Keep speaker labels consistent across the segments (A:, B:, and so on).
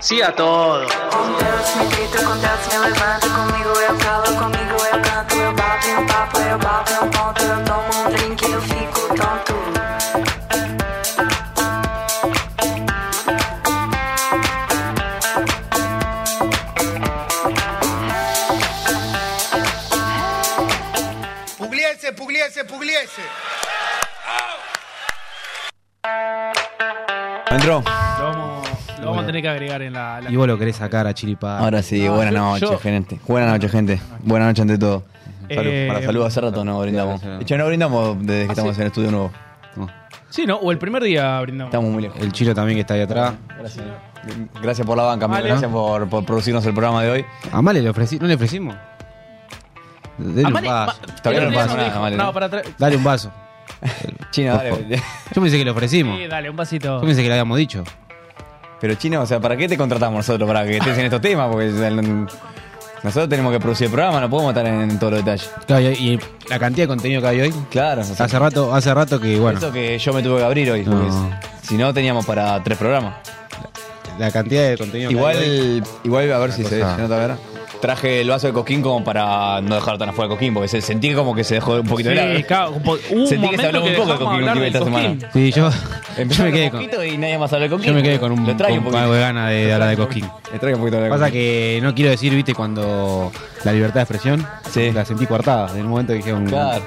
A: Sí a todo.
B: Pugliese, Pugliese, Pugliese.
C: Entró.
D: Lo vamos, lo vamos a tener que agregar en la. la-
C: Y vos lo querés sacar a Chiripa.
E: Ahora sí,
D: Ah,
E: buenas
D: yo-
E: noches,
D: yo-
E: gente. Buenas noches, gente. Buenas noches ante todo.
D: Salud. Eh, Ah,
E: Para saludos hace rato no brindamos.
C: claro.
E: De hecho, no brindamos desde que estamos en el estudio nuevo.
D: Sí, ¿no? O el primer día brindamos.
E: Estamos muy lejos.
C: El Chiro también que está ahí atrás.
E: Gracias. Gracias por la banca, amigo.
D: Vale.
E: Gracias por, por producirnos el programa de hoy.
C: A Male le ofrecí, ¿no le ofrecimos? Dale
D: A
C: un
D: Male-
C: vaso.
D: Ma-
E: Todavía no
D: el otro día
E: pasa
D: nos
E: nada,
D: dijo-
E: Male,
D: No,
E: ¿no?
D: para atrás.
C: Dale un vaso.
E: China, dale.
C: Yo pensé que le ofrecimos.
D: Sí,
C: Yo
D: dale, un vasito.
C: pensé que le habíamos dicho.
E: Pero China, o sea, ¿para qué te contratamos nosotros? Para que estés en estos temas, porque o sea, no- nosotros tenemos que producir el programa, no podemos estar en, todos los detalles.
C: Claro, y, y la cantidad de contenido que hay hoy.
E: Claro, o sea,
C: Hace rato, hace rato que, Ah, bueno,
E: eso que yo me tuve que abrir hoy, porque
C: No.
E: si no teníamos para tres programas.
C: la cantidad de contenido que hay hoy.
E: Igual, igual a ver si se
C: cosa-
E: se nota, a ver. Traje el vaso de coquín como para no dejar tan afuera el coquín, porque se- sentí como que se dejó un poquito de lado.
D: Sí, claro, un po- hubo un
E: Sentí que se
D: momento
E: habló muy
D: que
E: poco de
D: dejamos
E: Coquín
D: hablar
E: Cultiva
D: del
E: esta
D: Coquín.
C: Sí, yo, yo
E: Empezó
C: me quedé
E: con
C: con,
E: poquito y nadie más habló de coquín.
C: yo me quedé con un,
E: Le traje un
C: con algo
E: poquito.
C: de ganas de hablar de Cosquín.
E: Le traje un poquito de
C: Pasa
E: coquín.
C: que no quiero decir, viste, cuando la libertad de expresión
E: Sí.
C: la sentí coartada. En el momento que dijeron,
E: Claro.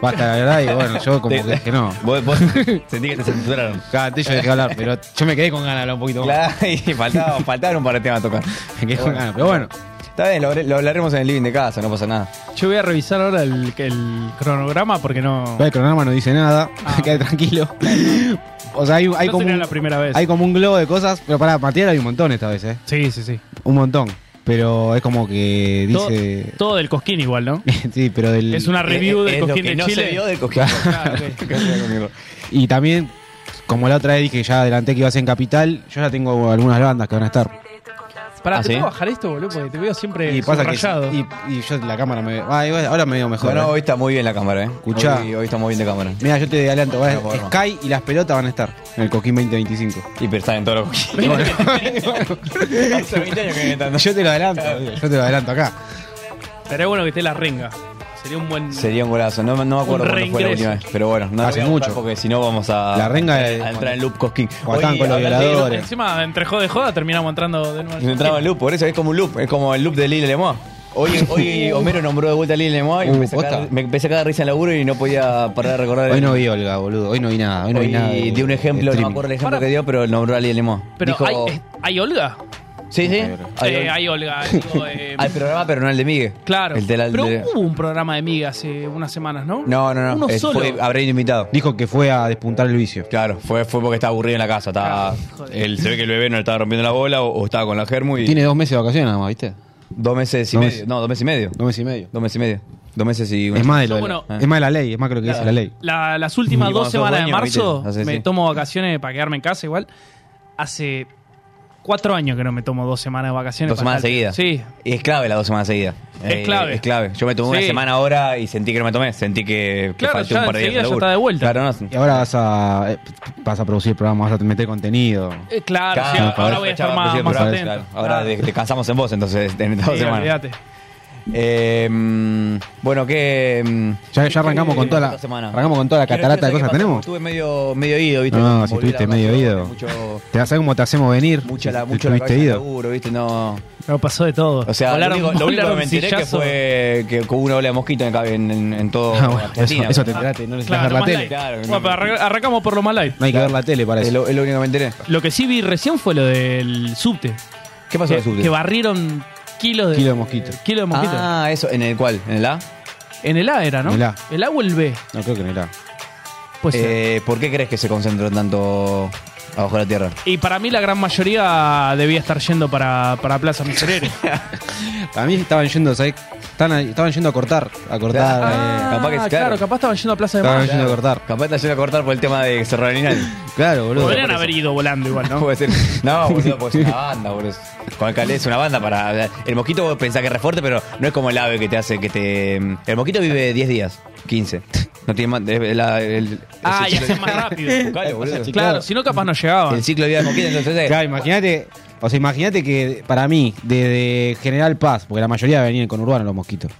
C: basta, la verdad, y bueno, yo como
E: Te-
C: que dije, no.
E: Vos, vos sentí que te censuraron.
C: Cada antes yo dejé de hablar, pero yo me quedé con ganas de hablar un poquito más.
E: Claro, y faltaba- faltaron un par de temas a tocar.
C: Me quedé con ganas, pero bueno.
E: Está bien, lo, lo hablaremos en el living de casa, no pasa nada.
D: Yo voy a revisar ahora el, el cronograma porque no.
C: El cronograma no dice nada,
D: Ah.
C: quedé tranquilo. O sea, hay, hay
D: no
C: como
D: sería
C: un,
D: la primera vez.
C: hay como un globo de cosas, pero para material hay un montón esta vez, ¿eh?
D: Sí, sí, sí.
C: Un montón. Pero es como que
D: Todo,
C: dice...
D: todo del cosquín igual, ¿no?
C: sí, pero del...
D: Es una
E: Eh, Es-
D: review del
E: es lo
D: cosquín
E: que
D: de
E: no
D: Chile.
E: se vio del coquín.
D: Claro, ok.
C: Y también, como la otra vez dije, ya adelanté que iba a ser en Capital, yo ya tengo algunas bandas que van a estar.
D: Pará,
E: ¿Ah,
D: ¿te
E: sí?
D: puedo bajar esto, boludo? Porque te veo siempre
C: Y pasa que...
D: subrayado.
C: Y, y yo la cámara me... Ah, igual ahora me veo mejor.
E: Bueno,
C: ¿eh?
E: hoy está muy bien la cámara, ¿eh?
C: Escuchá.
E: Hoy, hoy está muy bien de cámara.
C: Mira, yo te adelanto, va,
E: No, bueno.
C: Sky y las pelotas van a estar en el Coquín 2025.
E: Y pero están en todos los coquines. Hace 20 años que me están-
C: Yo te lo adelanto, yo te lo adelanto acá.
D: Estaría bueno que esté la renga. Sería un buen.
E: Sería un golazo, no, no me acuerdo cuándo
D: Un
E: fue la
D: reingreso.
E: última vez, pero bueno, no
C: Hace
E: lo voy a buscar
C: mucho.
E: porque si no vamos a,
C: La renga de-
E: a entrar en loop Cosquín.
C: Cuando estaban con los
E: hablaste de-
C: violadores.
D: Encima, entre joda y joda, terminamos entrando de nuevo. al
E: Entraba en loop, por eso es como un loop, es como el loop de Lille Lemois. Hoy, hoy Homero nombró de vuelta a Lille Lemois y
C: Uh,
E: me, empecé a
C: posta.
E: cagar- me empecé a cagar risa en laburo y no podía parar de recordar.
C: Hoy
E: el-
C: no vi Olga, boludo. Hoy no vi nada. Hoy no vi
E: hoy
C: nada. de-
E: dio un ejemplo,
C: de
E: no me
C: streaming.
E: acuerdo el ejemplo
D: Para-
E: que dio, pero nombró a Lille Lemois.
D: Pero
E: Dijo,
D: hay, eh, ¿hay Olga.
E: sí, sí,
D: Hay,
E: hay,
D: eh, hay Olga. digo, eh,
E: al programa, pero no el de Miguel.
D: claro.
E: El de la-
D: Pero
E: de-
D: hubo un programa de Miga hace unas semanas, ¿no?
E: No, no, no,
D: Uno
E: eh,
D: solo.
E: fue, habré invitado.
C: Dijo que fue a despuntar el vicio.
E: Claro, fue, fue porque estaba aburrido en la casa. Estaba,
D: Ah, joder.
E: él, se ve que el bebé no le estaba rompiendo la bola o, o estaba con la germu y.
C: Tiene dos meses de vacaciones nada más, ¿viste?
E: dos meses y
C: Dos
E: medio.
C: meses.
E: No, dos meses y medio.
C: Dos meses y medio.
E: Dos meses y medio. Dos meses y.
C: Es más de, lo
D: Yo,
C: de la-
D: bueno,
C: es más de la ley, es más que lo que dice la ley.
D: La- las últimas
E: Y
D: dos
E: cuando sos
D: semanas de
E: dueño,
D: marzo
E: ¿viste? No sé,
D: me
E: sí.
D: tomo vacaciones para quedarme en casa igual. Hace cuatro años que no me tomo dos semanas de vacaciones.
E: Dos
D: para
E: semanas
D: estar-
E: seguidas.
D: Sí.
E: Y es clave las dos semanas seguidas. Eh,
D: Es clave.
E: Es clave. Yo me tomé una
D: Sí.
E: semana ahora y sentí que no me tomé. Sentí que, que
D: Claro,
E: falté
D: ya
E: un par de días.
D: enseguida ya
E: laburo.
D: está de vuelta.
E: Claro, no.
C: Y ahora vas a, eh, vas a producir el programa, vas a meter contenido.
D: Eh, claro,
E: Claro,
D: sí, ahora
E: ahora
D: voy a estar
E: chaval,
D: más,
E: sí,
D: más
E: claro,
D: atento.
E: claro. Ahora de- descansamos en vos, entonces, en estas dos
D: Sí,
E: semanas.
D: olvídate.
E: Eh, mm, bueno, que. mm,
C: Ya, ya arrancamos con toda la,
E: Esta semana.
C: arrancamos con toda la
E: Quiero
C: catarata de
E: decirte
C: cosas
E: que
C: que tenemos.
E: Estuve medio, medio ido, ¿viste?
C: No,
E: Volví
C: si
E: la
C: estuviste
E: vacación,
C: medio ido.
E: Mucho,
C: Te vas a ver cómo te hacemos venir.
E: mucha la,
C: Te-
E: mucho la
C: estuviste
E: cabeza en el
C: ido.
E: laburo, ¿viste? No.
D: No, pasó de todo.
E: O sea,
D: Volaron-
E: lo único, lo único que
D: volaron
E: me enteré que
D: sillazo.
E: fue que hubo una ola de mosquito en, en, en, en todo
C: Ah, bueno, eso,
E: Argentina.
C: eso te enteraste, no necesitas
D: Claro,
C: ver la
D: más
C: tele.
D: light.
E: Claro,
D: Bueno,
E: no.
D: pero arranca- arrancamos por lo más light.
C: No hay que ver la tele para
E: es,
C: eso.
E: lo, es lo único que me enteré.
D: Lo que sí vi recién fue lo del subte.
E: ¿Qué pasó en
D: Que,
E: el subte?
D: que barrieron kilos de,
C: Kilo de mosquito.
D: Kilo de mosquito.
E: Ah, eso. ¿En el cual? ¿En el A?
D: En el A era, ¿no?
C: En el A. Eh.
D: o el B.
C: No creo que no era.
D: Pues
E: Eh, ¿Por qué crees que se concentran tanto abajo de la tierra.
D: Y para mí la gran mayoría debía estar yendo para, para Plaza Miserere.
C: A mí estaban yendo, ¿sabés? Estaban, ahí- estaban yendo a cortar. A cortar.
E: Ah,
C: eh,
E: capaz que
D: claro.
E: claro.
D: capaz estaban yendo a Plaza de
C: estaban
D: Mayo.
C: yendo a cortar.
E: Capaz te ayuda a cortar por el tema de Cerro Arenal.
C: Claro, boludo.
D: Podrían haber ido volando igual,
E: No,
D: ¿no?
E: puede ser. No, boludo, porque es una banda, boludo. Con el calé es una banda para. El mosquito vos pensás que es re fuerte, pero no es como el ave que te hace que te. El mosquito vive 10 días, 15. No tiene más. es la- el,
D: Ah,
E: es
D: y
E: el ciclo-
D: hacen más rápido.
E: Claro, boludo.
C: Sí,
D: Claro, si no capaz no llegaban.
E: El ciclo de vida del mosquito, entonces. eh,
C: Claro, imagínate. O sea, imagínate que para mí, desde General Paz, porque la mayoría venían con Urbano los mosquitos.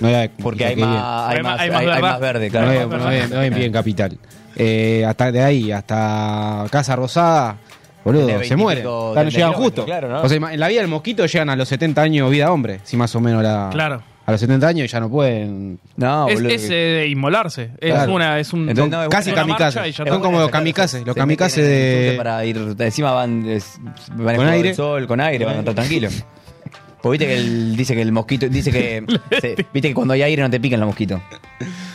C: No era
E: Porque hay
C: que bien.
E: más, hay,
D: Hay
E: más,
D: más- hay más
E: hay- hay
D: verdad.
E: más verde,
C: No
E: claro.
C: ven, no ven- no ven bien capital. Eh, hasta de ahí, hasta Casa Rosada, boludo,
E: Tiene
C: se
E: 20 y
C: mueren.
E: pico,
C: Claro, no
E: 30
C: llegan
E: kilómetros,
C: justo.
E: claro, ¿no?
C: O sea, ima- en la vida del mosquito llegan a los 70 años vida hombre, si más o menos la.
D: Claro.
C: A los 70 años ya no pueden.
E: No,
D: es
E: boludo.
D: es, eh, inmolarse. Es
C: Claro.
D: una, es un
E: Entonces, no, es
C: casi
D: una marcha y
C: kamikazes.
D: ya
C: Son
D: está.
C: como los kamikazes. Los
E: Se meten
C: kamikazes
E: en el subte
C: de.
E: Para ir, encima van, es- van
C: Con
E: con aire.
C: aire.
E: sol, con aire, van a estar tranquilos. Pues viste que el, dice que el mosquito, dice que, se- viste que cuando hay aire no te pican los mosquitos.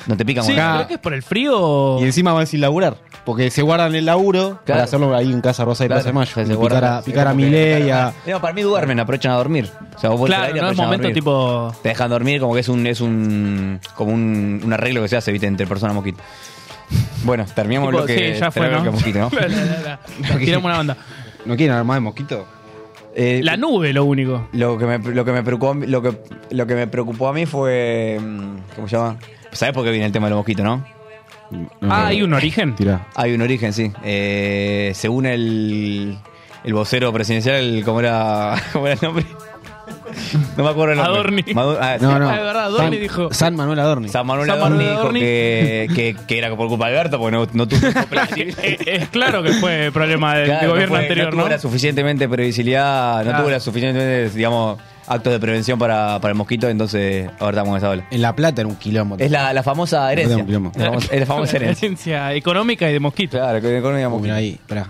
E: No te pican
D: Sí,
C: Ah.
E: cuando-
D: creo que es por el frío.
C: Y encima van sin laburar, porque se guardan el laburo para hacerlo ahí en Casa Rosa y
E: Claro,
C: Plaza de Mayo.
E: se- se
C: Y picar
E: guardan-
C: a, picar a
E: como que-
C: Milei, a.
E: No, para mí duermen, aprovechan a dormir. O sea, vos volvés al
D: claro,
E: aire,
D: no es
E: aprovechan a
D: momento
E: dormir.
D: tipo.
E: Te dejan dormir como que es un, es un, como un, un arreglo que se hace, viste, entre persona mosquito. Bueno, terminamos
D: tipo,
E: lo que,
D: sí, ya fue,
E: terminamos
D: ¿no?
E: lo que mosquito, ¿no?
D: La, la, la, la. Tiramos una banda.
C: ¿No quieren armar de mosquito?
E: Eh,
D: La nube, lo único.
E: Lo que me, lo que me preocupó, lo que, lo que me preocupó a mí fue. mm, ¿Cómo se llama? ¿Sabes por qué viene el tema de los mosquitos, no?
D: Ah, hay un origen.
C: Tirá.
E: Hay un origen, sí. Eh, según el, el vocero presidencial, el- ¿cómo, era, ¿cómo era el nombre? No me acuerdo el nombre.
D: Adorni.
E: Madu- ah, sí.
C: No, no.
D: Ah, de verdad, Adorni
C: San-
D: dijo-
C: San Manuel Adorni.
E: San Manuel
D: San
E: Adorni
D: Manuel
E: dijo
D: Adorni.
E: que, que, que era por culpa de Alberto porque no, no tuvo
D: Eh, eh, Es claro que fue problema del
E: Claro,
D: del gobierno
E: fue-
D: anterior,
E: tuvo
D: ¿no?
E: la suficientemente previsibilidad, no
D: Claro.
E: tuvo la suficientemente, digamos, actos de prevención para, para el mosquito, entonces ahora estamos en esa ola.
C: En La Plata era un kilómetro.
E: Es la, la famosa herencia.
C: Perdón, plomo.
E: Es la famosa- es la famosa
D: La
E: herencia.
D: herencia económica y de mosquito.
E: Claro, que con una
C: Uh,
E: mosquita.
C: mirá ahí, pará.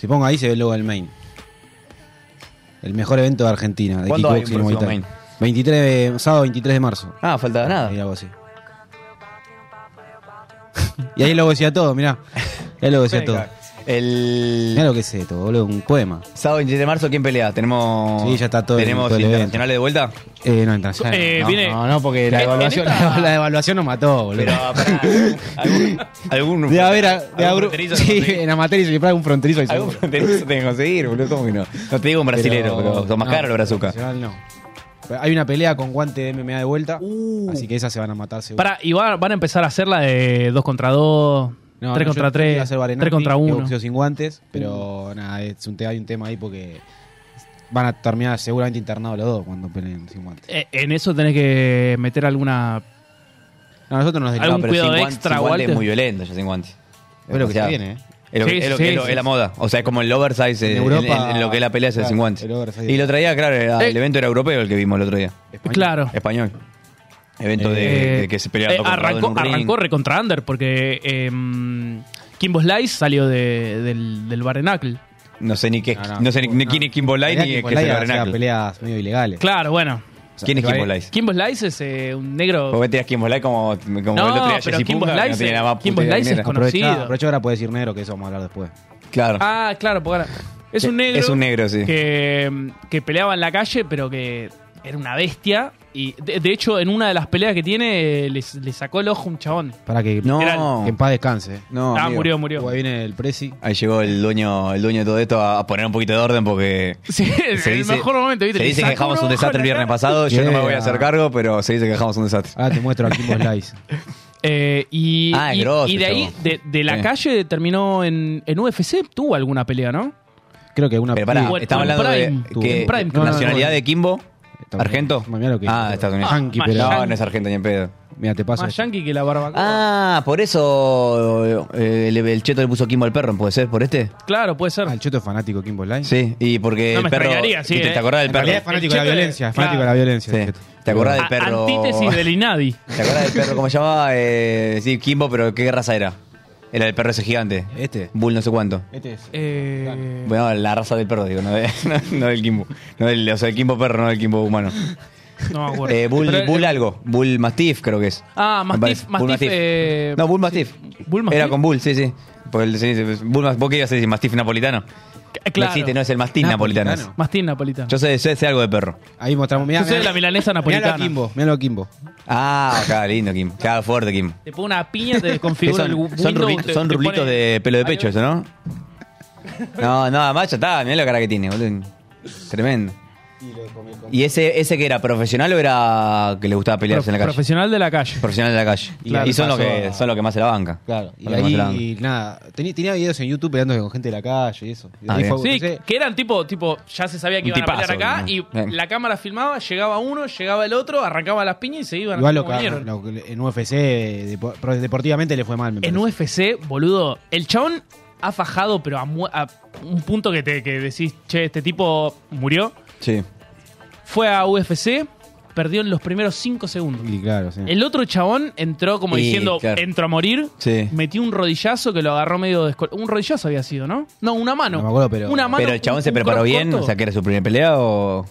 C: Si pongo ahí se ve el logo del Main. El mejor evento de Argentina. De
E: ¿Cuándo hay un
C: kickboxing y Muay
E: próximo
C: Thai. 23 de- sábado 23 de marzo.
E: Ah, faltaba
C: Y
E: nada.
C: algo así. y ahí lo decía todo, mirá. Y ahí lo decía todo. Mirá
E: El
C: lo que es esto, boludo, un poema.
E: sábado 27 de marzo, ¿quién pelea? Tenemos.
C: Sí, ya está todo el-
E: Tenemos
C: todo el evento.
E: internacionales de vuelta.
C: Eh, no, internacional.
D: Eh,
C: no,
D: viene-
C: no, no, porque la
D: en- en
C: evaluación,
D: esta-
C: la evaluación nos mató, boludo.
E: Pero pará, algún. algún
C: Debe haber a- debe haber-
E: algún fronterizo que
C: sí,
E: conseguí.
C: en amateur se le algún fronterizo ahí
E: Algún
C: seguro.
E: fronterizo tenés que conseguir, boludo. ¿Cómo que no? No te digo un brasilero, pero, son más
C: no,
E: caros los brazucas.
C: profesional no. Pero Hay una pelea con guante de MMA de vuelta,
E: Uh.
C: así que esas se van a matar seguro.
D: Pará, y va- van a empezar a hacer la de 2 contra 2, 3 contra 3, 3 contra Uh. 1.
C: boxeo sin guantes, pero nada, es un, te- hay un tema ahí porque van a terminar seguramente internados los dos cuando peleen sin guantes.
D: Eh, en eso tenés que meter alguna...
C: No, nosotros nos
E: No,
D: Algún
C: derivamos, pero
D: cuidado
E: sin guan-
D: extra,
E: sin guante
D: Walter.
E: es muy violento, yo sin guantes.
C: es lo que se
E: Demasiado.
C: viene, ¿eh?
E: Es lo, que-
D: Sí,
E: es lo
D: sí,
E: que- es lo-
D: sí,
E: es la
D: sí.
E: moda. O sea, es como el oversize eh,
C: En
E: en,
C: Europa-
E: en lo que es la pelea es el
C: claro,
E: sin guantes.
C: el oversize.
E: Y lo traía, claro, era- el
D: Eh.
E: evento era europeo el que vimos el otro día.
C: Español.
D: Claro.
E: Español. Evento de,
D: Eh,
E: de que se peleaba
D: eh,
E: con
D: arrancó,
E: Rodon en un ring.
D: arrancó re contra Under porque eh, Kimbo Slice salió de- del, del Barenacle.
E: No sé ni qué.
C: No,
E: No,
C: no,
E: sé ni, ni quién es Kimbo Light
C: Pelea
E: ni
C: Kimbo
E: qué es el
C: Light hacía
E: Arenacle.
C: peleas medio ilegales.
D: Claro, bueno.
E: ¿Quién es
C: O sea,
E: Kimbo
C: que-
E: Light?
D: Kimbo Slice es eh, un negro...
E: Vos tirás Kimbo Light como, como
D: No,
E: el otro día
D: pero
E: Jesse
D: Kimbo
E: Punga, que
D: Slice
E: no tenía la más puta
D: Kimbo
E: idea
D: Slice
E: quién era.
D: es conocido.
C: Aprovechá- Aprovecho ahora puedes decir negro, que eso vamos a hablar después.
E: Claro.
D: Ah, claro, porque ahora- Es un negro.
E: Eh, Es un negro, sí.
D: Que, que peleaba en la calle, pero que era una bestia. Y de, de hecho, en una de las peleas que tiene, eh, le, le sacó el ojo un chabón.
C: Para que,
E: no.
D: era-
C: que en paz descanse. eh.
E: No,
D: ah,
E: amigo.
D: murió,
C: Ahí
D: murió.
C: viene el Prezi.
E: Ahí llegó el dueño, el dueño de todo esto a a poner un poquito de orden porque
D: Sí, es
E: se
D: el
E: dice,
D: mejor momento, ¿viste?
E: se
D: Le
E: dice que
D: sacó
E: dejamos
D: un
E: un
D: ojo
E: desastre el
D: en la
E: viernes
D: cara.
E: pasado. Yo no me voy a
C: Yeah. Ah,
E: hacer cargo, pero se dice que dejamos un desastre.
C: Ahora te muestro aquí Kimbo Slice.
D: Eh, y,
E: Ah, es
D: y-
E: grosso,
D: y de ahí,
E: chabón.
D: de, de la
E: Sí.
D: calle, terminó en, en UFC. Tuvo alguna pelea, ¿no?
C: Creo que una
E: Pero pará,
D: Igual,
E: estamos
D: con
E: hablando
D: Prime,
E: de que-
D: con Prime,
E: no,
D: claro.
E: nacionalidad
C: no, no.
E: de Kimbo,
C: Estados
E: argento.
C: Unidos. Mirá lo que-
E: ah, Estados Unidos.
C: Yankee,
D: Ah,
C: pero-
E: no, no es argento ni en pedo.
C: Mira, te paso.
D: Más
C: esto.
D: yankee que la barbacoa.
E: Ah, por eso eh, el, el cheto le puso Kimbo al perro, ¿puede ser? ¿Por este?
D: Claro, puede ser.
C: Ah, el choto es fanático de Kimbo Slice.
E: Sí, y porque
D: No
E: el
D: me
E: perro.
D: extrañaría, sí,
E: ¿viste?
D: eh.
E: ¿Te acordás del
C: En realidad es
E: perro?
C: fanático de la
D: Cheto es-
C: violencia. Es fanático de
D: claro. Ah,
C: la violencia. el
E: Sí.
C: Cheto.
E: ¿Te acordás del
D: A-
E: perro?
D: Antítesis del Inadi.
E: ¿Te acordás del perro? ¿Cómo se llamaba? Eh, sí, Kimbo, pero ¿qué raza era? Era el perro ese gigante.
D: ah,
C: Este.
E: Bull no sé cuánto.
C: Este es.
D: Eh,
E: Bueno, la raza del perro, digo, no, de- no, no del Kimbo. No del, o sea, el Kimbo perro, no del Kimbo humano.
D: no me acuerdo.
E: Eh, bull,
D: Pero-
E: Bull algo. Bull Mastiff, creo que es.
D: Ah,
E: Me
D: Mastiff.
E: parece. Bull
D: Mastiff, eh,
E: No, Bull Mastiff.
D: Bull
E: Era
D: Mastiff.
E: con Bull, sí, sí. Porque el, Bulma, ¿Vos qué ibas a decir? ¿Mastif napolitano?
D: C-
E: No
D: Eh, Claro.
E: existe, no es el mastif napolitano.
C: Napolitano.
D: Mastín napolitano.
E: Yo
D: Yo,
E: sé, sé, sé algo de perro.
C: Ahí mostramos. Mirá,
D: soy de eh, la milanesa napolitana.
C: Mirá lo Kimbo, mirá lo Kimbo.
E: Ah, acá, lindo, Kim. Claro, fuerte, Kim.
D: Te pongo una piña, te
E: Que
D: desconfiguro
E: son,
D: el
E: son
D: Windows,
E: rulitos-
D: te-
E: son
D: te
E: rulitos
D: pone-
E: de pelo de
D: Ahí
E: pecho,
D: va.
E: eso, ¿no? No, no, además ya está, mirá la cara que tiene, boludo. Tremendo. ¿Y ese, ese que era profesional o era que le gustaba
D: Pro-
E: pelearse en la calle?
D: Profesional de la calle.
E: Profesional de la calle. Y,
C: Claro,
E: son los
C: pasó
E: que
C: a-
E: son los que más se la banca.
C: Claro. Y
E: Los que más se la
C: ahí, nada, tenía, tenía videos en YouTube peleándose con gente de la calle y eso. Y
E: Ah,
C: ahí
E: bien.
C: fue-
D: Sí,
C: no sé,
D: que eran tipo, tipo, ya se sabía que
E: Un
D: iban a
E: tipazo,
D: pelear acá
E: ¿no? Eh.
D: y
E: Bien.
D: la cámara filmaba, llegaba uno, llegaba el otro, arrancaba las piñas y se iban.
C: Igual lo
D: como
C: que-
D: vinieron.
C: lo que- en UFC, depo- pro- deportivamente le fue mal, me
D: En
C: parece.
D: UFC, boludo, el chabón ha fajado, pero a, mu- a un punto que te que decís, che, este tipo murió.
E: banca. Sí.
D: Fue a UFC, perdió en los primeros 5 segundos.
C: Y claro, sí.
D: El otro chabón entró como
E: Y,
D: diciendo,
E: claro.
D: entro a morir.
E: Sí.
D: Metió un rodillazo que lo agarró medio descol... Un rodillazo había sido, ¿no? No, una mano.
C: No me acuerdo, pero-
D: Una mano,
E: Pero el chabón
D: un-
E: se
D: un
E: preparó
D: cross
E: bien,
D: corto.
E: o sea, que era su primera pelea o.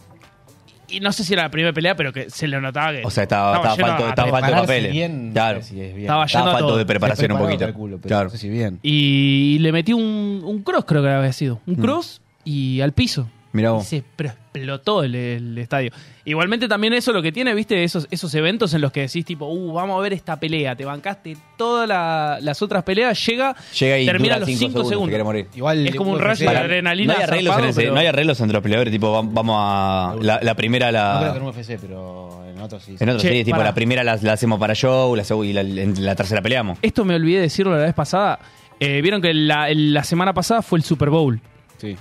D: Y no sé si era la primera pelea, pero que se le notaba que...
E: O sea, estaba, estaba
D: lleno
E: falto,
D: a-
E: estaba falto de
F: prepararse
E: papeles.
F: bien,
E: claro.
F: no sé si es bien.
D: Estaba
E: Estaba
D: yendo a
E: falto
D: todo.
E: de preparación un
F: Preparado,
E: poquito.
F: calculo, pero
E: claro.
F: No sé si bien.
D: Y le metió un, un cross, creo que había sido.
E: Mm.
D: Un cross y al piso.
E: Mirá
D: Y
E: vos.
D: se pero explotó el, el estadio. Igualmente también eso lo que tiene, viste, esos, esos eventos en los que decís tipo, uh, vamos a ver esta pelea, te bancaste todas la- las otras peleas, llega,
E: Llega y
D: termina
E: dura
D: los
E: cinco
D: 5
E: segundos, te
D: segundos.
E: quiere morir.
C: Igual
D: es como un
C: UFC
D: rayo de
E: Para-
D: adrenalina
E: No hay arreglos, en
D: zarpado,
E: ese-
D: pero-
E: no hay arreglos entre los peleadores, tipo, vam- vamos a. La, la primera
F: No creo
E: la.
F: que en UFC, pero en otros sí.
E: en otro
D: Che,
E: sí, tipo,
D: para.
E: la primera la, la hacemos para show, la seg- y la, en la tercera peleamos.
D: Esto me olvidé decirlo la vez pasada. Eh, Vieron que la, la semana pasada fue el Super Bowl.
C: Sí.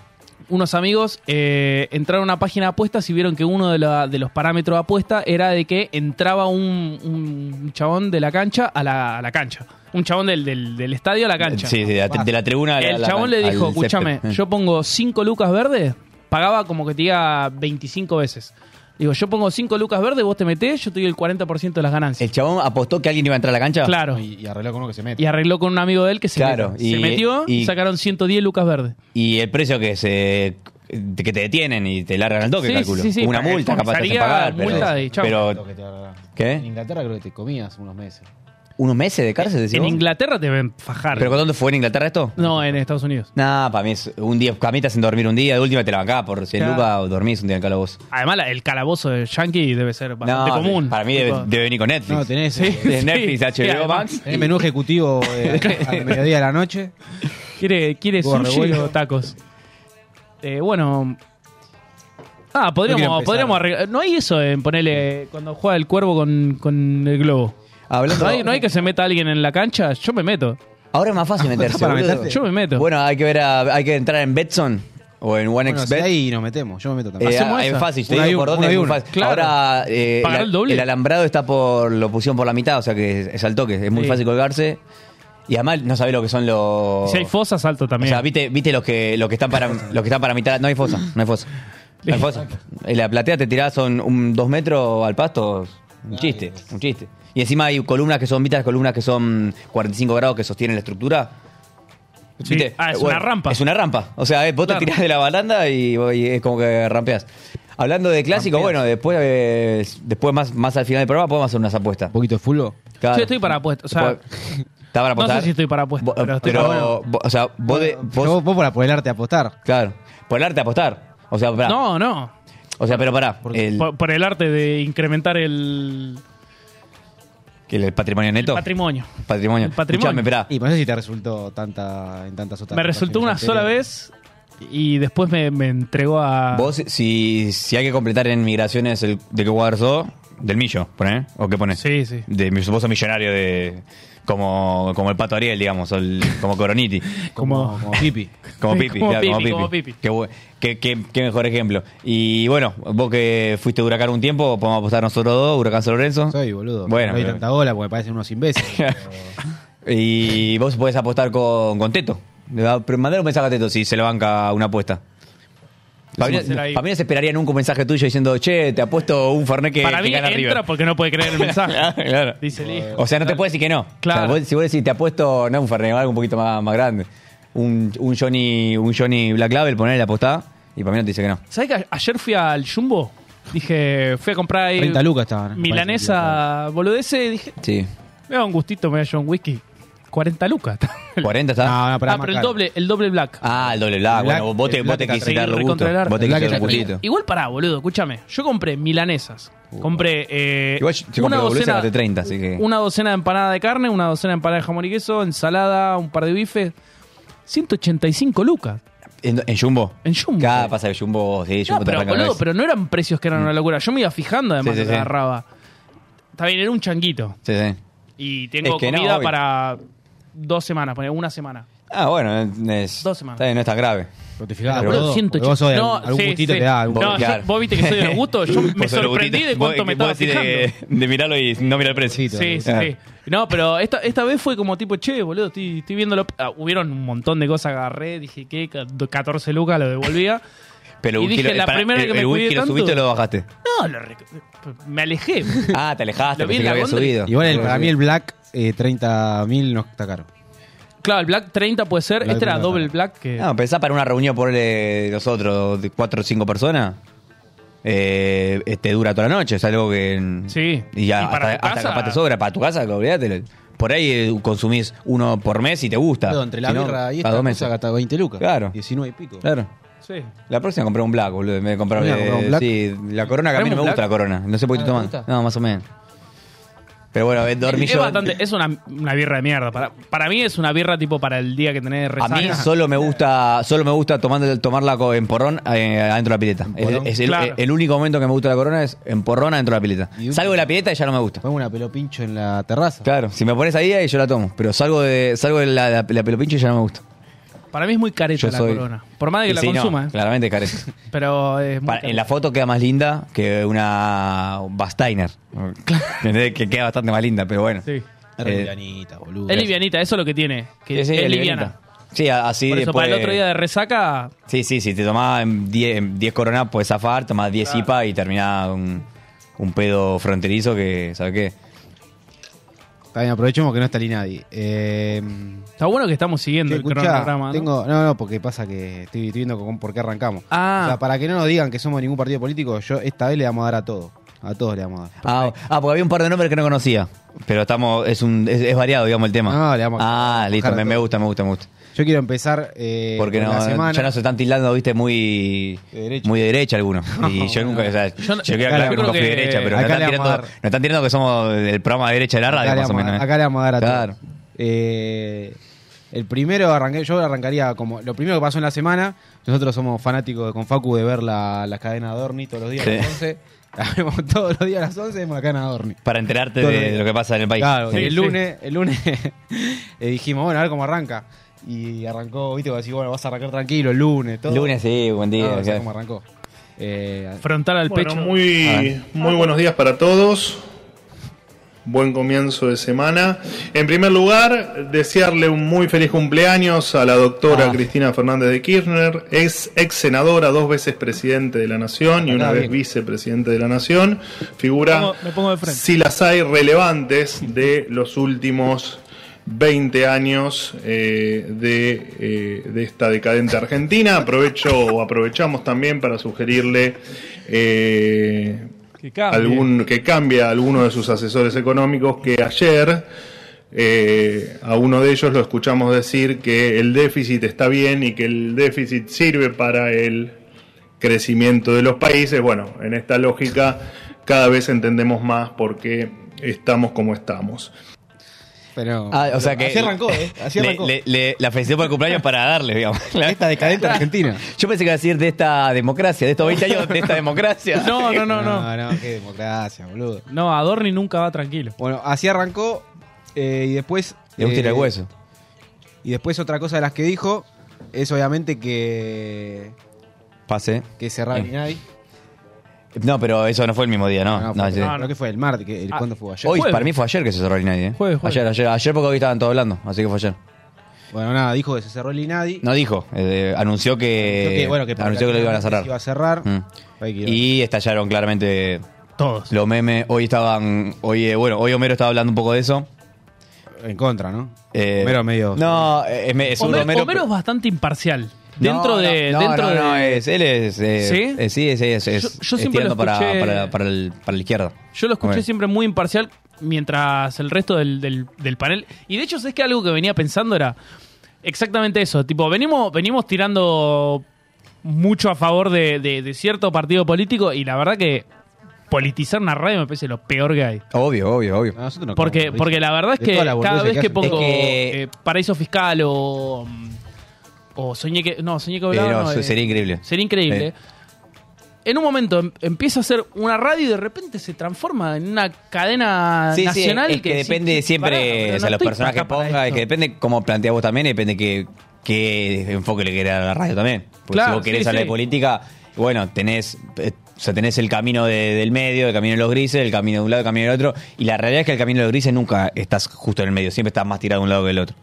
D: Unos amigos eh, entraron a una página de apuestas y vieron que uno de, la- de los parámetros de apuesta era de que entraba un, un chabón de la cancha a la, a la cancha. Un chabón del, del- del estadio a la cancha.
E: Sí, sí, de, la- de la tribuna a la-
D: El
E: la-
D: chabón
E: al
D: le dijo,
E: césped.
D: escúchame,
E: Eh.
D: yo pongo 5 lucas verdes, pagaba como que te diga 25 veces. Digo, yo pongo 5 lucas verdes, vos te metés, yo te doy el 40% de las ganancias.
E: ¿El chabón apostó que alguien iba a entrar a la cancha?
D: Claro.
F: Y, y arregló con uno que se mete.
D: Y arregló con un amigo de él que se,
E: Claro,
D: metió.
E: y-
D: se metió y
E: y-
D: sacaron 110 lucas verdes.
E: Y el precio que se que te detienen y te largan al toque,
D: Sí,
E: calculo.
D: sí, sí,
E: Una
D: para-
E: multa capaz te hacen
D: comisaría,
E: pagar, pero,
D: multa y chau.
E: pero
F: Lo que te arregló.
E: ¿Qué?
F: En Inglaterra creo que te comías unos meses.
E: unos meses de cárcel decís
D: en
E: vos?
D: Inglaterra te ven fajar.
E: ¿Pero dónde fue en Inglaterra esto?
D: no, en Estados Unidos.
E: Nah, para mí es un día, a mí te hacen dormir un día, de última te la bancás por 100
D: Claro.
E: lucas o dormís un día en el calabozo.
D: Además, la- el calabozo de Yankee debe ser bastante
E: No,
D: común.
E: Para mí debe,
D: Tipo,
E: debe venir con Netflix.
C: No, tenés, eh,
E: Tenés Netflix,
D: Sí, sí,
E: HBO
D: además.
E: Max.
C: tenés menú ejecutivo eh, al mediodía de la noche.
D: ¿Quiere, quiere
C: Hubo
D: sushi
C: revuelo.
D: o tacos? Eh, bueno. Ah,
C: quiero
D: podríamos,
C: empezar.
D: podríamos arreglar. No hay eso en ponerle cuando juega el cuervo con, con el globo.
E: Hablando-
D: no, hay, no hay que se meta alguien en la cancha. Yo me meto.
E: Ahora es más fácil meterse.
C: para
E: boludo.
C: meterte.
D: Yo me meto.
E: Bueno, hay que ver, a- hay que entrar en Betson o en
C: Bueno, si
E: OneXBet.
C: ahí nos metemos, yo me meto también.
E: Eh,
D: Hacemos
E: ah, es
D: esa.
E: fácil, te
C: Una
E: digo
C: y
E: por
C: una,
E: dónde
C: una
E: es
C: y
E: muy
C: una.
E: fácil.
D: Claro.
E: Ahora eh,
D: Pagar
E: la-
D: el doble.
E: alambrado está por lo pusieron por la mitad, o sea que es, es al toque, es muy
D: Sí.
E: fácil colgarse. Y además no sabés lo que son los
D: Si hay fosa, salto
E: Oh. O
D: también.
E: sea, viste, viste los que los que están para los que están para mitad, no hay fosa, no hay fosa. No hay fosa. En la platea te tirás son un, dos metros al pasto, un chiste, un chiste. Y encima hay columnas que son mitas, columnas que son 45 grados que sostienen la estructura.
D: Sí.
E: ¿Viste?
D: Ah, es
E: Eh, bueno,
D: una rampa.
E: Es una rampa. O sea, eh, vos
D: Claro.
E: te tirás de la baranda y, y es como que rampeas. Hablando de clásicos, bueno, después eh, después más, más al final del programa podemos hacer unas apuestas.
C: Un poquito de fútbol.
D: Yo estoy para apuestas, o sea,
E: Después- ¿Está para
D: no sé
E: apostar?
D: si estoy para apuestas,
E: Vos-
D: pero estoy para-
E: vos- o sea, vos, de-
C: Yo,
E: vos-
C: Vos, para por el arte de apostar.
E: Claro. Por el arte de apostar. O sea, pará.
D: No, no.
E: O sea, pero pará. El,
D: Por, por el arte de incrementar el
E: el, el patrimonio neto.
D: patrimonio.
E: patrimonio.
D: El patrimonio.
E: Escuchame, pará.
C: Y no sé si te resultó tanta, en tantas otras
D: Me resultó una
C: ocasiones
D: sola
C: anteriores.
D: vez y después me, me entregó a.
E: Vos, si, si hay que completar en migraciones el, de qué jugador sos, del millo, ¿poné? ¿O qué pones?
D: Sí, sí.
E: De, vos sos millonario de... Como, como el Pato Ariel, digamos, o el- como Coroniti.
C: Como,
D: Como-
C: como hippie.
E: Como
D: Sí,
E: Pipi,
D: como
E: claro, como
D: Pipi,
E: Pipi.
D: como Pipi.
E: Qué, bu- qué- qué- qué mejor ejemplo. Y bueno, vos que fuiste Huracán un tiempo, podemos apostar nosotros dos, Huracán San Lorenzo.
C: Soy, boludo.
E: Bueno,
C: no hay
E: pero-
C: tanta bola porque parecen unos imbéciles.
E: Y vos podés apostar con, con Teto. Le va- pero Mandale un mensaje a Teto si se le banca una apuesta. Para mí,
D: Decimos,
E: para mí no se esperaría nunca un mensaje tuyo diciendo, che, te apuesto un Fernet que,
D: Para
E: que
D: mí
E: gana
D: entra
E: River.
D: porque no puede creer el mensaje.
E: Claro.
D: Dice el hijo.
E: O sea, no te puede decir que no. O
D: Claro.
E: sea, vos- si vos decís, te apuesto, no, un Fernet, algo un poquito más, más grande. Un, un Johnny un Johnny Black Label, ponerle la apostada y para mí no te dice que no.
D: ¿Sabés que a- ayer fui al Jumbo? Dije, fui a comprar ahí
C: 30 lucas estaban.
D: milanesa boludece. Dije,
E: Sí.
D: me da un gustito, me da yo un whisky. 40 lucas.
E: 40 está.
C: No, no, pará,
D: ah,
C: más
D: pero el
C: caro.
D: doble, el doble black.
E: Ah, el doble black.
C: El black-
E: Bueno, vos te,
C: el
E: vos
C: black
E: te
C: está
E: quisiste
C: terrible.
E: dar un
D: Recontra el
E: gusto.
D: arte.
E: Vos te
C: El black
E: quisiste dar un
C: está terrible.
E: gustito.
D: Igual pará, boludo, escúchame. Yo compré milanesas. Compré eh,
E: Uh. Igual yo- yo
D: una,
E: compré boludeces,
D: docena,
E: gasté 30, así que-
D: una docena de empanada de carne, una docena de empanada de jamón y queso, ensalada, un par de bifes. 185 lucas
E: ¿En, en Jumbo?
D: en Jumbo.
E: Cada pasa de Jumbo, sí,
D: No,
E: Jumbo te
D: pero,
E: arranca una
D: boludo,
E: vez.
D: pero no eran precios que eran una locura. Yo me iba fijando además
E: Sí, sí,
D: lo que
E: sí.
D: agarraba. Está bien, era un changuito.
E: Sí, sí.
D: Y tengo
E: Es que no,
D: comida
E: obvio.
D: para dos semanas, poner una semana.
E: Ah, bueno, es,
D: Dos semanas.
E: está bien, no es tan grave.
C: Pero te
D: Ah,
C: fijás,
E: Pero
C: boludo, porque
D: 180.
C: vos sos de
D: No,
C: algún, algún
D: sí,
C: gustito
D: sí.
C: te da. algún-
D: No, yo- vos viste que soy de los gustos, yo me
E: Vos sos
D: sorprendí
E: gustito.
D: de cuánto
E: Vos-
D: me
E: vos
D: estaba
E: decís de- De mirarlo y no mirar el precio.
D: Sí, sí,
E: Ah.
D: sí. No, pero esta, esta vez fue como tipo, che, boludo, estoy, estoy viéndolo. Ah, hubieron un montón de cosas, agarré, dije, ¿qué? Ca- 14 lucas, lo devolvía.
E: Pero
D: Y
E: un
D: dije,
E: kilo-
D: la
E: pará,
D: primera
E: el-
D: que me
E: el whisky
D: cuidé
E: lo
D: tanto.
E: subiste o lo bajaste.
D: No, lo rec- me alejé.
E: Ah, te alejaste,
D: Lo vi
E: pensé
D: en
E: que lo
D: la
E: había
D: góndola.
E: subido.
C: Igual el- para mí el black, eh, 30.000 no está caro.
D: claro, el Black 30 puede ser,
C: Black
D: este era
C: 30.
D: Double Black. Que,
E: No, pensá para una reunión por nosotros, de cuatro o cinco personas. Eh, este dura toda la noche, es algo que. en-
D: Sí.
E: Y, ya
D: Y para
E: hasta,
D: tu
E: hasta
D: casa-
E: capaz te sobra. Para tu casa, olvídate. Por ahí eh, consumís uno por mes y te gusta.
F: Boludo, entre la
E: Si no,
F: birra y
E: cada
F: esta
E: dos
F: cosa
E: meses.
F: gasta 20 lucas.
E: Claro.
F: 19 y pico.
E: Claro.
D: Sí.
E: La próxima compré un black, boludo. En vez de comprar.
C: Mira,
E: eh,
C: comprá un Black.
E: Sí, la corona que a mí no me
D: ¿Compramos un
E: gusta la
D: Black?
E: corona. No sé por qué estoy
F: Ah, ¿no te
E: tomando.
F: gusta?
E: No, más o menos. Pero bueno, eh, dormí
D: Es
E: yo-
D: bastante- es una, una birra de mierda. Para, para mí es una birra tipo para el día que tenés
E: A
D: resaca.
E: mí solo me gusta, solo me gusta tomando, tomarla co- en porrón eh, adentro de la pileta. Es, es el, eh,
D: Claro.
E: el único momento que me gusta la corona es en porrón adentro de la pileta.
F: Y un-
E: Salgo de la pileta y ya no me gusta.
F: Pongo una pelopincho en la terraza.
E: Claro, si me pones ahí, ahí yo la tomo. Pero salgo de, salgo de la, la, la pelopincho y ya no me gusta.
D: Para mí es muy careta
E: Yo
D: la
E: soy-
D: corona. Por más de que
E: Y
D: la
E: sí, no,
D: consuma, ¿eh?
E: Claramente carece.
D: pero es muy
E: Pa-
D: careta.
E: en la foto queda más linda que una Bastainer. ¿Entendés? que queda bastante más linda, pero bueno.
D: Sí.
F: Es
E: Eh,
F: re livianita, boludo.
D: Es livianita, eso es lo que tiene. Que
E: Sí, sí,
D: es
E: es
D: liviana.
E: Sí, a- así
D: Por eso,
E: después-
D: para el otro día de resaca,
E: Sí, sí, si te tomás 10 10 coronas, puedes zafar, tomás 10 IPA y terminás un, un pedo fronterizo que, ¿sabes qué?
C: Está bien, aprovechemos que no está ni nadie. Eh,
D: está bueno que estamos siguiendo el
C: Escuchá,
D: cronograma. ¿no?
C: tengo, no, no, porque pasa que estoy, estoy viendo con- por qué arrancamos.
D: Ah.
C: O sea, para que no nos digan que somos ningún partido político, yo esta vez le vamos a dar a todo. A todos le vamos a dar.
E: Ah, ah, porque había un par de nombres que no conocía. Pero estamos, es, un, es, es variado, digamos, el tema.
C: No, le vamos a-
E: ah, listo,
C: a
E: me, me gusta, me gusta, me gusta.
C: Yo quiero empezar eh,
E: Porque
C: con
E: no,
C: la semana.
E: ya nos están tildando, viste, muy
C: De derecha.
E: muy de derecha algunos. Y yo nunca, o sea,
D: Yo
E: yo,
D: no-
E: quería
D: acá
E: aclarar
D: le
E: que nunca
D: vamos
E: fui
D: a
E: de
D: dar-
E: derecha, pero
C: acá
E: nos están,
C: le vamos
E: tirando,
C: a dar-
E: nos están tirando que somos del programa de derecha de la radio,
C: acá, le
E: más o
C: vamos,
E: menos.
C: a-
E: ¿eh?
C: acá le vamos a dar a
E: Claro.
C: todos. Eh, el primero arranqué, yo arrancaría como lo primero que pasó en la semana. Nosotros somos fanáticos de, con Facu de ver la, la cadena Dorni todos los días a las
E: Sí.
C: 11. La vemos todos los días a las 11 vemos la cadena Dorni.
E: Para enterarte
C: Todo
E: de
C: bien.
E: lo que pasa en el país.
C: Claro,
E: Sí.
C: el lunes, el lunes eh, dijimos, bueno, a ver cómo arranca. Y arrancó, viste, vos decís, bueno, vas a arrancar tranquilo el lunes, todo.
E: Lunes, sí, buen
C: No,
E: día.
C: no sé
E: claro.
C: cómo arrancó. Eh,
D: Frontal al
G: Bueno,
D: pecho.
G: muy, muy buenos días para todos. Buen comienzo de semana. En primer lugar, desearle un muy feliz cumpleaños a la doctora
E: Ah.
G: Cristina Fernández de Kirchner, ex, ex senadora, dos veces presidente de la Nación y una
C: Ah,
G: vez
C: bien.
G: vicepresidente de la Nación. Figura,
D: Me pongo- me pongo de frente.
G: si las hay, relevantes de los últimos 20 años eh, de, eh, de esta decadente Argentina. Aprovecho o aprovechamos también para sugerirle eh,
D: Que cambie.
G: algún, que cambie a alguno de sus asesores económicos que ayer eh, a uno de ellos lo escuchamos decir que el déficit está bien y que el déficit sirve para el crecimiento de los países. Bueno, en esta lógica cada vez entendemos más por qué estamos como estamos.
C: pero
E: Ah, o sea que.
C: así arrancó, ¿eh? Así
E: le-
C: arrancó.
E: le- le- la felicité por el cumpleaños para darle, digamos.
C: Esta decadente argentina.
E: Yo pensé que iba a decir de esta democracia, de estos 20 años de esta democracia.
D: No, no, no, no.
C: no, qué democracia, boludo.
D: No, Adorni nunca va tranquilo.
C: Bueno, así arrancó eh, y después...
E: Le gusta ir al
C: eh,
E: hueso.
C: Y después otra cosa de las que dijo es obviamente que...
E: Pase.
C: Que cerrar
E: Eh,
C: Inadi.
E: No, pero eso no fue el mismo día, Ah, ¿no?
C: No,
E: No,
C: fue-
E: ayer.
C: no, no, que fue el martes, que- el-
D: Ah,
C: ¿cuándo fue ayer?
E: Hoy,
D: Jueves.
E: para mí fue ayer que se cerró el INADI, ¿eh?
D: Jueves, jueves.
E: Ayer, ayer, ayer porque hoy estaban todos hablando, así que fue ayer.
C: Bueno, nada, dijo que se cerró el Inadi.
E: No dijo, eh, anunció que,
C: Anunció que, bueno, que
E: anunció que lo iban a cerrar.
C: Iba a cerrar.
E: Mm.
C: Ahí quedó.
E: Y estallaron claramente
D: Todos.
E: los memes. Hoy estaban, hoy, eh, bueno, hoy Homero estaba hablando un poco de eso.
C: En contra, ¿no?
E: Eh,
C: Homero medio-
E: No, eh, es, es un
D: Homero,
E: Homero.
D: Homero es bastante imparcial.
E: No,
D: Dentro
E: no,
D: de.
E: no,
D: dentro
E: no,
D: de
E: no, es, él es. eh,
D: ¿Sí?
E: eh, sí, es. es, es
D: Yo- yo siempre lo
E: estirando para,
D: escuché-
E: para, para el- para la izquierda.
D: Yo lo escuché
E: Bueno.
D: siempre muy imparcial. mientras el resto del, del- del panel. Y de hecho, es que algo que venía pensando era exactamente eso. Tipo, venimos, venimos tirando mucho a favor de, de- de cierto partido político y la verdad que politizar una radio me parece lo peor que hay.
E: Obvio, obvio, obvio.
C: A nosotros no
D: Porque,
C: como,
D: porque la verdad es
C: De
D: que
C: todas las
D: cada vez
C: boludeces que
D: que
C: hacen.
D: pongo
E: Es que-
D: eh, paraíso fiscal o, mm, o soñé que... No, soñé que
E: Eh,
D: hablaba,
E: no,
D: no,
E: eso
D: eh,
E: sería increíble.
D: Sería increíble.
E: Eh.
D: En un momento em- empieza a ser una radio y de repente se transforma en una cadena
E: Sí, sí,
D: nacional.
E: es que,
D: decís,
E: depende
D: "Pará,
E: siempre, o
D: pero
E: sea,
D: no
E: los
D: estoy
E: personajes que
D: acá para
E: ponga, es
D: esto".
E: que depende cómo plantea vos también, y depende qué, qué enfoque le querés dar a la radio también. Porque
D: Claro,
E: si vos querés
D: sí,
E: hablar
D: sí.
E: de política, bueno, tenés, eh, o sea, tenés el camino de- del medio, el camino de los grises, el camino de un lado, el camino del otro, y la realidad es que el camino de los grises nunca estás justo en el medio, siempre estás más tirado de un lado que del otro.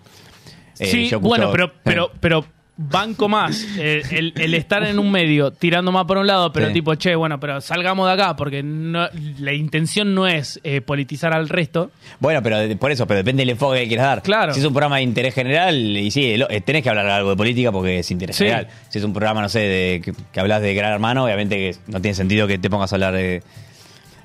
E: Eh,
D: sí,
E: yo escucho-
D: bueno, pero, pero,
E: eh,
D: pero banco más eh, el, el estar en un medio tirando más por un lado, pero
E: Sí.
D: tipo, che, bueno, pero salgamos de acá porque no- la intención no es eh, politizar al resto.
E: Bueno, pero de- por eso, pero depende del enfoque que le quieras dar.
D: Claro.
E: Si es un programa de interés general, y sí, lo- eh, tenés que hablar algo de política porque es interés
D: Sí.
E: general. Si es un programa, no sé, de, que, que hablas de Gran Hermano, obviamente que no tiene sentido que te pongas a hablar de,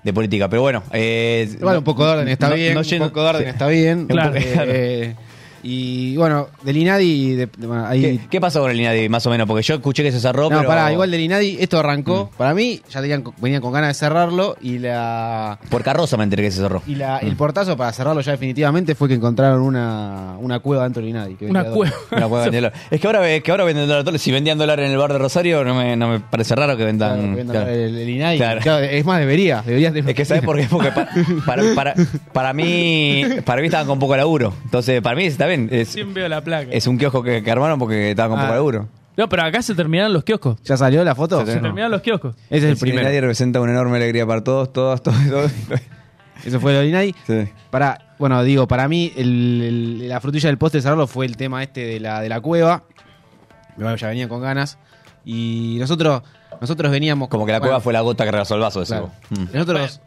E: de política. Pero bueno, eh,
C: Bueno, un poco de orden está
E: no-
C: bien.
E: no yendo-
C: un poco de orden está bien.
D: Claro.
C: Eh, y bueno, del Inadi. de- de- bueno, ahí-
E: ¿Qué, qué pasó con el Inadi, más o menos? Porque yo escuché que se cerró,
C: no,
E: pero... Mm.
C: pará, igual del Inadi, esto arrancó. Para mí, ya tenían, co- venían con ganas de cerrarlo y la.
E: Por Carroza me enteré que se cerró.
C: Y la, el portazo para cerrarlo ya definitivamente fue que encontraron una, una cueva dentro del Inadi. que
D: Una
C: vendía
D: cueva.
C: dólares.
E: Una cueva de dólar. Es que ahora, es que ahora venden dólar todo. Si vendían dólar en el bar de Rosario, no me, no me parece raro que vendan.
C: Claro, que vendan
E: claro.
C: El, el Inadi.
E: Claro.
C: Claro, es más, debería. debería tener
E: Es que ¿sabes por qué? Porque pa- para, para, para mí para mí estaban con poco laburo. Entonces, para mí está bien. Es,
D: Siempre veo la placa.
E: es un kiosco que, que armaron porque estaban con
C: Ah.
E: poco laburo.
D: No, pero acá se terminaron los kioscos.
C: ¿Ya salió la foto?
D: Se terminaron los kioscos.
C: Ese es el primero.
E: Nadie representa una enorme alegría para todos, todas, todos. todos.
C: Eso fue lo del Inadi.
E: Sí.
C: Para, bueno, digo, para mí el- el- la frutilla del postre de cerrarlo fue el tema este de la, de la cueva. Bueno, ya venían con ganas. Y nosotros, nosotros veníamos
E: Como que la cueva fue la gota que rebasó el vaso, decís
C: claro.
E: vos. Mm.
C: Nosotros,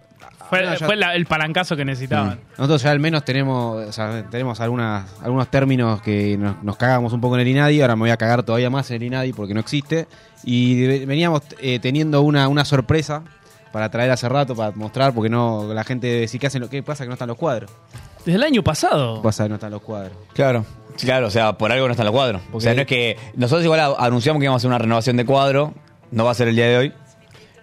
D: Fue,
C: no, ya-
D: fue la- el palancazo que necesitaban.
E: Mm.
C: nosotros ya al menos tenemos, o sea, tenemos algunas, algunos términos que nos, nos cagamos un poco en el INADI, ahora me voy a cagar todavía más en el INADI porque no existe. Y de- veníamos eh, teniendo una, una sorpresa para traer hace rato, para mostrar, porque no la gente decía que hacen lo que pasa que no están los cuadros.
D: Desde el año pasado.
C: ¿Qué pasa que no están los cuadros?
E: Claro. Sí, Claro, o sea, por algo no está en los cuadros. O sea, no es que. Nosotros igual a- anunciamos que íbamos a hacer una renovación de cuadro. No va a ser el día de hoy.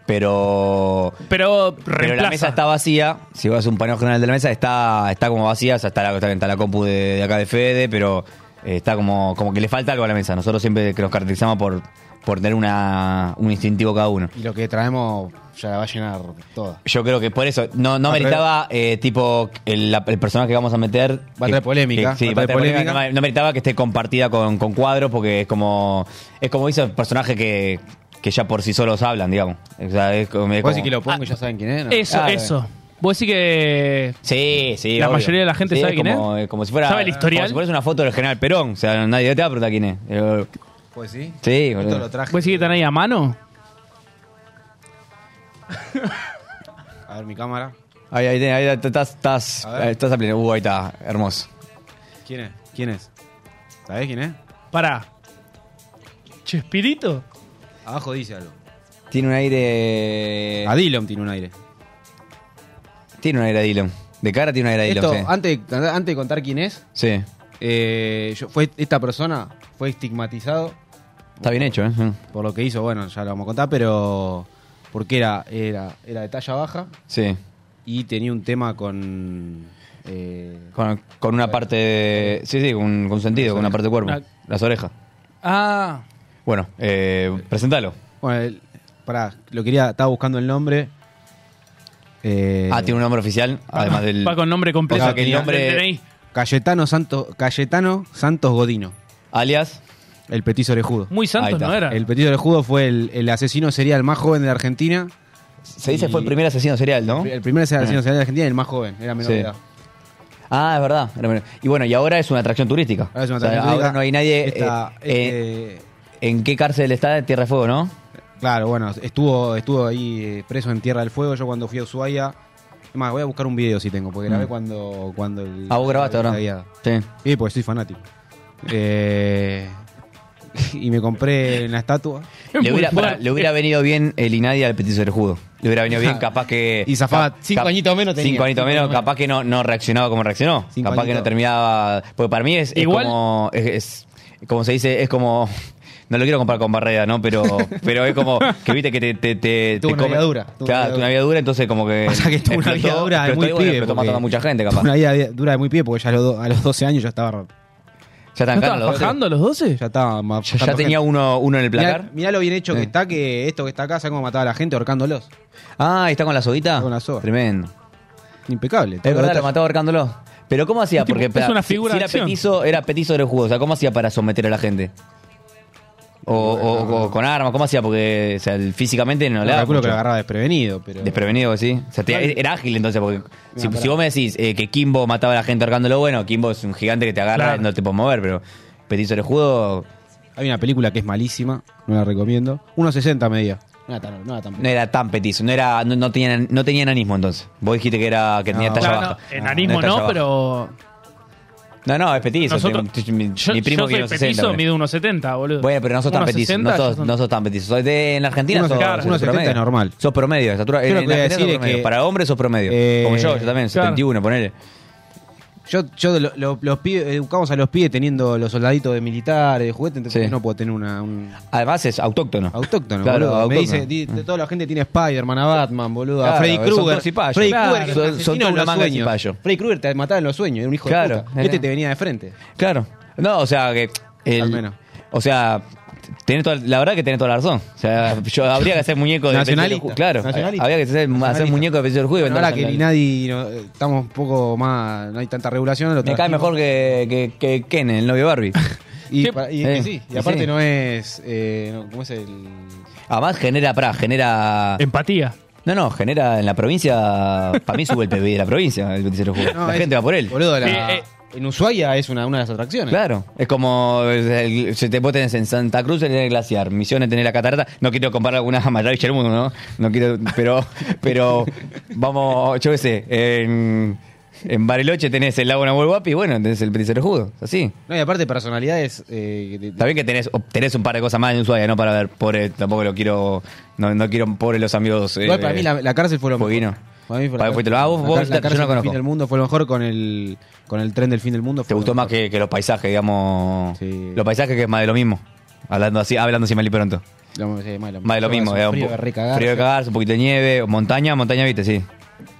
E: Pero.
D: Pero
E: Pero
D: reemplaza.
E: la mesa está vacía. Si vos haces un paneo general de la mesa, está, está como vacía. O sea, está la, está, está la compu de, de acá de Fede, pero eh, está como, como que le falta algo a la mesa. Nosotros siempre que nos caracterizamos por, por tener una, un instintivo cada uno.
C: Y lo que traemos ya va a llenar toda.
E: Yo creo que por eso, no, no
C: Va a traer-
E: meritaba eh, tipo el, la- el personaje que vamos a meter.
C: Va a traer
E: que-
C: polémica,
E: que- sí,
C: va a
E: va a
C: traer
E: traer
C: polémica.
E: polémica. No, no meritaba que esté compartida con, con cuadros porque es como. Es como dice el personaje que, que ya por sí solos hablan, digamos. O sea, es como- es
C: Vos
E: como-
C: decís
E: Ah.
C: que lo pongo y ya saben quién es. ¿no? Ah,
D: Eso,
E: Claro.
D: eso. Vos decís que.
E: Sí, sí.
D: La mayoría de la gente sabe
E: es
D: quién
E: como,
D: es.
E: eh, Como si fuera.
D: ¿Sabe el historial?
E: Como si fueras una foto del general Perón. O sea, nadie te va a preguntar quién es. Eh,
C: Pues sí.
E: Sí,
C: Esto
E: boludo.
C: lo traje.
D: ¿Vos decís que están ahí a mano?
C: A ver mi cámara.
E: Ahí, ahí, ahí, ahí, estás, estás,
C: A ver.
E: estás a pleno. Uh, ahí está, hermoso.
C: ¿Quién es? ¿Quién es? ¿Sabés quién es?
D: Pará. ¿Chespirito?
C: Abajo dice algo.
E: Tiene un aire.
C: Adilom tiene un aire.
E: Tiene un aire a Dylan. De cara tiene un aire a
C: Esto,
E: Dylan. sí.
C: antes, de- antes de contar quién es,
E: Sí.
C: eh, yo- fue, esta persona fue estigmatizado
E: Está bien hecho, ¿eh? Mm.
C: por lo que hizo, bueno, ya lo vamos a contar, pero porque era, era, era de talla baja
E: Sí.
C: y tenía un tema con... eh,
E: Con, con una parte. de- Sí, sí, con, con sentido, con una parte del cuerpo.
D: Una-
E: Las orejas.
D: Ah.
E: Bueno, eh, presentalo.
C: bueno, el- pará, lo quería, estaba buscando el nombre. Eh,
E: Ah, tiene un nombre oficial, además del.
D: Va con nombre completo.
E: O sea, que el
D: Del
E: nombre-
D: DNI.
C: Cayetano, Santos, Cayetano Santos Godino,
E: Alias.
C: el petit orejudo.
D: Muy
E: Ahí
D: santo,
E: está.
D: ¿no era?
C: El petit orejudo fue el, el asesino serial más joven de la Argentina.
E: Se dice fue el primer asesino serial, ¿no?
C: El primer asesino serial de la Argentina y el más joven, era menor
E: Sí.
C: de edad.
E: Ah, es verdad. Era menor. Y bueno, y ahora es una atracción turística.
C: Ahora Ah, es una
E: O sea,
C: atracción turística.
E: ahora no hay nadie.
C: Esta-
E: eh, eh,
C: este-
E: ¿En qué cárcel está? En Tierra de Fuego, ¿no?
C: Claro, bueno, estuvo, estuvo ahí eh, preso en Tierra del Fuego. Yo cuando fui a Ushuaia. Es más, voy a buscar un video si tengo, porque grabé
E: Mm.
C: cuando, cuando el.
E: Ah, vos grabaste
C: la
E: ahora.
C: guiada.
E: Sí.
C: Sí, porque soy fanático. Eh, y me compré una estatua.
E: Le hubiera,
D: Muy
E: pará, le hubiera venido bien el Inadia al Petit Cerjudo. Le hubiera venido bien, capaz que.
C: Y zafaba, cinco añitos menos tenía.
E: Cinco añitos menos, capaz que no, no reaccionaba como reaccionó.
C: Cinco
E: capaz que
C: añitos.
E: no terminaba. Porque para mí es, es
D: Igual-
E: como. Es, es- como se dice, es como. No lo quiero comparar con Barreda, ¿no? Pero, pero es como que viste que te. te, te,
C: Tuvo
E: te
C: una
E: come-
C: vida dura, tuvo una
E: Claro,
C: vida
E: tuvo una vida dura, entonces como que.
C: Pasa que tuvo una vida
E: Eh, explotó,
C: dura de
E: explotó
C: muy
E: y bueno,
C: pibe,
E: explotó
C: porque-
E: matando a mucha gente, capaz.
C: Una vida de- dura de muy pie, porque ya a los, do- a los 12 años ya estaba.
E: Ya
D: ¿No
E: están
D: estabas
E: caros los dos.
D: bajando los 12?
C: Ya estaba más.
E: Ya, ya tenía uno, uno en el placar. Eh.
C: Mirá, mirá lo bien hecho que
E: Sí.
C: está, que esto que está acá, ¿sabes cómo mataba a la gente ahorcándolos?
E: Ah, ¿está con la soguita?
C: Está con la soga.
E: Tremendo.
C: Impecable.
E: Es
C: todo
E: verdad,
C: detalle.
E: lo mató ahorcándolo. Pero ¿cómo hacía?
D: Es tipo-
E: Porque
D: es
E: para-
D: una
E: si-
D: figura
E: si
D: de
E: era
D: acción.
E: petizo, era petizo del juego. O sea, ¿cómo hacía para someter a la gente? O, o- o- o con armas, ¿cómo hacía? Porque o sea, él físicamente no
C: No,
E: le daba
C: calculo que lo
E: mucho.
C: agarraba desprevenido, pero.
E: Desprevenido, sí. O sea, te- era ágil entonces, porque si, si vos me decís eh, que Kimbo mataba a la gente ahorcándolo, bueno, Kimbo es un gigante que te agarra
D: Claro.
E: y no te puedes mover, pero petizo del juego
C: Hay una película que es malísima, no la recomiendo. 1.60 media. No era tan, no era tan
E: no era tan petizo, no era, no, no tenía, no tenía enanismo entonces. Vos dijiste que era, que tenía
C: No.
E: talla
D: Claro,
E: baja.
D: no,
E: No,
D: enanismo no,
E: talla baja.
D: pero.
E: No, no, es petizo.
D: Nosotros-
E: Tengo- mi,
D: Yo,
E: mi primo
D: yo soy
E: tiene 60,
D: petizo,
E: pero-
D: mido 1,70, boludo.
E: Bueno, pero no sos tan
D: 1,60,
E: petizo. No sos,
D: yo
E: no sos tan petizo. Sos de- en la Argentina
C: Uno
E: sos,
C: setenta,
E: sos
C: uno setenta
E: promedio.
C: es normal.
E: Sos promedio de estatura.
C: Yo
E: En,
C: lo
E: en
C: que voy a
E: la Argentina sos
C: decir es
E: promedio.
C: que-
E: Para hombres sos promedio.
C: Eh,
E: Como yo, yo también,
D: claro.
E: 71, ponele.
C: Yo, yo de lo- lo- los pibes, educamos a los pibes teniendo los soldaditos de militares, de juguete, entonces
E: Sí.
C: no puedo tener una, un
E: Además es autóctono.
C: autóctono,
E: Claro,
C: boludo. Me
E: autóctono.
C: dice, di- de toda la gente tiene a Spider-Man, a Batman, boludo,
E: Claro,
C: a Freddy
E: son
C: Krueger.
E: todos cipayos.
C: Freddy
E: Claro,
C: Krueger,
E: son-
C: era
E: son
C: asesino
E: todos
C: en
E: una
C: los
E: manga de
C: sueños.
E: cipayos.
C: Freddy Krueger te mataba en los sueños, era un hijo
E: Claro,
C: de puta. Este
E: era-
C: te venía de frente.
E: Claro. No, o sea que. el-
C: Al menos.
E: O sea. tenés toda- la verdad que tenés toda la razón. O sea, yo habría que hacer muñeco de Petizo del
C: Nacionalista.
E: Ju- Claro,
C: Nacionalista.
E: habría que hacer, hacer
C: Nacionalista.
E: muñeco de Petizo del juego. y
C: Bueno, ahora que
E: venderlo
C: ni
E: en-
C: nadie, no, eh, estamos un poco más, no hay tanta regulación. lo
E: Me cae
C: trajimos.
E: mejor que, que, que Ken, el novio de Barbie.
C: Y,
D: Sí.
C: pa- y-
E: Eh,
C: y sí, y
E: y
C: aparte
E: sí.
C: no es, eh, no, ¿cómo es el...?
E: Además genera, pra, genera...
D: Empatía.
E: No, no, genera en la provincia. Para mí sube el PBI de la provincia, el 26 de julio.
C: No,
E: la
C: es-
E: gente va por él.
C: Boludo, la-
D: Eh, eh.
C: en Ushuaia es una, una de las atracciones.
E: Claro, es como el- si te vos tenés en Santa Cruz tenés el glaciar, Misiones tenés la catarata. No quiero comparar alguna maravilla del mundo, ¿no? No quiero, pero, pero vamos, yo qué sé, en, en Bariloche tenés el lago Nahuel Huapi, bueno, tenés el 26 de Judo, así.
C: No, y aparte personalidades... eh, de-
E: Está bien que tenés, tenés un par de cosas más en Ushuaia, ¿no? Para ver, pobre, tampoco lo quiero, no, no quiero, pobre los amigos.
C: Igual
E: eh,
C: para mí la, la cárcel fue lo
E: Fueguino.
C: mejor. Para mí
E: Para-
C: fue la cárcel.
E: fuiste lo- ah, vos-
C: La
E: vos-
C: cár- la
E: yo no
C: cárcel del
E: conozco.
C: fin del mundo fue lo mejor con el, con el tren del fin del mundo.
E: ¿Te
C: fue lo
E: gustó más
C: mejor.
E: que, que los paisajes, digamos?
C: Sí.
E: Los paisajes que es más de lo mismo. Hablando así, ah, hablando así mal y pronto.
C: Lo- sí, más de lo,
E: Más de lo
C: Yo
E: mismo.
C: hace
E: digamos,
C: Frío,
E: un po-
C: de recagarse.
E: frío de cagarse, un poquito de nieve. Montaña, montaña viste, sí.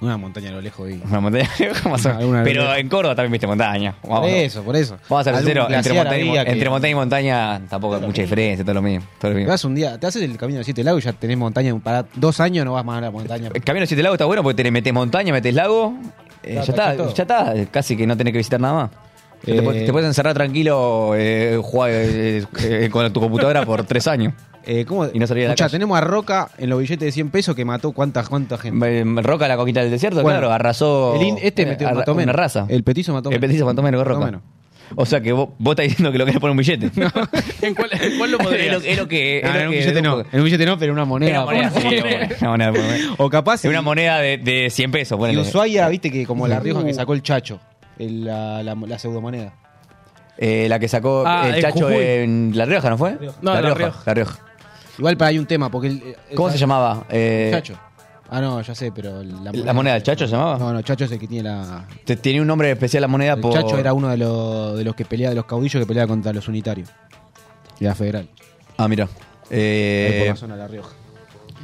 C: Una montaña a lo lejos. Y...
E: Una montaña, más o menos.
C: Alguna vez.
E: Pero en Córdoba también viste montaña.
C: Por
E: Vamos,
C: eso, por eso.
E: vamos a ser
C: Algún
E: sinceros, entre
C: glaciar
E: montaña, y,
C: había
E: mon-
C: que-
E: entre montaña y montaña tampoco hay mucha diferencia, todo lo mismo. Todo lo
C: Te
E: mismo.
C: vas un día, te haces el camino de siete lagos y ya tenés montaña para dos años no vas más a la montaña.
E: El camino de siete lagos está bueno porque tenés, metés montaña, metés lago. eh,
C: Claro,
E: ya está,
C: tachás todo.
E: ya está, eh, casi que no tenés que visitar nada más. Te,
C: Eh,
E: puedes- te puedes encerrar tranquilo eh, jugar, eh, eh, con tu computadora por tres años.
C: Eh, ¿cómo?
E: Y no salía de la
C: Escuchá,
E: calle.
C: tenemos a Roca en los billetes de 100 pesos que mató cuánta, cuánta gente.
E: Eh, Roca la coquita del desierto,
C: Bueno,
E: claro, arrasó.
C: el in- este
E: eh,
C: metió-
E: arra-
C: mató menos.
E: Una raza.
C: El petizo mató
E: El
C: menos.
E: petizo mató menos que
C: Mató
E: Roca.
C: menos.
E: O sea que vos, vos estás diciendo que lo querés poner en un billete.
D: ¿En cuál, en cuál lo
E: es,
D: podrías?
E: lo, es lo que. es
C: Ah,
E: lo
C: en un
E: que
C: billete no,
E: deduzco.
C: en un billete no, pero en una moneda.
E: Era una moneda, sí, una moneda, por lo menos.
C: O capaz
E: Es una moneda de, de 100 pesos,
C: Y
E: ponele.
C: Ushuaia, viste que como la Rioja que sacó el chacho, el- la, la, la pseudomoneda.
E: Eh, la que sacó
D: Ah,
E: el
D: en
E: chacho
D: Jujuy.
E: en La Rioja, ¿no fue?
D: No, La Rioja.
E: La Rioja.
C: Igual para hay un tema, porque el, el-
E: ¿Cómo se llamaba? Eh,
C: El chacho. Ah, no, ya sé, pero la
E: ¿La moneda del chacho se llamaba?
C: No, no, chacho es el que tiene la...
E: te- Tiene un nombre especial la moneda
C: El
E: por.
C: chacho era uno de los, de los que peleaba, de los caudillos que peleaba contra los unitarios. De la federal.
E: Ah, mira.
C: Ahí por
E: Eh,
C: la zona de La Rioja.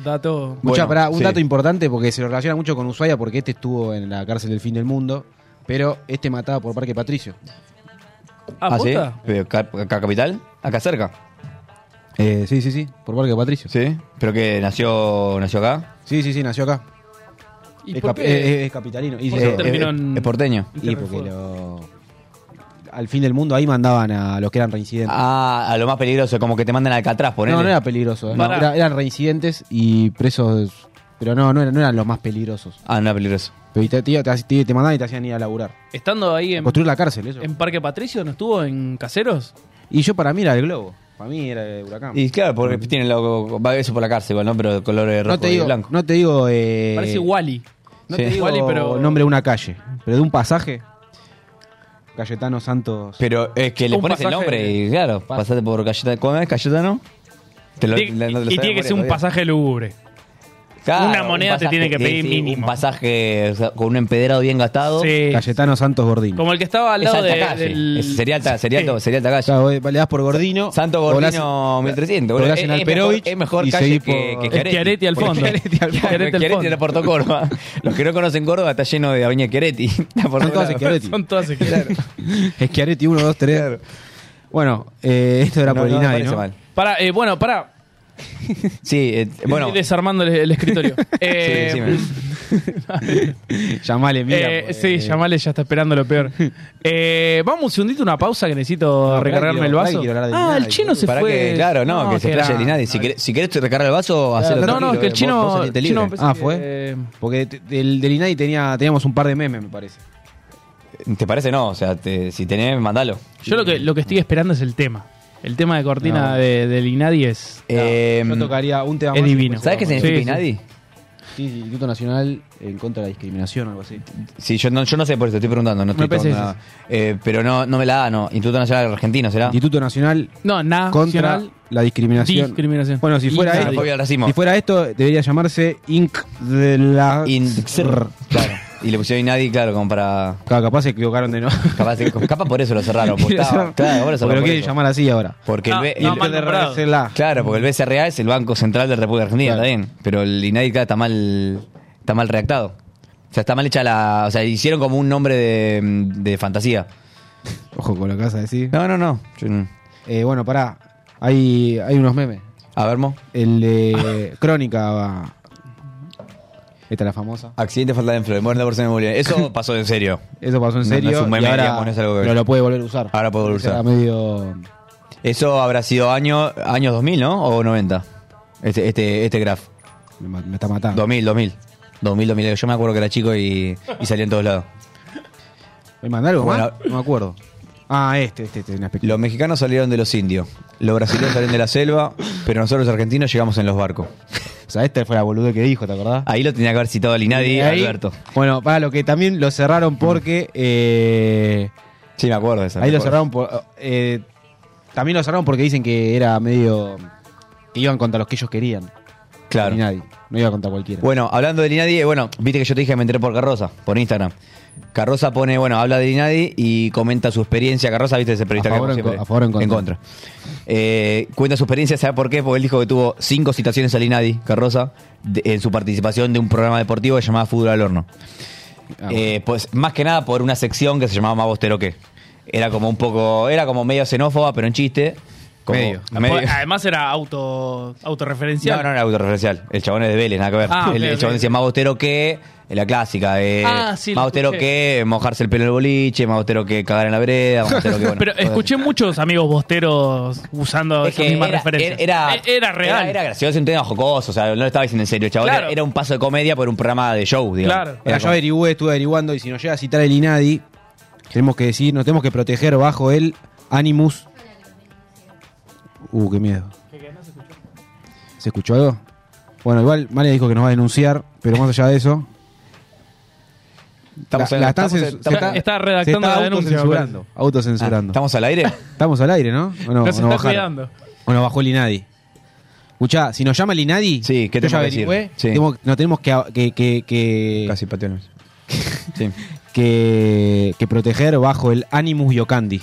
D: Dato.
E: bueno,
C: Escuchá, pará, un
E: sí.
C: dato importante porque se lo relaciona mucho con Ushuaia porque este estuvo en la cárcel del fin del mundo, pero este mataba por Parque Patricio.
D: Ah,
E: sí.
D: posta.
E: Pero acá- acá capital? Acá cerca.
C: Eh, sí, sí, sí, por Parque Patricio.
E: Sí, pero que nació, nació acá.
C: Sí, sí, sí, nació acá.
D: ¿Y
C: Es,
D: por
C: cap-
D: qué?
C: es- es capitalino. Y
D: ¿Por
C: se-
D: qué terminó
E: Eh, es-
D: en-
E: es porteño.
C: Y porque lo- al fin del mundo ahí mandaban a los que eran reincidentes.
E: Ah, a lo más peligroso, como que te mandan a Alcatraz, ponele.
C: no, no era peligroso. eh, no,
D: Pará.
C: era- eran reincidentes y presos. Pero no, no eran, no eran los más peligrosos.
E: Ah, no era peligroso.
C: Pero te, te- te- te mandaban y te hacían ir a laburar.
D: Estando ahí
C: A
D: en,
C: construir la cárcel, eso.
D: en Parque Patricio, ¿no estuvo en Caseros?
C: Y yo para mí era el globo. Para mí era el huracán.
E: Y claro, porque tiene lo, va eso por la cárcel igual, ¿no? Pero de color eh, rojo
C: no te
E: y
C: digo.
E: blanco.
C: No te digo. eh,
D: Parece Wally.
C: No
E: Sí.
C: te digo
D: Wally, pero-
C: nombre de una calle. Pero de un pasaje. Cayetano Santos.
E: Pero es que le
D: Un
E: pones el
D: pasaje
E: nombre
D: de-
E: y claro, pasaste por Cayetano. ¿Cómo es Cayetano? Te lo-
D: Tiene-
E: la- no te lo
D: y
E: sabes de
D: tiene que
E: memoria
D: ser un
E: todavía.
D: pasaje lúgubre.
E: Claro,
D: una moneda te tiene que pedir mínimo.
E: Un pasaje o sea, con un empedrado bien gastado.
D: Sí.
C: Cayetano Santos Gordino.
D: Como el que estaba al
E: Es
D: lado
E: alta
D: de,
E: calle.
D: del.
E: Es- sería alta, sería
D: Sí.
E: alta- sería alta calle.
C: Claro, vos le das por Gordino.
E: Santo
C: doblás-
E: Gordino 1300. boludo.
C: doblás en
E: Es- es mejor-
C: Alperovich
E: es mejor
C: y
E: calle
C: seguí
E: que,
C: por-
E: que
C: Es
E: Chiaretti.
D: Chiaretti al
E: Porque
D: fondo.
E: Chiaretti al fondo.
D: Chiaretti al
E: Chiaretti
D: fondo.
E: le aportó Córdoba. Los que no conocen Córdoba está lleno de Avenida Chiaretti. Está por todos
C: Son todas
E: lados.
C: Schiaretti.
D: Son todas
C: Schiaretti 1, 2, 3. Bueno, eh, esto era
E: No,
C: por
E: no, me
C: Inadi,
E: parece
C: ¿no?
E: mal.
D: Para, eh, bueno, para.
E: Sí, eh, bueno.
D: Estoy desarmando el, el escritorio. Eh,
E: sí, decime.
C: Llamale, mira.
D: eh,
C: pues.
D: sí, llamale, ya está esperando lo peor. Eh, vamos un segundito, una pausa que necesito
C: pará,
D: recargarme
C: quiero-
D: el
C: pará,
D: vaso.
C: quiero hablar de
D: Ah, el
C: Linadi,
D: chino se
E: Para
D: fue.
E: que, claro, no, que se
D: era-
E: explaye Linadi. Si querés, si querés te recargar el vaso, hacelo
D: No, no,
E: tranquilo,
D: es que el
E: vos-
D: chino.
E: vos saliste
D: chino
E: libre.
D: pensé
C: Ah,
D: que-
C: fue.
E: Eh,
C: Porque te- del, del Inadi tenía, teníamos un par de memes, me parece.
E: ¿Te parece? No, o sea, te- si tenés, mandalo.
D: Yo lo que, lo que estoy esperando es el tema. El tema de cortina de, del Inadi es.
E: Eh,
C: Yo tocaría un tema
D: es
C: más y
D: divino.
C: después
E: ¿Sabes qué
C: vamos.
E: significa
D: Sí, sí.
E: Inadi?
C: Sí, sí, Instituto Nacional en contra de la discriminación o algo así.
E: Sí, yo no, yo no sé por eso, estoy preguntando, no estoy
D: Me parece
E: tomando nada. Eh, pero no, no me la da, no. Instituto Nacional Argentino, ¿será?
C: Instituto Nacional
D: No, Ah, nacional.
C: contra la discriminación.
D: Discriminación.
C: Bueno, si fuera,
E: Inc.
C: esto,
E: Fobia al racismo.
C: si fuera esto, debería llamarse Inc. de la.
E: Inxr. Claro. Y le pusieron Inadi, claro, como para.
C: Claro, capaz se equivocaron de no.
E: Capaz, capaz por eso lo cerraron. Porque,
C: Quiero
E: estaba-
C: hacer-
E: claro, ahora
C: porque
E: cerraron
C: lo
E: por
C: quieren
E: eso.
C: llamar así ahora.
E: Porque
D: No,
E: el, B-
D: no,
E: el-
D: mal nombrado.
C: la.
E: Claro, porque el BCRA es el Banco Central de la República Argentina,
C: Claro.
E: está bien. Pero el Inadi, claro, está mal, está mal redactado. O sea, está mal hecha la. O sea, hicieron como un nombre de, de fantasía.
C: Ojo con lo que vas a decir.
E: No, no, no. Yo no.
C: Eh, bueno, pará. Hay, hay unos memes.
E: A ver, Mo.
C: El de
E: Ah.
C: Crónica. va- Esta es la famosa.
E: Accidente fatal en Flores, muerte por memoria. Eso pasó en serio.
C: Eso pasó en
E: No, no
C: serio.
E: es un meme,
C: y ahora,
E: digamos, no es algo que-
C: Pero lo puede volver a usar.
E: Ahora puede volver a usar.
C: Era medio.
E: Eso habrá sido año, año 2000, ¿no? O 90. Este, este, este graph.
C: Me, ma- me está matando.
E: 2000, 2000. 2000, 2000. Yo me acuerdo que era chico y, y salía en todos lados.
C: ¿Me mandó algo
E: Bueno.
C: más? No me acuerdo. Ah, este, este, este. es una especie-
E: Los mexicanos salieron de los indios. Los brasileños salieron de la selva. Pero nosotros los argentinos llegamos en los barcos.
C: O sea, esta Este fue la boluda que dijo, ¿te acordás?
E: Ahí lo tenía que haber citado Linadi
C: Y
E: y
C: ahí-
E: Ah, Alberto.
C: Bueno, para lo que también lo cerraron porque. eh,
E: Sí, me acuerdo de esa.
C: ahí
E: me
C: lo
E: acuerdo.
C: cerraron por. eh, también lo cerraron porque dicen que era medio. que iban contra los que ellos querían.
E: Claro.
C: Y nadie. No iba contra cualquiera.
E: Bueno, hablando de Linadi, eh, bueno, viste que yo te dije que me enteré por Carroza, por Instagram. Carroza pone, bueno, habla de Linadi y comenta su experiencia. Carroza, viste, ese periodista
C: ¿A
E: que
C: favor o en
E: siempre-
C: co- a favor o en contra?
E: Eh, cuenta su experiencia, ¿sabe por qué? Porque él dijo que tuvo cinco citaciones al Linadi, Carroza, de- en su participación de un programa deportivo que se llamaba Fútbol al Horno.
C: Ah, bueno.
E: Eh, pues más que nada por una sección que se llamaba Más Bostero que. Era como un poco, era como medio xenófoba, pero en chiste. Como,
C: Medio.
E: medio-
D: Además era auto autorreferencial.
E: no, no era autorreferencial. El chabón es de Vélez, nada que ver.
D: Ah,
E: el,
D: ok,
E: el
D: ok.
E: chabón decía más austero que. eh, La clásica, eh,
D: Ah, sí, lo
E: más austero
D: escuché.
E: que mojarse el pelo en el boliche, más austero que cagar en la vereda, más austero que. Bueno,
D: Pero
E: cosas
D: escuché muchos amigos bosteros usando
E: así. Es
D: esa
E: que
D: misma
E: era,
D: referencia.
E: era,
D: Eh, era real.
E: Era, era gracioso, un tema jocoso, o sea, no lo estaba diciendo en serio, chabón.
D: Claro.
E: Era, era un paso de comedia por un programa de show, digamos.
D: Claro.
E: Era
C: Mira, yo
E: como-
C: averigüé, estuve averiguando y si nos llega a citar el INADI, tenemos que decir, nos tenemos que proteger bajo el Animus. Uh, qué miedo. ¿Se escuchó algo? Bueno, igual María dijo que nos va a denunciar, pero más allá de eso.
E: Estamos
C: la-
E: en-
C: la están
E: estamos en-
C: censu-
E: estamos-
C: se
D: está redactando
C: se está
D: la denuncia,
C: autocensurando, autocensurando.
E: Ah, ¿Estamos al aire?
C: Estamos al aire, ¿no?
D: Nos
C: ¿O no, o no
D: está
C: bajaron?
D: cuidando.
C: O nos bajó el INADI. Escuchá, si nos llama el INADI,
E: Sí, ¿qué
C: yo ya
E: tenemos que decir?
C: averigüé,
E: Sí.
C: tenemos- nos tenemos que, que- que- que-
E: Casi pateones. Sí.
C: que, que proteger bajo el Animus Yocandi.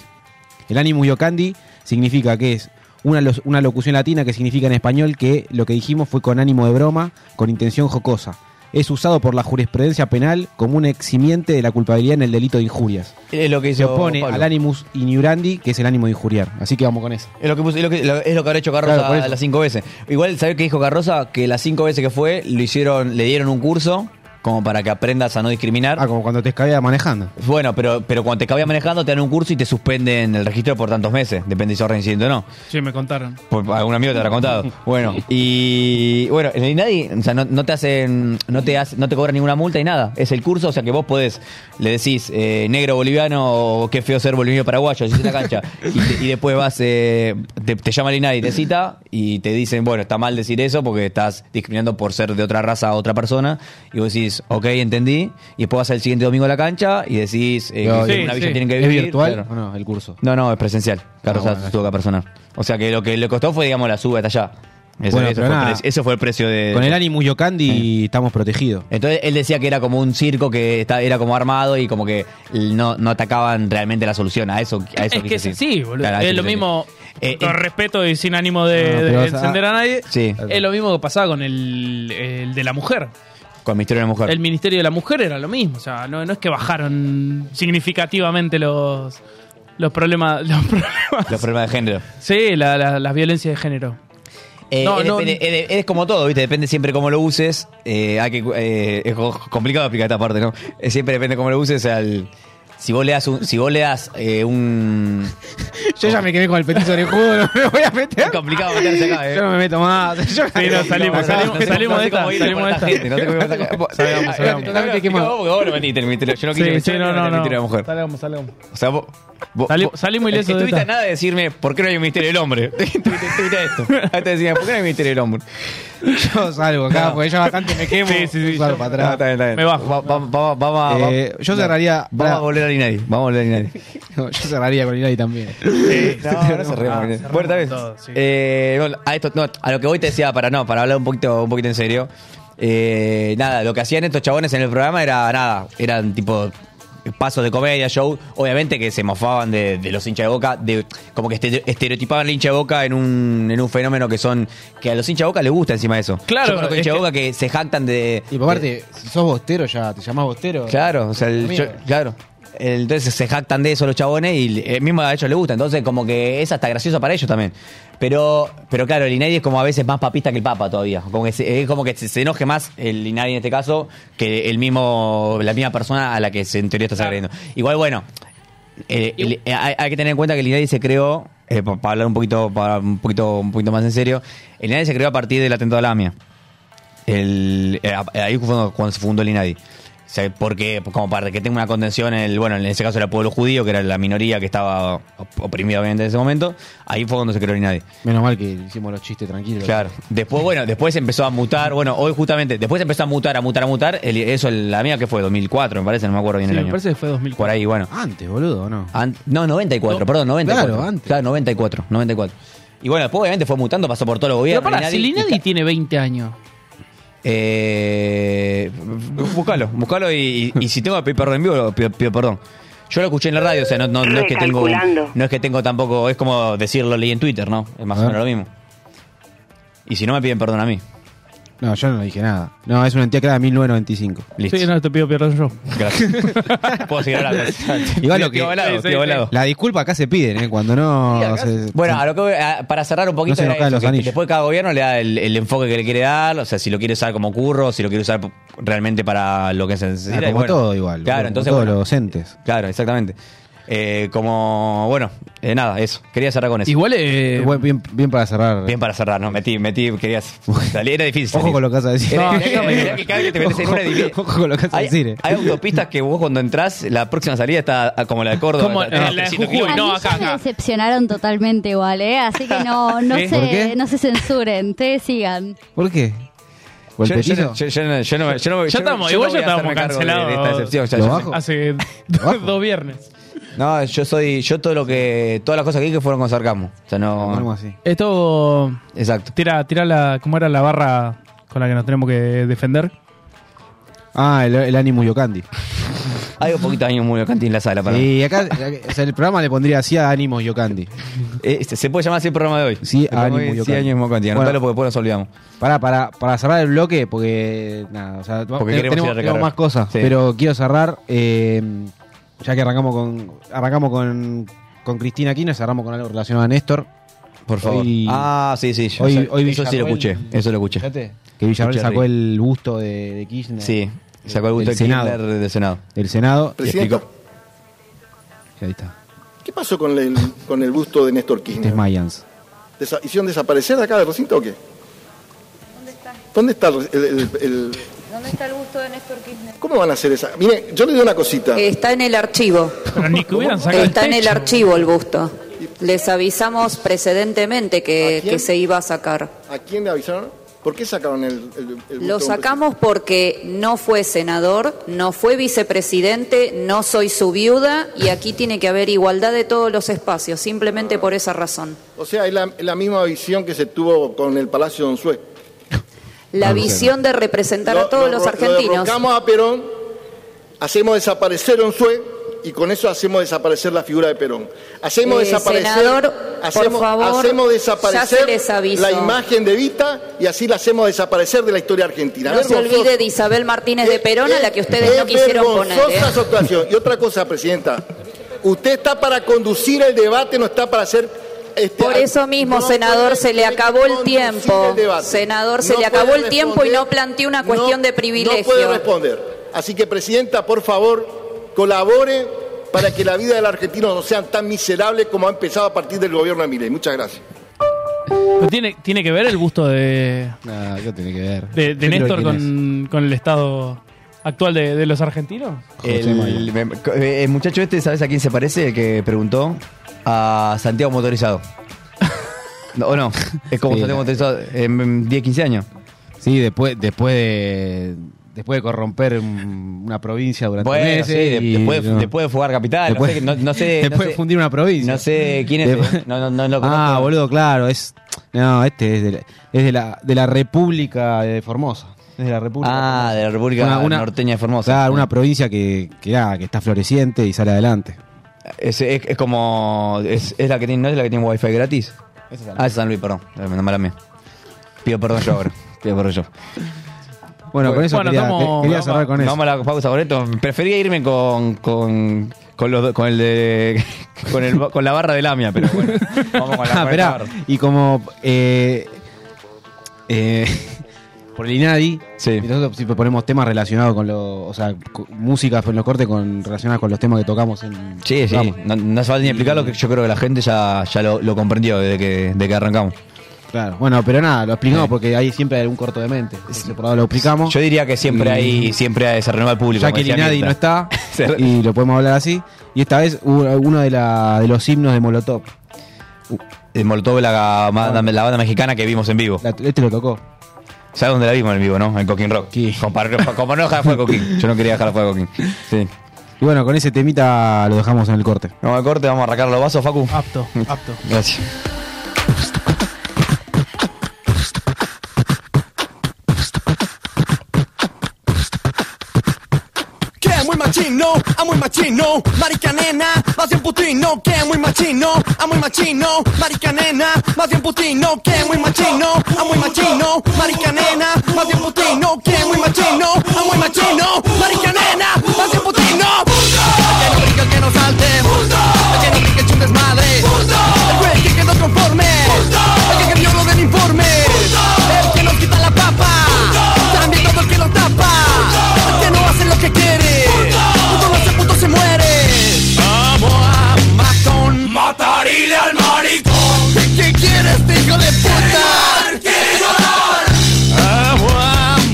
C: El Animus Yocandi significa que es una, los- una locución latina que significa en español que lo que dijimos fue con ánimo de broma, con intención jocosa. Es usado por la jurisprudencia penal como un eximiente de la culpabilidad en el delito de injurias.
E: Es lo que
C: Se
E: hizo
C: opone
E: Pablo.
C: al Animus Ignorandi, que es el ánimo de injuriar. Así que vamos con eso.
E: Es lo que, puso- es lo que- lo- es lo que habrá hecho Carroza
C: Claro, por eso.
E: las cinco veces. Igual, ¿sabés qué dijo Carroza? Que las cinco veces que fue, lo hicieron, le dieron un curso como para que aprendas a no discriminar.
C: Ah, como cuando te escabea manejando.
E: Bueno, pero, pero cuando te cabía manejando, te dan un curso y te suspenden el registro por tantos meses. Depende si sos reincidente o no.
D: Sí, me contaron.
E: Por- Pues algún amigo te habrá contado. Bueno, y bueno, en el nadie, o sea, no, no te hacen, no te hace- no te cobran ninguna multa y nada. Es el curso, o sea que vos podés, le decís, eh, negro boliviano, o qué feo ser boliviano paraguayo, así es la cancha. Y, te- y después vas, eh, te, te llama el INADI, te cita y te dicen, bueno, está mal decir eso porque estás discriminando por ser de otra raza a otra persona. Y vos decís, decís, ok, entendí, y después vas al siguiente domingo a la cancha y decís, eh,
C: Claro,
E: que
D: sí,
E: una
D: sí.
E: villa tienen que
C: ¿Es
E: vivir.
C: virtual
E: claro.
C: o no el curso?
E: No, no, es presencial. Claro,
C: Ah,
E: o sea,
C: bueno,
E: tuvo que personal. O sea, que lo que le costó fue, digamos, la suba hasta allá. Eso,
C: Bueno,
E: eso
C: pero
E: fue, el
C: nada.
E: precio- eso fue el precio de...
C: Con el ánimo Yocandi estamos protegidos.
E: Entonces él decía que era como un circo que está- era como armado y como que no, no atacaban realmente la solución. A eso, a eso
D: es que
E: quise
D: es
E: decir.
D: así, boludo.
E: Claro, a eso
D: es lo
E: quise
D: mismo,
E: decir. Eh,
D: con
E: eh,
D: respeto y sin ánimo de,
C: No,
D: de
C: pero vas a-
D: encender a nadie,
E: Sí.
D: es lo mismo que pasaba con el, el de la mujer.
E: Con Misterio de la Mujer.
D: El Ministerio de la Mujer era lo mismo. O sea, no, no es que bajaron significativamente los, los problemas. Los problemas.
E: Los problemas de género.
D: Sí, la- la- las violencias de género.
E: Eh,
D: No,
E: eh,
D: no.
E: depende- eh, de- es como todo, ¿viste? Depende siempre cómo lo uses. Eh, hay que, eh, es co- complicado aplicar esta parte, ¿no? Eh, siempre depende cómo lo uses. Al, si vos le das un. Si vos le das, eh, un
C: Yo ya me quedé con el petiso orejudo, no me voy a meter.
E: es complicado meterse acá, ¿eh?
C: Yo no me meto más. Yo
D: Sí, no, salimos,
E: No,
D: salimos,
E: no sé- no
D: salimos de
E: sé cómo
D: esta,
E: ir a
D: salimos de
E: esta
D: esta.
E: gente, no sé cómo ir a esta-
C: Salgamos, salgamos.
E: No, no, no,
C: Quemado.
E: no, porque vos no metiste el Ministerio. Yo no quise
D: Sí, sí,
E: meterme
D: no,
E: en
D: no,
E: el
D: no.
E: Ministerio de la mujer.
D: Salgamos, salgamos.
E: O sea, vos, vos-
D: Sali-
E: vos-
D: salimos ilesos de
E: Estuviste
D: esta.
E: a nada de decirme, ¿por qué no hay un misterio del hombre? Estuviste estuviste a esto. Ahí te decía, ¿por qué no hay un misterio del hombre?
C: Yo salgo acá, porque ya bastante me quemo.
D: Sí, sí, sí,
C: Salgo
D: yo-
C: para
E: No,
C: atrás.
E: está bien, está bien.
D: Me bajo.
E: Va- va- va- va- va-
C: Eh, yo
E: no.
C: cerraría-
E: Vamos a
C: pará.
E: volver a Inadi. Vamos a volver a Inadi.
C: No, yo cerraría con Inari también.
E: No, ahora cerremos, Inadi. eh. Bueno, tal vez.
D: todo, sí.
E: Eh, no, a, esto, no, a lo que hoy te decía, para no, para hablar un poquito, un poquito en serio. eh, nada, lo que hacían estos chabones en el programa era nada. Eran tipo pasos de comedia, show. Obviamente que se mofaban de, de los hinchas de boca. De, como que estere- estereotipaban al hincha de boca en un, en un fenómeno que son. que a los hinchas de boca les gusta encima de eso.
D: Claro,
E: Yo conozco
D: es
E: hinchas de
D: que-
E: boca que se jactan de.
C: Y por parte, si sos bostero ya, te llamás bostero.
E: Claro, o sea, el-
C: Amigo.
E: yo- claro. El- Entonces se jactan de eso los chabones y eh, mismo a ellos les gusta. Entonces, como que es hasta gracioso para ellos también. Pero, pero claro, el Inadi es como a veces más papista que el Papa todavía. Como que se, es como que se, se enoje más el Inadi en este caso que el mismo, la misma persona a la que se, en teoría estás agrediendo. Igual, bueno, eh, el- eh, hay, hay que tener en cuenta que el INADI se creó, eh, pa- para hablar un poquito, para un poquito, un poquito más en serio, el INADI se creó a partir del atentado a la AMIA. El, eh, a- ahí fue cuando, cuando se fundó el INADI. O sea, porque, pues, como para que tenga una contención, el, bueno, en ese caso era el pueblo judío, que era la minoría que estaba op- oprimida obviamente en ese momento, ahí fue cuando se creó el INADI.
C: Menos mal que hicimos los chistes tranquilos.
E: Claro. Después, bueno, después empezó a mutar. Bueno, hoy justamente, después empezó a mutar, a mutar, a mutar. El- eso, la mía que fue, 2004, me parece, no me acuerdo bien
D: Sí,
E: el
D: me
E: año.
D: parece que fue 2004.
E: Por ahí, bueno.
C: Antes, boludo, ¿o no?
E: Ant- no, 94,
D: No,
E: perdón, 94.
C: claro,
E: Claro,
C: antes.
E: 94, 94. Y bueno, después obviamente fue mutando, pasó por todos los
D: Pero
E: gobiernos.
D: pará, si
E: Inadi-
D: Linadi
E: y ca-
D: tiene 20 años.
E: Eh, búscalo, búscalo y, y- y si tengo que pedir perdón en vivo, lo pido, pido perdón. Yo lo escuché en la radio, o sea, no, no- no es que tengo.
H: Recalculando.
E: No es que tengo tampoco. Es como decirlo leí en Twitter, ¿no? Es más o
D: Ah.
C: A ver.
E: menos lo mismo. Y si no me piden perdón a mí.
C: No, yo no dije nada. No, es una entidad creada en 1995.
E: Listo.
D: Sí, no, te pido perdón yo.
E: Gracias. Puedo seguir hablando.
C: Igual
E: Tío
C: lo que-
E: volado,
D: Sí, sí,
E: tío
D: sí.
E: volado.
C: La disculpa acá se piden, ¿eh? Cuando no. se-
E: Bueno,
C: se-
E: a lo que voy- a- para cerrar un poquito,
C: No se nos
E: era
C: caen
E: eso,
C: los
E: que
C: anillos.
E: después cada gobierno le da el, el enfoque que le quiere dar, o sea, si lo quiere usar como curro, si lo quiere usar realmente para lo que se
C: Ah,
E: necesita. y
C: como
E: bueno.
C: todo igual.
E: Claro,
C: como
E: entonces.
C: Todos
E: bueno,
C: los docentes.
E: Claro, exactamente. Eh, como, bueno, eh, nada, eso. Quería cerrar con eso.
D: Igual eh,
C: Bueno, bien, bien para cerrar.
E: Bien para cerrar, ¿no? Metí, metí, querías salir, era difícil.
C: Ojo
E: salir.
C: con lo que vas a decir.
E: Era- era- era- era que cada vez que te metes en una edifi-
C: Ojo- ojo con lo que vas a
E: Hay-
C: decir, eh.
E: Hay autopistas que vos cuando entrás, la próxima salida está ah, como la de Córdoba.
D: Como
E: está-
D: la de
E: 300
D: Jujuy,
E: kilómetros.
D: no,
I: a mí
D: acá,
I: ya me
D: acá.
I: decepcionaron totalmente igual, ¿eh? Así que no, no,
D: ¿Sí?
C: ¿Por qué?
I: se, no se censuren, ustedes sigan.
C: ¿Por qué? ¿Por
E: Yo-
C: el
E: yo no-
C: petiso?
E: yo- yo no- yo no me- yo no me-
D: Ya
E: yo no- yo no
D: estamos, igual ya
E: voy a hacerme
D: estamos
E: cargo de- de esta
D: cancelados.
E: decepción, ya-
C: ¿Lo
E: ya-
C: bajo?
D: hace
C: Abajo.
D: dos viernes.
E: No, yo soy, yo todo lo que, todas las cosas que dije fueron con sarcasmo. O sea,
C: Algo
E: no.
C: así.
D: Esto
E: Exacto.
D: tira, tira la, ¿cómo era la barra con la que nos tenemos que defender?
C: Ah, el, el Animus Yocandi.
E: Hay un poquito de años muy cantín en la sala para. mí.
C: Y acá, o sea, el programa le pondría así a Animus Yocandi.
E: Eh, se puede llamar así el programa de hoy.
C: Sí,
E: El programa de
C: ánimo,
E: hoy,
C: yo
E: sí,
C: creo.
E: años muy cantín.
C: Bueno.
E: Anotalo porque después nos olvidamos.
C: Pará, para, para cerrar el bloque, porque nada, o sea,
E: Porque
C: te-
E: queremos
C: tenemos,
E: ir a recargar.
C: tenemos más cosas,
E: Sí.
C: pero quiero cerrar, eh, ya que arrancamos con arrancamos con, con Cristina Aquino, cerramos con algo relacionado a Néstor.
E: Por favor.
C: Hoy-
E: ah, sí, sí. yo-
C: hoy-
E: eso-
C: hoy
E: eso sí lo escuché.
C: Villarroel-
E: Eso lo escuché.
C: Fíjate, que Villarreal
E: Escuché
C: sacó
E: arriba.
C: el busto de, de Kirchner
E: Sí. Sacó el gusto
C: del
E: de
C: Senado.
E: Kirchner del Senado.
C: del Senado.
E: Y explicó.
C: Ahí está.
H: ¿Qué pasó con el, con el busto de Néstor
C: Este es
H: Kirchner?
C: Mayans.
H: Desa- ¿Hicieron desaparecer de acá del recinto o qué? ¿Dónde está? ¿Dónde está el, el- el-
I: ¿Dónde está el gusto de Néstor Kirchner?
H: ¿Cómo van a hacer esa? Mire, yo le digo una cosita.
I: Eh, Está en el archivo.
D: Pero ni que hubieran sacado
I: Está en el
D: techo.
I: archivo el gusto. Les avisamos precedentemente
H: ¿A
I: que,
H: quién?
I: que se iba a sacar.
H: ¿A quién le avisaron?
G: ¿Por qué sacaron el, el- el
I: Lo
G: botón?
I: sacamos porque no fue senador, no fue vicepresidente, no soy su viuda y aquí tiene que haber igualdad de todos los espacios, simplemente por esa razón.
G: O sea, es la, es la misma visión que se tuvo con el Palacio de Unzué.
I: La
G: Ah,
I: visión de representar a
G: Lo-
I: todos
G: lo-
I: los
G: lo
I: argentinos.
G: derrocamos a Perón, hacemos desaparecer a Unzué y con eso hacemos desaparecer la figura de Perón. Hacemos
I: Eh,
G: desaparecer,
I: senador, por
G: hacemos,
I: favor,
G: hacemos
I: ya se
G: desaparecer
I: les avisó.
G: la imagen de Vita y así la hacemos desaparecer de la historia argentina.
I: No se
G: Vergonzoso.
I: olvide de Isabel Martínez de Perón, a la que ustedes
G: Es
I: no quisieron poner.
G: vergonzosa
I: ¿eh?
G: su actuación. Y otra cosa, Presidenta. Usted está para conducir el debate, no está para hacer... este,
I: Por eso mismo,
G: no
I: senador,
G: puede
I: se le acabó el
G: conducir
I: tiempo.
G: el debate.
I: Senador, se
G: No
I: le acabó
G: puede
I: el tiempo y no
G: responder,
I: planteó una cuestión de
G: No puede
I: privilegio.
G: responder. Así que, Presidenta, por favor, colabore para que la vida del argentino no sea tan miserable como ha empezado a partir del gobierno de Milei. Muchas gracias.
D: Pero tiene, tiene que ver el gusto de,
C: No, ¿qué tiene que ver?
D: de, de
C: Yo creo
D: Néstor
C: que quién
D: con, con el estado actual de, de los argentinos.
E: El, me- el muchacho este, ¿sabes a quién se parece? El que preguntó. A Santiago Motorizado. No, ¿O no? Es como
C: Sí,
E: Santiago Motorizado en en 10, 15 años.
C: es. Sí, después, después de. Después de corromper un- una provincia durante
E: Bueno,
C: meses.
E: sí, de-
C: eh, y,
E: después,
C: no.
E: después de fugar capital.
C: Después-
E: no sé, no- no sé-
C: después
E: no
C: de
E: sé-
C: fundir una provincia.
E: No sé quién es.
C: Después-
E: eh. No, no, no lo
C: Ah,
E: conozco.
C: boludo, claro, es. No, este es de la, es de la, de la República de Formosa. Es de la República.
E: Ah, de la República
C: Una- una-
E: Norteña de Formosa. Ah.
C: Claro, una provincia que, que, ah, que está floreciente y sale adelante.
E: Es, es- es como. Es, es la que tiene, ¿No es la que tiene wifi gratis? ah, es San Luis, perdón. Eh, mala mía. Pido perdón yo ahora. Pido perdón yo. Eh,
C: Bueno, con eso
E: Bueno,
C: quería,
E: estamos-
C: quería
E: vamos-
C: cerrar con eso.
E: Vamos a la pausa, Boreto. Prefería irme con. con. con, los do- con el de. Con, el, con la barra de Lamia, pero bueno. Vamos con la
C: Ah,
E: con
C: esperá,
E: esta barra.
C: y como eh, eh, por el INADI, nosotros siempre ponemos temas relacionados con lo, o sea, co- música en los cortes con, relacionada con los temas que tocamos en
E: Sí, sí. No, no hace falta ni explicarlo, que yo creo que la gente ya, ya lo, lo comprendió desde que, desde que arrancamos.
C: Claro, bueno, pero nada, lo explicamos porque ahí siempre hay algún corto de mente. Entonces, por ahora lo explicamos.
E: Yo diría que siempre
C: Y-
E: hay. Siempre hay- se renueva el público.
C: ya
E: como
C: que el
E: decía
C: INADI
E: Mirta.
C: no está,
E: Se-
C: y lo podemos hablar así. Y esta vez hubo uno de, la- de los himnos de Molotov.
E: El Molotov, la, banda- la banda mexicana que vimos en vivo.
C: Este lo tocó.
E: ¿Sabes dónde la vimos en vivo, no? En Coquín Rock. Compar- Como no dejar fuera de Coquín. Yo no quería dejar fuera de Coquín. Sí.
C: Y bueno, con ese temita lo dejamos en el corte.
E: Vamos al corte, vamos a arrancar los vasos, Facu.
D: Apto, apto.
E: Gracias.
J: Que muy machino, ah muy machino, marica nena, más bien putino, que muy machino, ah muy machino, marica nena, más bien putino, que muy machino, ah muy machino, marica nena, más bien putino, que muy machino, ah muy machino, marica nena, más bien putino. Que no brinque, que no salte, que no brinque, eche un desmadre, el güey que quedó conforme, el que vio lo del informe, el que nos quita la papa, también todo el que lo tapa, el que no hace lo que quiere, todo ese puto se muere. Vamos a matón, matarile al maricón. ¿Qué quieres, hijo de puta? ¡Quiero Vamos a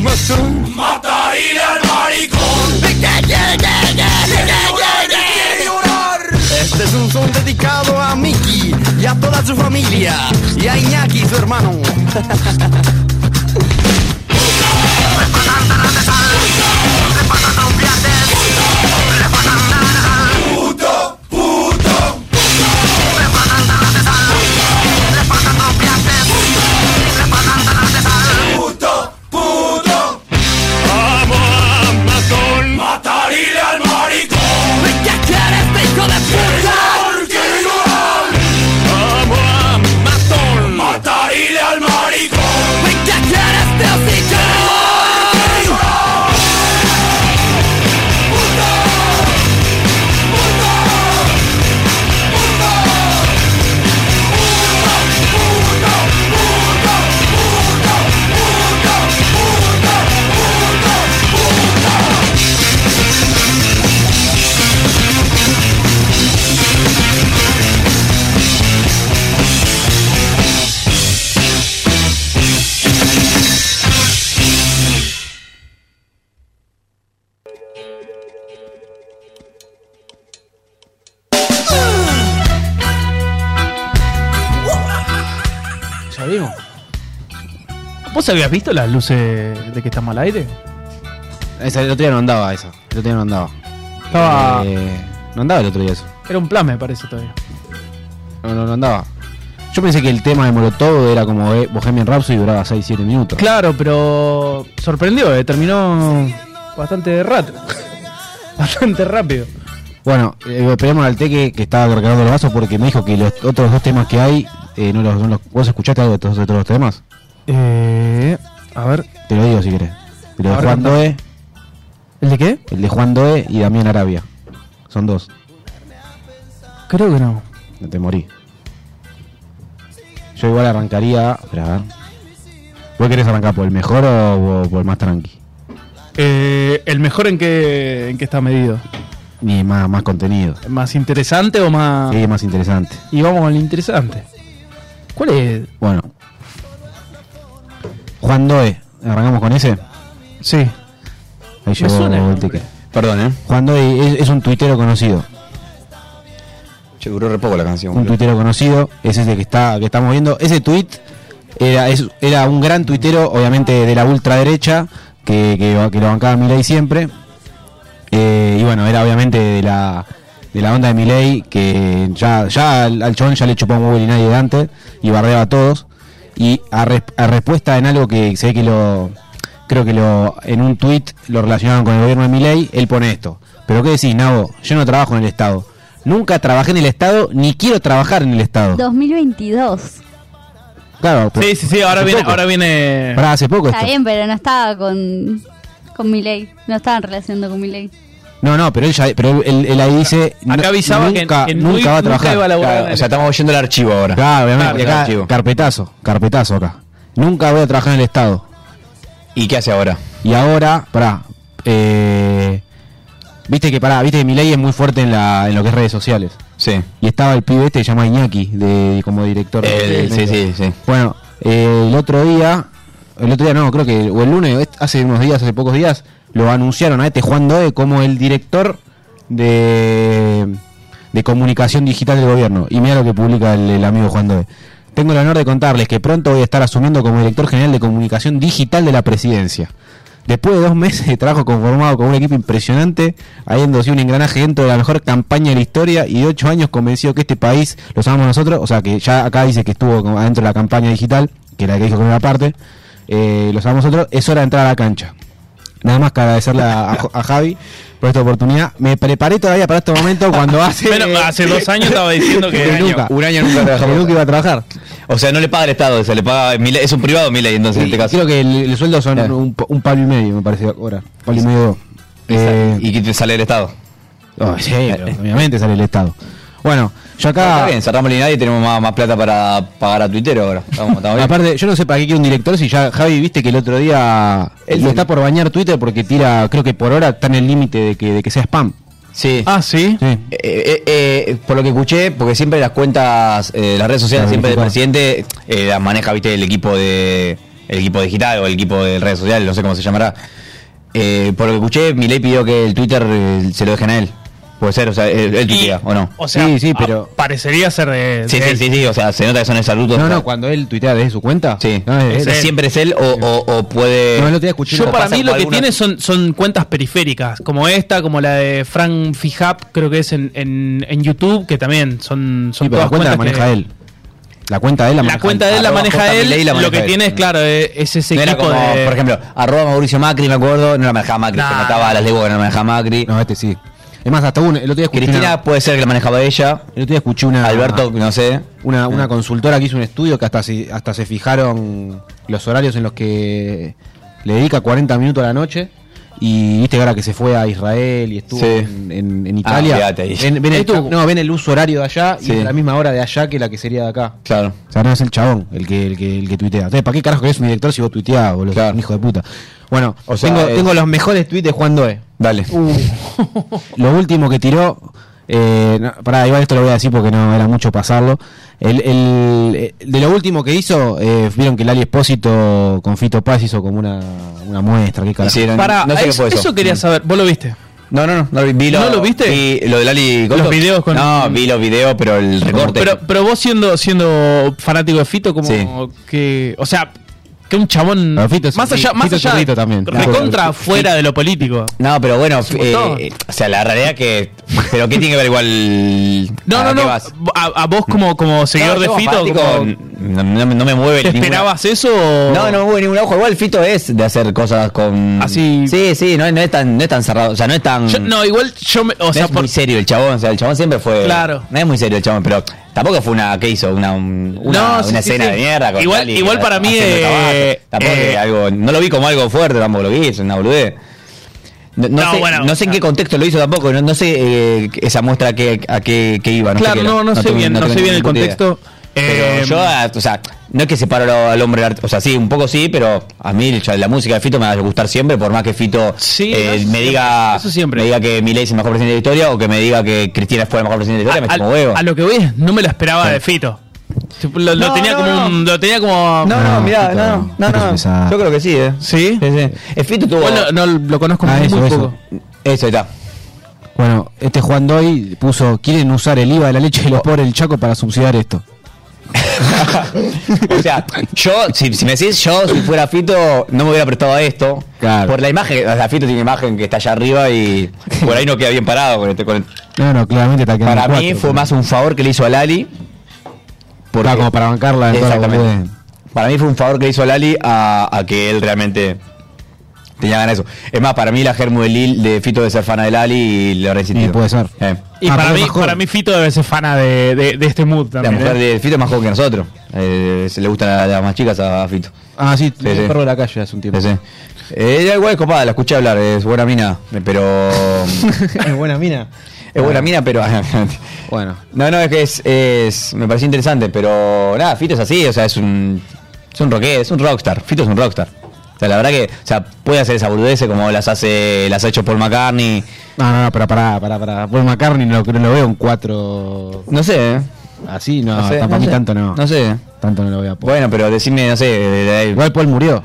J: matón, matarile al maricón. ¿Qué quieres, qué quieres, qué quieres? Este es un son dedicado a Mickey y a toda su familia y a Iñaki, su hermano.
K: puto, puto. Vamos a matón, matarile al maricón. ¿Qué quieres, hijo de puta? Vamos a matón, matarile al maricón. ¿Qué quieres, tío, si
C: ¿Ya vimos?
D: ¿Vos habías visto las luces de que estamos al aire?
C: Esa, el otro día no andaba esa. El otro día no andaba.
D: Estaba-
C: Eh, no andaba el otro día eso.
D: Era un plan, me parece todavía.
C: No, no, no andaba. Yo pensé que el tema de Molotov era como eh, Bohemian Rhapsody y duraba 6, 7 minutos.
D: Claro, pero sorprendió, eh, terminó bastante rato. bastante rápido.
C: Bueno, eh, pedimos al Teque que estaba recargando los vasos porque me dijo que los otros dos temas que hay, eh, no los, no los- ¿vos escuchaste algo de estos otros dos temas?
D: Eh, a ver.
C: Te lo digo si querés. El de
D: A ver,
C: Juan
D: contá.
C: Doe.
D: ¿El de qué?
C: El de Juan Doe y Damián Arabia. Son dos.
D: Creo que no.
C: No te morí. Yo igual arrancaría. Espera, a ver. ¿Vos querés arrancar por el mejor o por el más tranqui?
D: Eh, ¿El mejor en qué, en qué está medido?
C: Ni más, más contenido.
D: ¿Más interesante o
E: Ah.
D: más.?
C: Sí, más interesante.
D: Y vamos con el interesante. ¿Cuál es?
C: Bueno. Juan Doe. ¿Arrancamos con ese?
D: Sí.
C: Ahí llegó
E: suena el
C: el ticket.
E: Perdón, ¿eh?
C: Juan Doe es, es un tuitero conocido.
E: Che, duró re poco la canción.
C: Un
E: boludo.
C: tuitero conocido. Es ese que, está, que estamos viendo. Ese tuit era, es- era un gran tuitero, obviamente de la ultraderecha, que, que, que lo bancaba Milei siempre. Eh, y bueno, era obviamente de la, de la onda de Milei, que ya, ya al, al chabón ya le chupó un huevo y nadie de antes, y bardeaba a todos. Y a, res- a respuesta en algo que sé que lo. Creo que lo en un tuit lo relacionaban con el gobierno de Milei, él pone esto. Pero ¿qué decís, Nabo? Yo no trabajo en el Estado. Nunca trabajé en el Estado, ni quiero trabajar en el Estado.
L: 2022.
C: Claro, pues,
D: Sí, sí, sí, ahora
C: hace
D: viene.
C: poco.
D: Ahora viene...
C: Pará, hace poco
L: Está
C: esto.
L: bien, pero no estaba con, con mi ley. No estaban relacionando con mi ley.
C: No, no, pero él, ya, pero él, él ahí dice. no-
L: avisaba que-
C: nunca,
L: que
C: nunca
L: nunca-
C: va a
L: nunca
C: trabajar.
L: iba a laburar
C: Claro,
E: O sea, estamos oyendo el archivo ahora.
C: Claro, obviamente,
E: Claro,
C: acá,
E: el archivo.
C: carpetazo, carpetazo acá. Nunca voy a trabajar en el Estado.
E: ¿Y qué hace ahora?
C: Y ahora, pará, eh, viste que pará, viste que mi ley es muy fuerte en, la, en lo que es redes sociales.
E: Sí.
C: Y estaba el pibe este que se llama Iñaki, de, como director. de-
E: El- sí, sí, sí.
C: Bueno, eh, el otro día, el otro día no, creo que, o el lunes, o est- hace unos días, hace pocos días, lo anunciaron a este Juan Doe como el director de, de comunicación digital del gobierno. Y mira lo que publica el, el amigo Juan Doe. Tengo el honor de contarles que pronto voy a estar asumiendo como director general de comunicación digital de la presidencia. Después de dos meses de trabajo conformado con un equipo impresionante, habiendo sido un engranaje dentro de la mejor campaña de la historia y de ocho años convencido que este país lo amamos nosotros, o sea que ya acá dice que estuvo como adentro de la campaña digital, que era la que dijo con una parte, eh, lo amamos nosotros, es hora de entrar a la cancha. Nada más que agradecerle a, a Jo- a Javi por esta oportunidad. Me preparé todavía para este momento cuando hace...
D: Bueno, hace dos años estaba diciendo que-
C: Que nunca.
E: Un año nunca trabajó.
C: Que nunca iba a trabajar.
E: O sea, no le paga el Estado, o sea, le paga Milei, es un privado Milei entonces en este caso.
C: Creo que el, el sueldo son
E: Claro.
C: un, pa- un palo y medio, me parece, ahora. Palo y medio. Eh,
E: ¿Y qué te sale del Estado?
C: Oh, sí, pero obviamente sale el Estado. Bueno, yo acá.
E: Está bien, cerramos la línea y tenemos más, más plata para pagar a Twitter ahora. Estamos, estamos bien.
C: Aparte, yo no sé para qué quiere un director si ya Javi viste que el otro día él está por bañar Twitter porque tira, creo que por ahora está en el límite de que, de que sea spam.
E: Sí.
D: Ah, sí.
E: Eh, eh, eh, por lo que escuché, porque siempre las cuentas, eh, las redes sociales
C: Claro,
E: siempre del
C: claro.
E: presidente eh, las maneja, viste, el equipo de el equipo digital o el equipo de redes sociales, no sé cómo se llamará. Eh, por lo que escuché, Milei pidió que el Twitter eh, se lo dejen a él. Puede ser, o sea, él, él tuitea, ¿o no?
D: O sea, ah, parecería ser de.
E: Sí,
D: de
E: sí,
D: él.
E: sí, sí, o sea, se nota que son saludos.
C: No, no, cuando él tuitea desde su cuenta. Sí. No, es- es-
E: siempre es él o, o- o puede.
C: No, el otro día escuché
D: Yo
C: una-
D: para
C: pasa
D: mí lo
C: con
D: que
C: alguna-
D: tiene son, son cuentas periféricas, como esta, como la de Frank Fijap, creo que es en, en, en YouTube, que también son, son
C: Sí, pero
D: todas
C: la cuenta la
D: cuentas
C: maneja
D: que-
C: él. La cuenta de él la
D: La
C: maneja
D: cuenta de él la maneja él, lo que tiene es, claro, eh, es ese
E: No era
D: equipo
E: como,
D: de...
E: por ejemplo, arroba Mauricio Macri, me acuerdo, no la manejaba Macri, se
D: Nah.
E: mataba a las leguas que no la manejaba Macri.
C: No, este sí. Es más, hasta uno, el otro día escuché
E: Cristina
C: una-
E: puede ser que la manejaba ella.
C: El otro día escuché una.
E: Alberto, no sé.
C: Una, una
E: Eh.
C: consultora que hizo un estudio que hasta se, hasta se fijaron los horarios en los que le dedica 40 minutos a la noche. Y viste que ahora que se fue a Israel y estuvo
E: Sí.
C: en, en- en
E: Ah,
C: Italia.
E: olvídate ahí.
C: ven, ven el,
E: Estuvo.
C: no, ven el uso horario de allá
E: Sí.
C: y es la misma hora de allá que la que sería de acá.
E: Claro.
C: O sea, no es el chabón el que, el que, el que tuitea. Entonces, ¿para qué carajo querés un director si vos tuiteás, boludo? Un hijo de puta. Bueno,
E: sea,
C: tengo,
E: es-
C: tengo los mejores tweets de Juan Doe.
E: Dale.
C: Uh. Lo último que tiró. Eh, no, pará, igual esto lo voy a decir porque no era mucho pasarlo. El, el- eh, de lo último que hizo, eh, vieron que Lali Espósito con Fito Paz hizo como una, una muestra. ¿qué carajo?
D: Pará, eso, eso
E: Mm.
D: quería saber, vos lo viste.
E: No, no, no, no, vi- vi lo,
D: ¿No lo viste?
E: vi lo de Lali
D: Los
E: Goldberg.
D: videos con-
E: No, vi los videos, pero el recorte.
D: Pero, pero vos siendo, siendo fanático de Fito, como
E: Sí.
D: que... O sea, que un chabón.
C: Pero Fito es-
D: más allá,
C: Fito
D: más
C: es
D: allá.
C: zurdito también.
D: Recontra
C: Claro.
D: fuera de lo político.
E: No, pero bueno,
D: Es un
E: eh,
D: montón.
E: o sea, la realidad que. Pero ¿qué tiene que ver igual?
D: No,
E: a
D: no,
E: qué
D: no.
E: vas?
D: A, a vos como, como seguidor
E: No,
D: de
E: yo como
D: Fito,
E: fanático,
D: como-
E: no, no me- no me mueve
D: ¿Te
E: ninguna-
D: esperabas eso o-
E: No, no me mueve ningún ojo. Igual Fito es de hacer cosas con. Así. Sí, sí, no, es- no es tan, no es tan cerrado. O sea, no es tan.
D: Yo- no, igual yo me. O
E: no
D: sea,
E: es Mm. muy serio el chabón, o sea, el chabón siempre fue.
D: Claro.
E: No es muy serio el chabón, pero tampoco fue una. ¿Qué hizo? Una, un- una,
D: No, sí,
E: una
D: sí,
E: escena
D: sí.
E: de mierda. con
D: Igual-
E: Cali,
D: igual para mí,
E: haciendo
D: eh,
E: tabaco. Tampoco
D: eh,
E: es algo. No lo vi como algo fuerte, tampoco lo vi, es una boludez. No, no
D: No,
E: sé,
D: bueno,
E: no sé en qué contexto lo hizo tampoco, no, no sé eh, esa muestra que, a qué, qué iba. No
D: Claro,
E: sé qué era.
D: no, no sé
E: tengo-
D: bien, no
E: tengo
D: sé bien
E: ni
D: el
E: puta idea.
D: contexto.
E: Pero
D: Eh,
E: yo, ah, o sea, no es que separo lo- al hombre del arte, o sea, sí, un poco sí, pero a mí ya la música de Fito me va a gustar siempre, por más que Fito eh, me diga me diga que Milei es el mejor presidente de la historia o que me diga que Cristina fue el mejor presidente de la historia, me
D: a,
E: chupa un huevo.
D: a lo que voy es, no me lo esperaba de Fito. Lo, lo
E: No,
D: tenía
E: no,
D: como
E: no.
D: un- lo tenía como
E: No, no, mirá, no, no, no, yo creo que sí, ¿eh? ¿Sí? sí, El Fito tuvo...
D: Bueno, no lo conozco
C: Ah,
D: muy
C: eso, eso.
D: poco.
E: Eso ahí está.
C: Bueno, este Juan Doy puso, quieren usar el IVA de la leche de los pobres del Chaco para subsidiar esto.
E: O sea, yo, si, si me decís, yo si fuera Fito, no me hubiera prestado a esto. Por la imagen, o sea, Fito tiene una imagen que está allá arriba y por ahí no queda bien parado con este, con el-
C: No, no, claramente está quedando
E: Para mí fue más un favor que le hizo a Lali.
C: Está como para bancarla en toda la
E: Exactamente.
C: boludez.
E: Para mí fue un favor que le hizo a Lali a, a que él realmente tenía ganas de eso. Es más, para mí la germu de, Lil- de Fito de ser fana de Lali y lo resistí.
C: Sí, Eh, puede ser.
E: Eh.
D: Y para, mí, para mí Fito debe ser fana de, de- de este mood
E: Ah, La
D: también.
E: mujer
D: ¿eh?
E: de Fito es más joven que nosotros. Eh, se le gustan a- a las más chicas a Fito.
C: Ah, sí,
E: Sí,
C: el
E: sí.
C: perro de la calle hace un tiempo.
E: Sí, sí. Eh, Ella igual es copada, la escuché hablar, es buena mina, pero...
C: es buena mina. Ah.
E: es buena mina, pero... bueno. No, no, es que es, es- Me pareció interesante, pero nada, Fito es así, o sea, es un... Es un rockero, es un rockstar, Fito es un rockstar. O sea, la verdad que, o sea, puede hacer esa boludez como las hace, las ha hecho Paul McCartney.
C: No, no, no, pero pará, pará, pará. Paul McCartney no, no lo veo un 4...
E: No sé, ¿eh?
C: Así, no,
E: No sé,
C: tan-
E: no
C: para mí
E: sé.
C: tanto no.
E: No sé.
C: Tanto no lo veo a Paul.
E: Bueno, pero decime, no sé, de- de- de-
C: Igual Paul murió.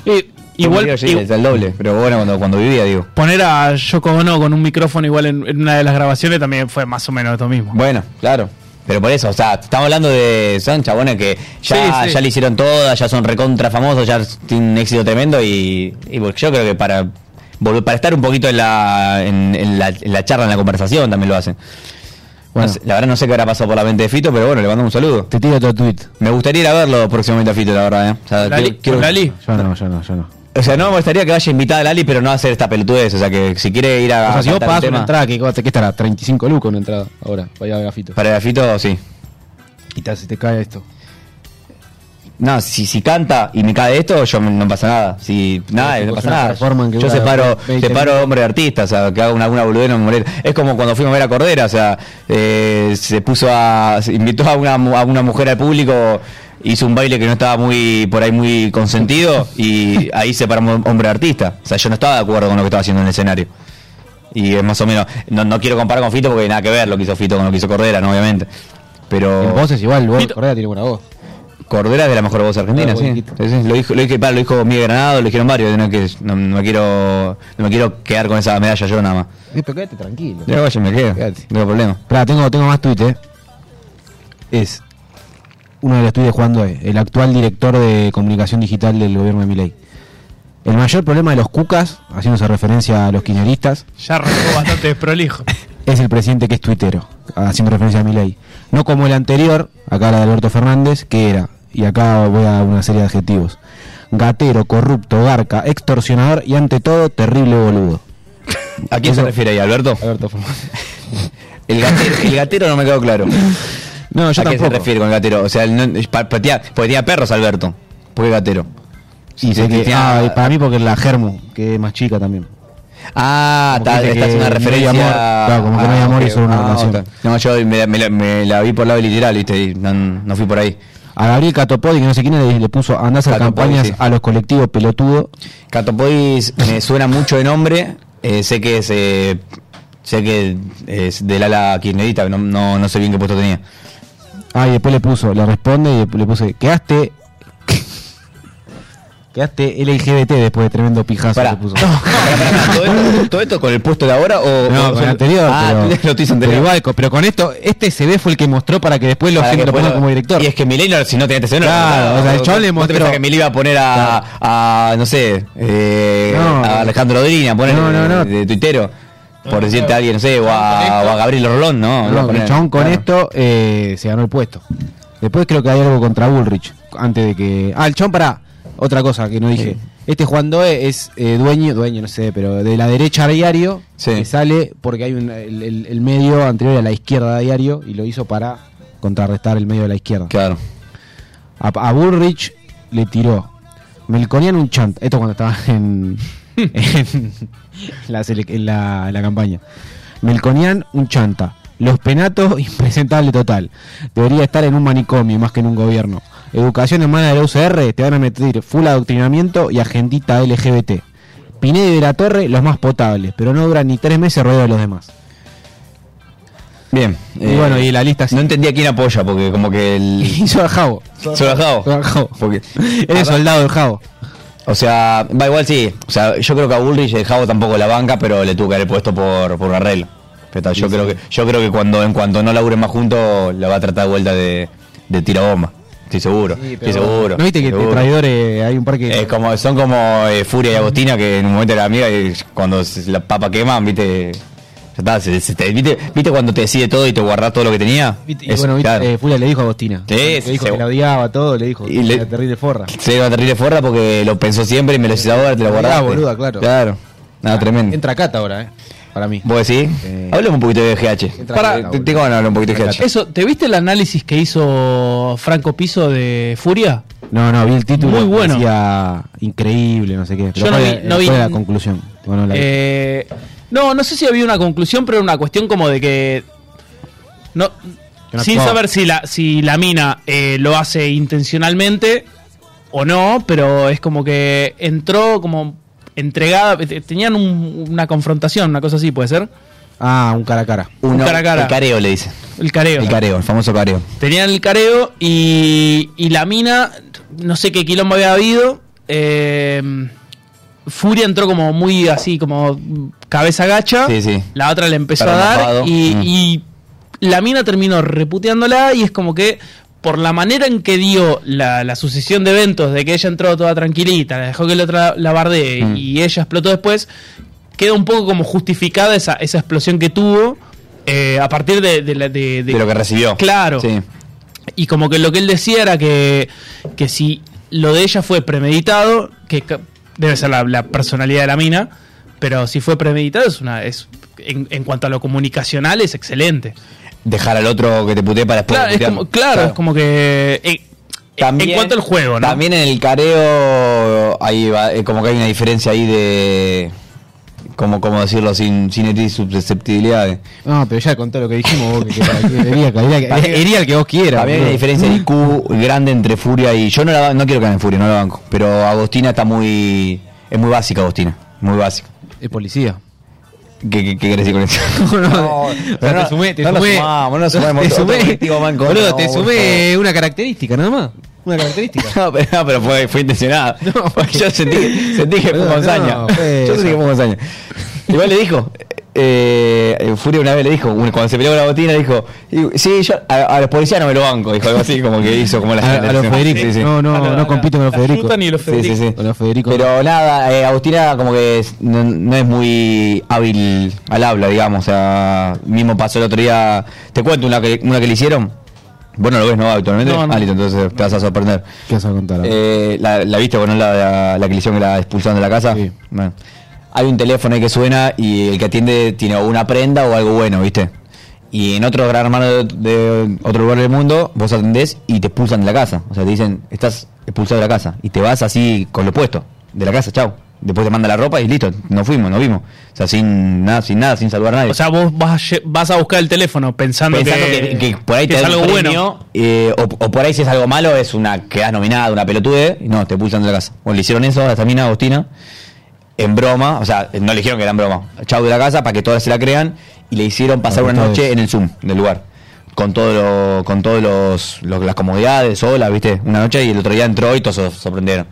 D: Igual,
E: murió, sí,
D: igual-
E: es el doble, pero bueno, cuando, cuando vivía, digo.
D: poner a Yoko Ono con un micrófono igual en, en una de las grabaciones también fue más o menos esto mismo.
E: Bueno, claro. Pero por eso, o sea, estamos hablando de. Son chabones que ya,
D: Sí, sí.
E: ya le hicieron todas, ya son recontra famosos, ya tienen un éxito tremendo y, y bueno, yo creo que para volver- para estar un poquito en la, en, en la, en la charla, en la conversación también lo hacen.
C: Bueno.
E: No sé, la verdad no sé qué habrá pasado por la mente de Fito, pero bueno, le mando un saludo.
C: Te tiro otro tweet.
E: Me gustaría ir a verlo próximamente a Fito, la verdad, ¿eh? O sea, quiero- quiero-
C: Yo no, yo no, yo no.
E: O sea, no me gustaría que vaya invitada a Lali, pero no a hacer esta pelotudez. O sea, que si quiere ir a.
C: o sea, si
E: cantar un
C: vos pagás
E: Ah, tema-
C: una entrada, que, que estará 35 lucos una entrada ahora, para ir a ver a Fito.
E: Para Fito, sí.
C: Y tal, se te cae esto.
E: No, si, si canta y me cae esto, yo me- no pasa nada. Si nada,
C: Pero
E: no pasa
C: si vos
E: nada.
C: una performance que
E: Yo
C: dura
E: separo,
C: 20
E: separo hombre de artista, o sea, que haga una, una boludez no me molesta. Es como cuando fuimos a ver a Cordera, o sea, eh, se puso a. se invitó a una, mu- a una mujer al público, hizo un baile que no estaba muy, por ahí muy consentido, y ahí separamos hombre de artista. O sea, yo no estaba de acuerdo con lo que estaba haciendo en el escenario. Y es más o menos. No, no quiero comparar con Fito porque nada que ver lo que hizo Fito con lo que hizo Cordera, ¿no? obviamente. Pero.
C: En voces igual, vos, Correa tiene buena voz.
E: Cordera es de la mejor voz argentina,
C: Claro,
E: sí.
C: Ah, bonito.
E: Sí, sí. Lo dijo, lo dije, para, lo dijo Miguel Granado, lo dijeron varios, no, que, no, no me quiero, no me quiero quedar con esa medalla yo nada más.
C: Eh, pero quédate tranquilo.
E: Yo vaya, me quedo, no tengo problema.
C: Espera, tengo, tengo más tweets, eh. Es uno de los tweets de Juan Doe, el actual director de comunicación digital del gobierno de Milei. El mayor problema de los cucas, haciéndose referencia a los kirchneristas,
D: Ya arrancó bastante desprolijo.
C: es el presidente que es tuitero, haciendo referencia a Milei. No como el anterior, acá la de Alberto Fernández, que era, y acá voy a una serie de adjetivos. Gatero, corrupto, garca, extorsionador y ante todo, terrible boludo.
E: ¿A quién se
C: Eso-
E: refiere ahí, Alberto?
C: Alberto Fernández.
E: El gatero, el gatero no me quedó claro.
C: No, yo
E: ¿A qué se
C: tampoco.
E: refiere con el gatero? O sea, el no- pa- pa- tenía- porque tenía perros Alberto. ¿Por qué gatero?
C: Y sé que-
E: Tenía-
C: ah, y para mí porque la Germu, que es más chica también.
E: Ah,
C: Como
E: está,
C: que dice
E: esta es
C: que
E: una
C: no hay
E: referencia. Ah,
C: amor. Claro, como que no hay amor y
E: ok.
C: solo una relación.
E: ok. No, yo me, la- me la- me la vi por el lado literal, viste, y no, no fui por ahí.
C: A Gabriel Catopodi, que no sé quién es, le, le puso andás a hacer
E: Catopodi,
C: campañas
E: sí.
C: a los colectivos pelotudo.
E: Catopodis me suena mucho de nombre, eh, sé que es, eh, sé que es del ala kirchnerita, no, no, no sé bien qué puesto tenía.
C: Ah, y después le puso, le responde y después le puse, quedaste. Quedaste LGBT después de tremendo pijazo que puso.
E: ¿Todo esto, todo esto con el puesto de ahora o.? o-
C: No, con
E: o-
C: el anterior.
E: Ah,
C: pero,
E: lo te hice
C: pero
E: anterior.
C: igual, co- pero con esto, este CD fue el que mostró para que después lo,
E: Para
C: gente
E: que
C: lo
E: pueda-
C: ponga como director.
E: Y es que Milei, no- si no tenía este CD,
C: Claro,
E: no,
C: o sea, el chabón le
E: ¿Vos te
C: mostró-
E: pensás que Milei iba a poner a, a, no sé, eh,
C: No.
E: a Alejandro Drina, poner de tuitero, por decirte a alguien, no sé, o a, o a Gabriel Rolón, ¿no? Iba a
C: No,
E: poner-
C: el chabón con
E: claro.
C: esto eh, se ganó el puesto. Después creo que hay algo contra Bullrich. Antes de que. Ah, el chabón para. Otra cosa que no dije. Este Juan Doe es eh, dueño, dueño, no sé, pero de la derecha a diario. Que sale porque hay un, el, el- el medio anterior a la izquierda a diario y lo hizo para contrarrestar el medio de la izquierda.
E: Claro.
C: A, a Bullrich le tiró. Melconian un chant. Esto cuando estaba en. en la, sele- en la- en la campaña. Melconian, un chanta. Los penatos, impresentable total. Debería estar en un manicomio más que en un gobierno. Educación hermana de la UCR, te van a meter full adoctrinamiento y agentita LGBT. Pineda y de la Torre, los más potables, pero no duran ni tres meses rodeado de los demás.
E: Bien.
C: Y bueno, y
E: la lista No entendía quién apoya, porque como que el.
C: Hizo al Javo.
E: Solo al Javo. Oh, Porque...
C: Eres soldado del Javo.
E: O sea, va igual sí. O sea, yo creo que a Bullrich el Javo tampoco la banca, pero le tuvo que haber puesto por, por una regla. Pero está, yo creo que, yo creo que cuando, en cuanto no laburen más juntos, la va a tratar de vuelta de, de tirabomba. Estoy seguro. estoy seguro.
C: ¿No viste que
E: seguro.
C: de traidores eh, hay un par que
E: Es como, son como eh, Furia y Agostina que en un momento era amiga y cuando se- la papa queman, viste. Ya está, se- se te- ¿viste, viste cuando te decide todo y te guardás todo lo que tenía?
C: Y
E: Es-
C: bueno, viste,
E: claro.
C: eh, Furia le dijo a Agostina.
E: Sí,
C: le
E: sí,
C: dijo
E: sí.
C: que la odiaba todo, le dijo
E: Y
C: que
E: le-
C: era terrible forra.
E: Se iba a terrible forra porque lo pensó siempre y me lo hiciste ahora, te lo
C: Lo
E: guardaste.
C: mirá, Ah, boluda, claro. Ah,
E: Claro. Nada, tremendo.
C: Entra Cata ahora, eh. Para mí.
E: ¿Vos decís? Hablemos un poquito de GH.
C: Entra
E: Para,
C: Cata,
E: te- tengo ganas de hablar un poquito de GH.
D: Eso, ¿te viste el análisis que hizo Franco Piso de Furia?
C: No, no, vi el título.
D: Muy
C: me
D: bueno.
C: parecía increíble, no sé qué.
D: Yo
C: Pero
D: no
C: ¿cuál
D: vi-
C: era-
D: no vi-
C: cuál era la conclusión? Bueno, la-
D: Eh, no, no sé si había una conclusión, pero era una cuestión como de que. No,
C: Que no
D: sin
C: actuaba.
D: saber si la, si la mina eh, lo hace intencionalmente o no, pero es como que entró como entregada. te- Tenían un- una confrontación, una cosa así, puede ser.
C: Ah, un cara a cara.
D: Un cara a cara.
E: El careo le dice.
D: El careo.
E: El careo, el famoso careo.
D: Tenían el careo y, y la mina, no sé qué quilombo había habido. eh, Furia entró como muy así, como cabeza gacha.
E: Sí, sí.
D: La otra le empezó
E: Está
D: a
E: enojado.
D: dar y,
E: Mm.
D: y la mina terminó reputeándola y es como que por la manera en que dio la, la sucesión de eventos, de que ella entró toda tranquilita, la dejó que la otra la bardee
E: Mm.
D: y ella explotó después, queda un poco como justificada esa, esa explosión que tuvo eh, a partir de, de la- de- de-
E: De lo que recibió.
D: Claro.
E: Sí.
D: Y como que lo que él decía era que, que si lo de ella fue premeditado, que ca- debe ser la, la personalidad de la mina, pero si fue premeditado es una... Es, en, en cuanto a lo comunicacional es excelente.
E: Dejar al otro que te putee para después.
D: Claro, es
E: putearlo.
D: como, claro, es como que... eh,
E: También,
D: en cuanto al juego, ¿no?
E: También en el careo, ahí va, eh, como que hay una diferencia ahí de. Como, como decirlo sin, sin herir susceptibilidades.
C: No, pero ya contó lo que dijimos vos, que, que para qué hería, que hería-
E: Para mí-
C: hería el que vos quieras.
E: También hay una
C: boludo.
E: diferencia de IQ grande entre Furia y. Yo no, la, ban- no quiero que gane Furia, no la banco. Pero Agostina está muy. Es muy básica, Agostina. Muy básica.
C: Es policía.
E: ¿Qué, qué, qué querés decir con eso?
C: No, o sea, te sumé, te
E: no lo
C: sumé.
E: sumamos, no lo sumemos,
C: te
E: otro- otro
C: sumé,
E: colectivo va en contra,
C: boludo,
E: no,
C: te
E: boludo.
C: sumé una característica nada más. Una característica.
E: No, pero, no, pero fue, fue intencionada. yo sentí, que- sentí que fue
C: Boludo,
E: con
C: no,
E: saña.
C: fue
E: yo sentí que fue con saña. Igual le dijo. eh, eh, Furia una vez le dijo, un- cuando se peleó con la botina, dijo: "Y- Sí, yo a, a los policías no me lo banco. Dijo algo así, como que hizo, como la
C: A, a los Federico.
E: Sí, sí.
C: No, no, no compito con los Federico.
E: Yuta ni los Sí, Federico. sí, sí.
C: Con los Federico.
E: Pero nada, eh, Agustina como que es- no, no es muy hábil al habla, digamos. O sea, mismo pasó el otro día. Te cuento una que, una que le hicieron. Vos no lo ves, ¿no? Actualmente.
C: No, no.
E: Ah, listo, entonces te vas a sorprender.
C: ¿Qué vas a contar? ahora?
E: Eh, la, la viste, bueno, la, la, la que le hicieron que la expulsaron de la casa. Bueno. Hay un teléfono ahí que suena y el que atiende tiene o una prenda o algo bueno, ¿viste? Y en otro gran hermano de, de otro lugar del mundo, vos atendés y te expulsan de la casa. O sea, te dicen, estás expulsado de la casa. Y te vas así con lo puesto, de la casa, chao. Después te manda la ropa y listo, no fuimos, no vimos. O sea, sin nada, sin nada, sin salvar a nadie.
D: O sea, vos vas a, lle- vas a buscar el teléfono pensando,
E: Pensando
D: que,
E: que, que por ahí
D: que
E: te
D: es
E: dan un
D: algo
E: premio,
D: bueno.
E: eh, o, o por ahí si es algo malo, es una quedas nominada, una pelotude, y no, te pulsan de la casa. Bueno, le hicieron eso a esta mina, Agostina, en broma, o sea, no le dijeron que era en broma, chau de la casa para que todas se la crean, y le hicieron pasar
C: Para que
E: una
C: todos-
E: noche en el Zoom del lugar. Con todo lo- con todos los, los- las comodidades, sola, viste, una noche y el otro día entró y todos se sorprendieron.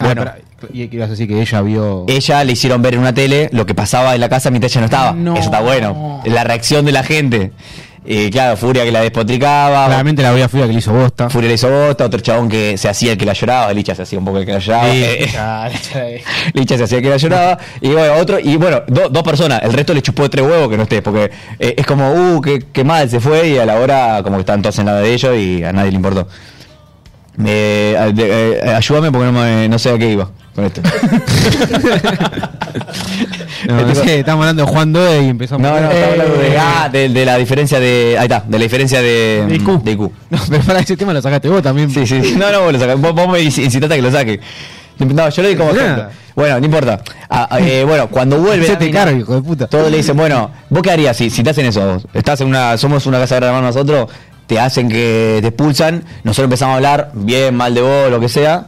E: Bueno,
C: Ah,
E: Eh,
C: Y y ibas a decir que ella vio.
E: ella le hicieron ver en una tele lo que pasaba en la casa mientras ella no estaba. Eso está bueno. La reacción de la gente. Eh, claro, Furia que la despotricaba.
C: Claramente la voy a Furia que le hizo bosta.
E: Furia le hizo bosta, otro chabón que se hacía el que la lloraba, Licha se hacía un poco el que la lloraba.
C: Sí.
E: Eh, Licha se hacía que la lloraba. Y bueno, otro, y bueno, do- dos personas, el resto le chupó tres huevos que no esté, porque eh, es como, uh, qué, qué mal se fue, y a la hora como que están todos en la de ellos y a nadie le importó. Eh, a- de- eh, ayúdame porque no, me- no sé a qué iba con esto.
C: No, no sé, estamos hablando de Juan Doe y empezamos
E: No, no,
C: Eh,
E: estaba hablando de, ah, de, de la diferencia de. Ahí está, de la diferencia de. De IQ.
C: No, pero para ese tema lo sacaste vos también.
E: Sí, sí, sí. No, no, vos, lo saca- vos, vos me inci- incitaste a que lo saque. No, yo lo di como
C: Nada.
E: ejemplo. Bueno, no importa. Ah, ah, eh, bueno, cuando vuelve.
C: Se
E: la
C: te
E: mina,
C: carga, hijo de puta.
E: Todos le dicen, bueno, ¿vos qué harías si, si te hacen eso? vos? Estás en una. Somos una casa de hermanos nosotros, te hacen que te expulsan, nosotros empezamos a hablar, bien, mal de vos, lo que sea.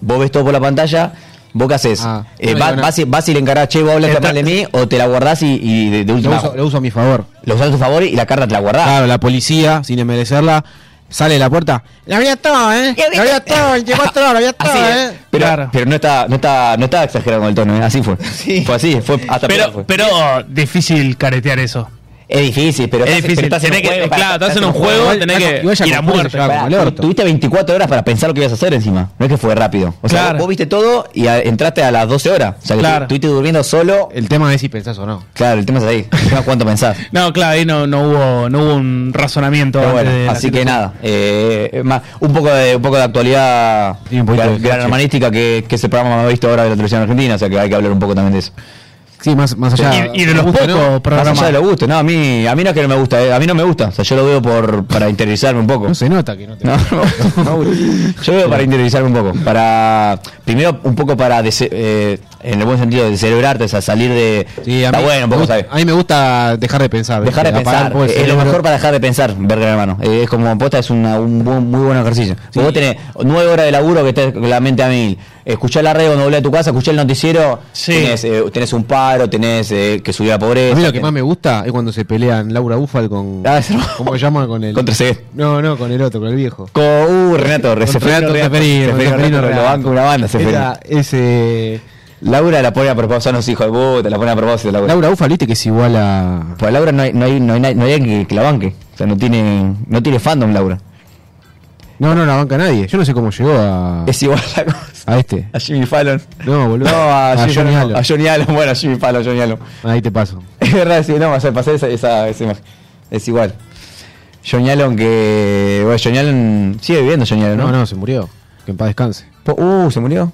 E: Vos ves todo por la pantalla. ¿Vos qué haces? Eh,
C: Ah, no
E: va-
C: digo nada.
E: vas, y- vas y le encarás, che, vos hablaste
C: Entra-
E: mal de mí, o te la guardás y, y de, de
C: Lo
E: última.
C: uso, lo uso a mi favor.
E: Lo usás a tu favor y la carta te la guardás.
C: Claro, la policía, sin merecerla, sale de la puerta. La había todo, ¿eh? La había todo, 24 horas, la había todo, ¿eh?
E: Pero, pero no está, no está, no está exagerado con el tono, ¿eh? así fue. Fue así, fue hasta peor fue.
M: Pero, pero difícil caretear eso.
E: Es difícil, pero
M: Es
E: estás-
M: difícil,
E: pero estás en
M: tenés
E: un
M: que-
E: juego,
M: claro,
E: pará,
M: estás en un juego,
E: Igual-
M: tenés
E: pará,
M: que
E: igual ya
M: ir a
E: con fuerza,
M: muerte.
E: llevaba como el orto. Tuviste 24 horas para pensar lo que ibas a hacer encima. No es que fue rápido. O sea,
C: Claro.
E: vos viste todo y a- entraste a las 12 horas. O sea, que
C: Claro.
E: estuviste durmiendo solo.
C: El tema es si pensás o no.
E: Claro, el tema es ahí. El tema es cuánto pensás.
M: No, claro, ahí no, no hubo, no hubo un razonamiento.
E: Pero
M: antes
E: bueno,
M: de la
E: así que
M: situación.
E: nada, eh, es más, un poco de un poco de actualidad gran, gran hermanística que, que ese programa me ha visto ahora de la televisión argentina, o sea que hay que hablar un poco también de eso.
C: Sí, más, más allá. ¿Te gusta, no?
E: Más allá de los gustos, no, a mí, a mí no es que no me gusta, eh, a mí no me gusta, o sea, yo lo veo por, para interiorizarme un poco.
C: No se nota que no te
E: No, no, no, yo veo para interiorizarme un poco, para, primero un poco para, dese- eh, en el buen sentido, de celebrarte, o sea, salir de,
C: Sí, a
E: está
C: mí-
E: bueno un
C: me
E: poco,
C: gusta-
E: ¿sabes?
C: A mí me gusta dejar de pensar.
E: Dejar de
C: ¿viste?
E: pensar,
C: Apagar un poco el
E: es lo
C: cerebro.
E: mejor para dejar de pensar, ver gran hermano. Eh, es como, posta, es una- un buen- muy buen ejercicio. Porque Vos tenés nueve horas de laburo que estés con la mente a mil. Escuchá la radio cuando volvés a tu casa, escuchá el noticiero, tenés, eh, tenés un paro, tenés eh, que subir a pobreza.
C: A mí lo que más me gusta es cuando se pelean Laura Bufal con. ¿Cómo se llama? Con el.
E: Ah, Contra ese.
C: No, no, con el otro, con el viejo.
E: Con uh, Renato,
C: Con Renato Seferino,
E: Seferino,
C: Seferino
E: Renato,
C: Renato.
E: lo banco una banda, Seferino.
C: Esa- ese.
E: Laura la pone a propósito, son los hijos de puta, la pone a propósito. Laura,
C: Laura Bufal, viste que es igual a.
E: Pues Laura no hay, no hay, no hay, nadie- no hay alguien que, que la banque. O sea, no tiene, no tiene fandom, Laura.
C: No, no la banca nadie. Yo no sé cómo llegó a.
E: Es igual a la cosa.
C: A este.
E: A Jimmy Fallon.
C: No, boludo.
E: No, a,
C: A
E: Jimmy
C: Johnny
E: Fallon.
C: Allen.
E: A Johnny Allen. Bueno, a Jimmy Fallon, Johnny Allen.
C: Ahí te paso.
E: Es verdad, sí, no, o sea, pasé esa, esa, esa imagen. Es igual. Johnny Allen que. Bueno, Johnny Allen. Sigue viviendo Johnny Allen, ¿no?
C: No, no, se murió. Que en paz descanse.
E: Po- Uh, ¿se murió?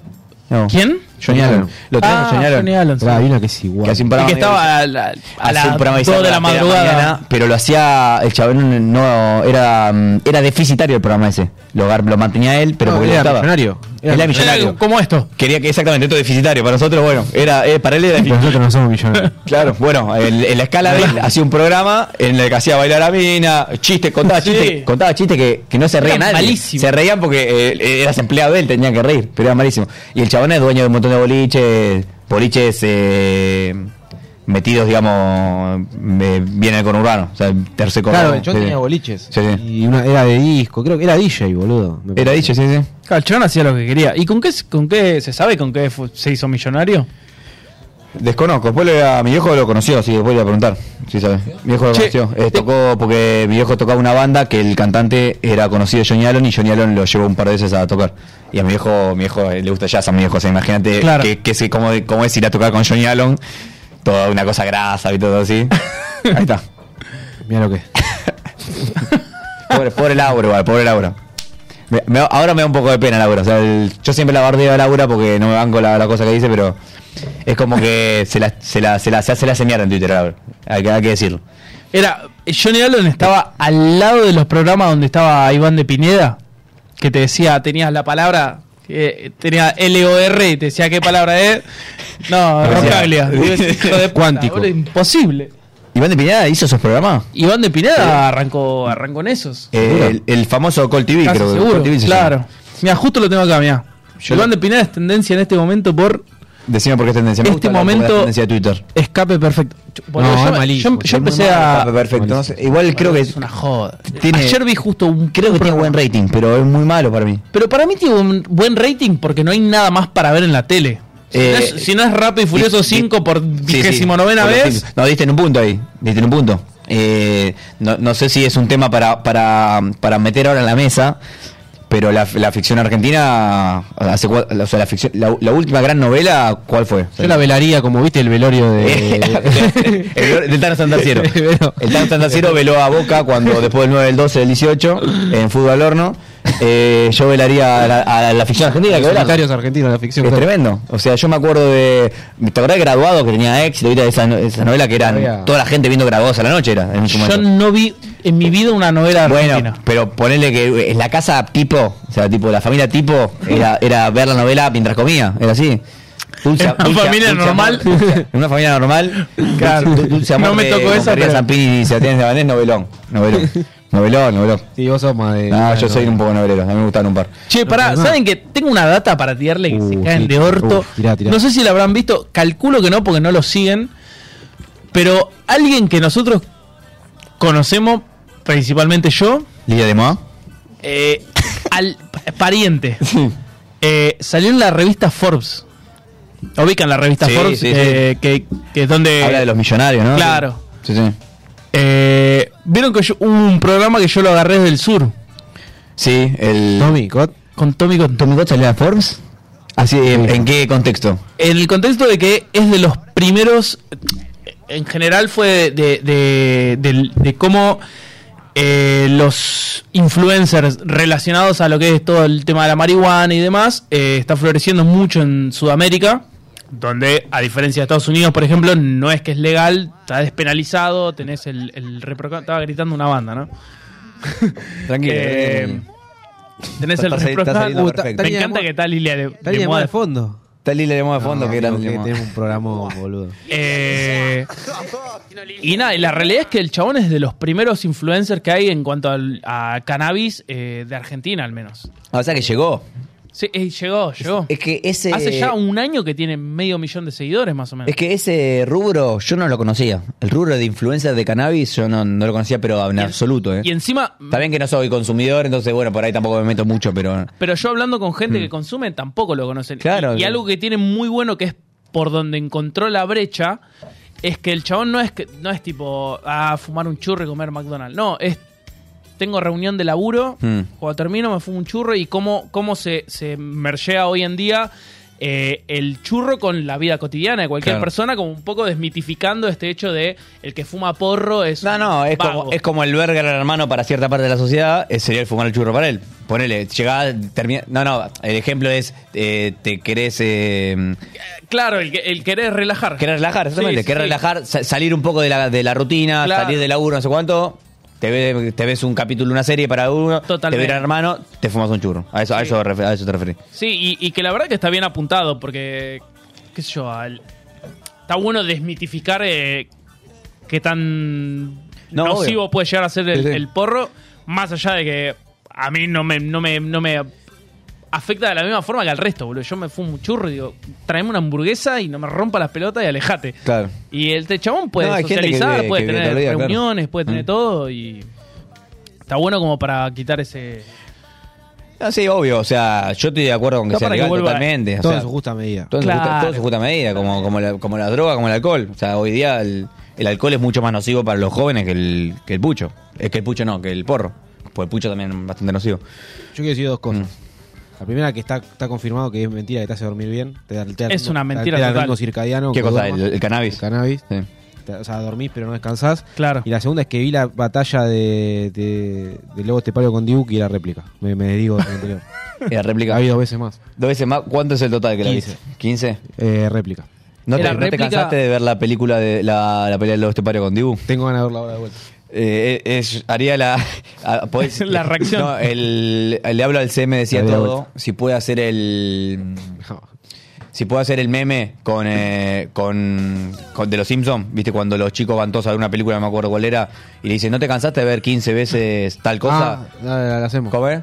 E: No.
M: ¿Quién?
E: Johnny Allen. Lo tenemos,
M: Ah,
E: Johnny Allen.
M: Johnny Allen, sí.
C: Pará, hay una que es igual.
E: Que hace un
M: El
E: programa
M: que
E: medio
M: estaba a, la- a
E: Hacía
M: las
E: un programa
M: 2
E: bizarro
M: de la
E: a las 3 de la
M: madrugada.
E: mañana, pero lo hacía el chabón no era mm, era deficitario el programa ese. Lo, gar- lo mantenía él, pero
C: No,
E: porque le
C: era
E: gustaba.
C: millonario.
E: Era, millonario.
M: Como esto.
E: Quería que exactamente esto es deficitario para nosotros, bueno, era eh, para él era
C: Pero Nosotros no somos millonarios.
E: Claro, bueno, en, en la escala de él hacía un programa en el que hacía bailar a mina, chistes, contaba
M: Sí.
E: chistes, contaba chistes que, que no se reían nadie.
M: malísimo.
E: Se reían porque eh, eras empleado de él, tenían que reír, pero era malísimo. Y el chabón es dueño de un montón de boliches, boliches eh, metidos, digamos, eh, bien en el conurbano, o sea, tercer conurbano.
C: Claro, yo
E: Sí,
C: tenía
E: sí.
C: boliches.
E: Sí, sí.
C: Y una era de disco, creo que era DJ, boludo. me
E: Era
C: parece.
E: dicho, sí, sí.
M: Claro, el chabón hacía lo que quería. ¿Y con qué, con qué se sabe con qué fu- se hizo millonario?
E: Desconozco, después le voy a, mi viejo lo conoció, así que después le voy a preguntar, si sabe. Mi viejo lo
M: Che,
E: conoció, Eh, tocó porque mi viejo tocaba una banda que el cantante era conocido de Johnny Allen y Johnny Allen lo llevó un par de veces a tocar. Y a mi viejo, mi viejo eh, le gusta jazz a mi viejo, o sea, imagínate
M: Claro.
E: que, que se- cómo, cómo es ir a tocar con Johnny Allen, toda una cosa grasa y todo así. Ahí está.
C: Mira lo que. es.
E: Pobre, pobre Laura, igual, pobre Laura. Me- me- ahora me da un poco de pena Laura. O sea, el- yo siempre la bardeo a Laura porque no me banco la, la cosa que dice, pero es como que se la, se la, se la, se hace la mierda en Twitter, Laura. Hay que, hay que decirlo.
M: Era, Johnny Allen estaba al lado de los programas donde estaba Iván de Pineda, que te decía, tenías la palabra, eh, tenía L-O-R y te decía qué palabra es. No,
E: Decía-
M: Roncaglia. Hijo de puta,
E: Cuántico.
M: boludo, Imposible.
E: ¿Iván de Pineda hizo esos programas?
M: Iván de Pineda arrancó, arrancó en esos.
E: Eh, el, el famoso Call TV,
M: Casi
E: creo que.
M: seguro,
E: Call TV se llama.
M: claro. Mira, justo lo tengo acá, mira. Iván de Pineda es tendencia en este momento por
E: Decime por qué es tendencia. Me
D: Este
E: gusta hablar un poco de
D: momento-
E: la tendencia de Twitter.
D: Escape perfecto. Yo- boludo, yo, yo- yo empecé a.
E: Perfecto. no sé, igual creo que es
D: una joda.
E: Tiene-
D: Ayer vi justo un.
E: Creo que tiene buen rating, pero es muy malo para mí.
D: Pero para mí tiene un buen rating porque no hay nada más para ver en la tele. Si,
E: Eh,
D: no, es, si no es Rápido y Furioso 5 por vigésimo novena
E: Por
D: vez.
E: decir- No, diste en un punto ahí. Diste en un punto. Eh, no, no sé si es un tema para, para, para meter ahora en la mesa, pero la, la ficción argentina. Hace, cua- la- o sea, la, ficción- la- la última gran novela, ¿cuál fue?
C: Yo la velaría como viste el velorio de.
E: El, del Tano Santaciero. El Tano Santaciero veló a Boca cuando después del 9, del 12, del 18, en fútbol al horno. Eh, yo velaría a la, a la ficción argentina. que
C: Los
E: velaron.
C: solitarios argentinos, la ficción.
E: Es
C: claro.
E: tremendo. O sea, yo me acuerdo de. ¿Te acordás de Graduado que tenía éxito? ¿Viste esa, no- esa novela que eran
D: Había-
E: toda la gente viendo graduados a la noche? Era en su
D: Yo
E: momento.
D: no vi en mi vida una novela
E: Bueno,
D: argentina.
E: pero ponerle que en la casa tipo, o sea, tipo, la familia tipo, era, era ver la novela mientras comía, era así. Dulce,
D: En una familia normal.
E: amor, dulce- en una familia normal.
D: Claro.
E: dulce- dulce amor
D: No me
E: de
D: tocó
E: Juan
D: esa,
E: María
D: pero-
E: Zampini y Sebastián Sabanés, novelón. Novelón. Novelón, novelón.
C: Sí, vos sos más de.
E: Ah, yo soy un poco novelero, a mí me gustan un par.
D: Che, pará, ¿saben que tengo una data para tirarle que se caen de orto?
E: uf, Uh, tirá, tirá.
D: No sé si la habrán visto, calculo que no porque no lo siguen, pero alguien que nosotros conocemos, principalmente yo,
E: Lidia de Moa.
D: eh, al pariente, eh, salió en la revista Forbes. Ubican la revista
E: Sí,
D: Forbes,
E: sí, sí.
D: eh, Que, que es donde...
E: Habla de los millonarios, ¿no?
D: Claro.
E: Sí, sí.
D: Eh, Vieron que yo- hubo un programa que yo lo agarré desde el sur.
E: Sí, el.
C: Tommy Cot.
D: Con Tommy Cot.
E: ¿Tommy Cot salía de Forbes? Así, Ah, ¿en, en qué contexto?
D: En el contexto de que es de los primeros, en general fue de, de, de- de cómo eh, los influencers relacionados a lo que es todo el tema de la marihuana y demás, eh, está floreciendo mucho en Sudamérica, donde a diferencia de Estados Unidos, por ejemplo, no es que es legal, está despenalizado, tenés el, el reproca- Estaba gritando una banda, ¿no?
E: Tranquilo.
D: Eh, tenés el
E: Está sali- está
D: reproca-
E: saliendo
D: Uh, está-
E: perfecto.
D: Me encanta que está Lilia de,
C: Está bien,
D: moda
C: de fondo.
E: Está Lila de Moa de fondo,
C: No,
E: que
C: tengo
E: grande
C: que-
E: Lila de Moa.
C: Tenemos un programa, boludo.
D: Eh, y nada, y la realidad es que el chabón es de los primeros influencers que hay en cuanto al- a cannabis eh, de Argentina, al menos.
E: Ah, O sea que llegó.
D: Sí, eh, llegó, llegó.
E: Es que ese.
D: Hace ya un año que tiene medio millón de seguidores, más o menos.
E: Es que ese rubro yo no lo conocía. El rubro de influencias de cannabis yo no, no lo conocía, pero en absoluto. ¿eh?
D: Y encima,
E: Está bien que no soy consumidor, entonces bueno, por ahí tampoco me meto mucho, pero...
D: pero yo hablando con gente que consume, tampoco lo conocen.
E: Mm. Claro.
D: Y, y algo que tiene muy bueno, que es por donde encontró la brecha, es que el chabón no es, que, no es tipo, ah, fumar un churro y comer McDonald's. No, es, tengo reunión de laburo,
E: Mm.
D: Cuando termino me fumo un churro y cómo, cómo se, se mergea hoy en día eh, el churro con la vida cotidiana de cualquier
E: Claro.
D: persona, como un poco desmitificando este hecho de el que fuma porro es...
E: No, no, es como, es como el verga al hermano para cierta parte de la sociedad, eh, sería el fumar el churro para él. Ponele, llegá, termina... No, no, el ejemplo es, eh, te querés... eh,
D: Claro, el, que- el querer relajar.
E: querés relajar, exactamente,
D: Sí, sí,
E: querés
D: sí.
E: relajar, sa- salir un poco de la, de la rutina,
D: Claro.
E: salir del laburo, no sé cuánto... Te, ve- te ves un capítulo, una serie para uno,
D: Totalmente.
E: te ve el hermano, te fumas un churro. A eso, a eso, ref- a eso te referís.
D: Sí, y, y que la verdad que está bien apuntado, porque, qué sé yo, al- está bueno desmitificar eh, qué tan
E: No,
D: nocivo
E: obvio.
D: puede llegar a ser el,
E: Sí, sí.
D: el porro, más allá de que a mí no me, no me, no me afecta de la misma forma que al resto, boludo. Yo me fumo un churro y digo, traeme una hamburguesa y no me rompa las pelotas y alejate.
E: Claro.
D: Y el chabón puede
E: No, hay gente que
D: socializar,
E: vive-
D: puede
E: que vive
D: tener
E: todo el día, claro.
D: reuniones, puede tener
E: Mm.
D: todo y... Está bueno como para quitar ese...
E: Ah, sí, obvio, o sea, yo estoy de acuerdo con que
D: No,
E: sea
D: para que
E: legal
D: vuelva-
E: totalmente. o
C: Todo
E: sea,
C: en su justa medida.
E: todo en su
D: Claro.
E: justa- todo en su justa medida, como, como, la, como la droga, como el alcohol. O sea, hoy día el, el alcohol es mucho más nocivo para los jóvenes que el, que el pucho. Es que el pucho no, que el porro. Pues el pucho también es bastante nocivo.
C: Yo quiero decir dos cosas.
E: Mm.
C: La primera, que está, está confirmado que es mentira, que te hace dormir bien. Te, da- te da-
D: Es una
C: te da-
D: mentira
C: Te da
D: total.
C: ritmo circadiano.
E: ¿Qué
C: que
E: cosa?
C: duermas.
E: ¿El, el cannabis?
C: cannabis.
E: Sí.
C: Te- O sea, dormís pero no descansás.
D: Claro.
C: Y la segunda es que vi la batalla de, de, de Lobo Estepario con Diuk y la réplica. Me, me digo de la anterior.
E: Y la réplica.
C: Ha habido veces más.
E: Dos veces más. ¿Cuánto es el total que la viste? 15.
C: Eh, réplica.
E: ¿No te,
D: Era
E: no te
D: réplica-
E: cansaste de ver la película de la, la pelea del lobo estepario con Dibu?
C: Tengo ganas de verla ahora de vuelta.
E: Eh, eh, es- haría la a- podés- eh,
D: La reacción.
E: No, el, el- le hablo al CM decía
C: Daría
E: todo
C: vuelta.
E: si puede hacer el
C: No.
E: si puede hacer el meme con, eh, con, con- de los Simpsons viste cuando los chicos van todos a ver una película no me acuerdo cuál era y le dicen no te cansaste de ver 15 veces tal cosa
C: Ah, la, la- la hacemos.
E: ¿Cómo es?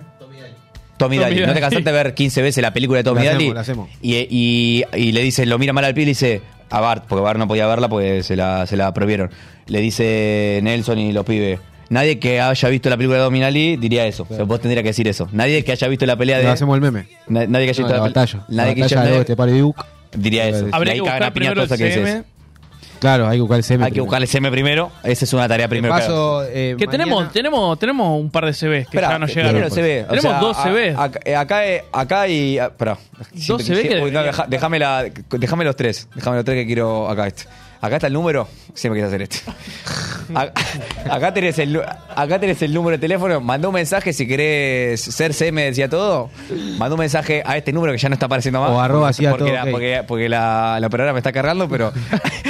E: Tommy Daly. ¿No te cansaste de ver 15 veces la película de Tommy
C: La hacemos,
E: Daly?
C: la hacemos.
E: Y, y- y le dice, lo mira mal al pibe y le dice a Bart, porque Bart no podía verla porque se la, se la prohibieron. Le dice Nelson y los pibes. Nadie que haya visto la película de Tommy Daly diría eso. O sea, vos tendrías que decir eso. Nadie que haya visto la pelea de.
C: Nos hacemos el meme.
E: Na- nadie que haya
C: No,
E: visto
C: la
E: pelea-
C: batalla. La
E: Nadie que
C: batalla
E: haya
C: de este par de Duke.
E: Diría eso.
C: Habría
E: Y ahí
C: que
E: cagan a piña
C: buscar primero
E: todos
C: el
E: aquellos que
C: CM.
E: dices.
C: Claro, hay que buscar el CM.
E: Hay que buscar el CM primero. Esa es una tarea primero. hagas.
C: paso, eh,
D: que tenemos, tenemos, tenemos un par de CVs que
E: Esperá,
D: ya no
E: ¿qué
D: llegaron. pues.
E: tiene el CV? O
D: Tenemos
E: sea,
D: dos
E: a-
D: CVs.
E: Acá, eh, acá, eh, acá y. ah, Pará. Siento
D: CV que-
E: Uy, no, deja- Déjame la- déjame los tres. Déjame los tres que quiero acá. Este. Acá está el número. Siempre quise hacer este. A- Acá tenés, el, nu- acá tenés el número de teléfono. Mandá un mensaje si querés ser CM, decía todo. Mandá un mensaje a este número que ya no está apareciendo más.
C: O arroba, hacía
E: porque
C: todo,
E: la-
C: ok.
E: porque, porque la, la operadora me está cargando, pero.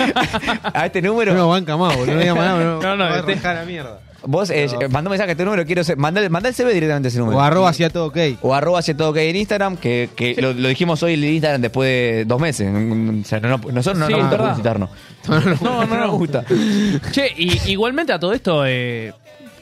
E: a este número.
C: No, banca más, boludo. No digas más nada, boludo.
E: No, no,
C: Va a
E: este-
C: arrancar la mierda.
E: Vos eh, mandá un mensaje a este número, quiero ser, mandá, mandá el CV directamente a ese número.
C: Ah, O arroba hacia todo ok.
E: O arroba hacia todo ok en Instagram, que, que lo, lo dijimos hoy en Instagram después de dos meses. Mm, O sea, no, no- nosotros no nos
D: Sí, es
E: gusta
D: verdad.
E: publicitarnos.
D: No, no, no. gusta. Che, y, igualmente a todo esto, eh,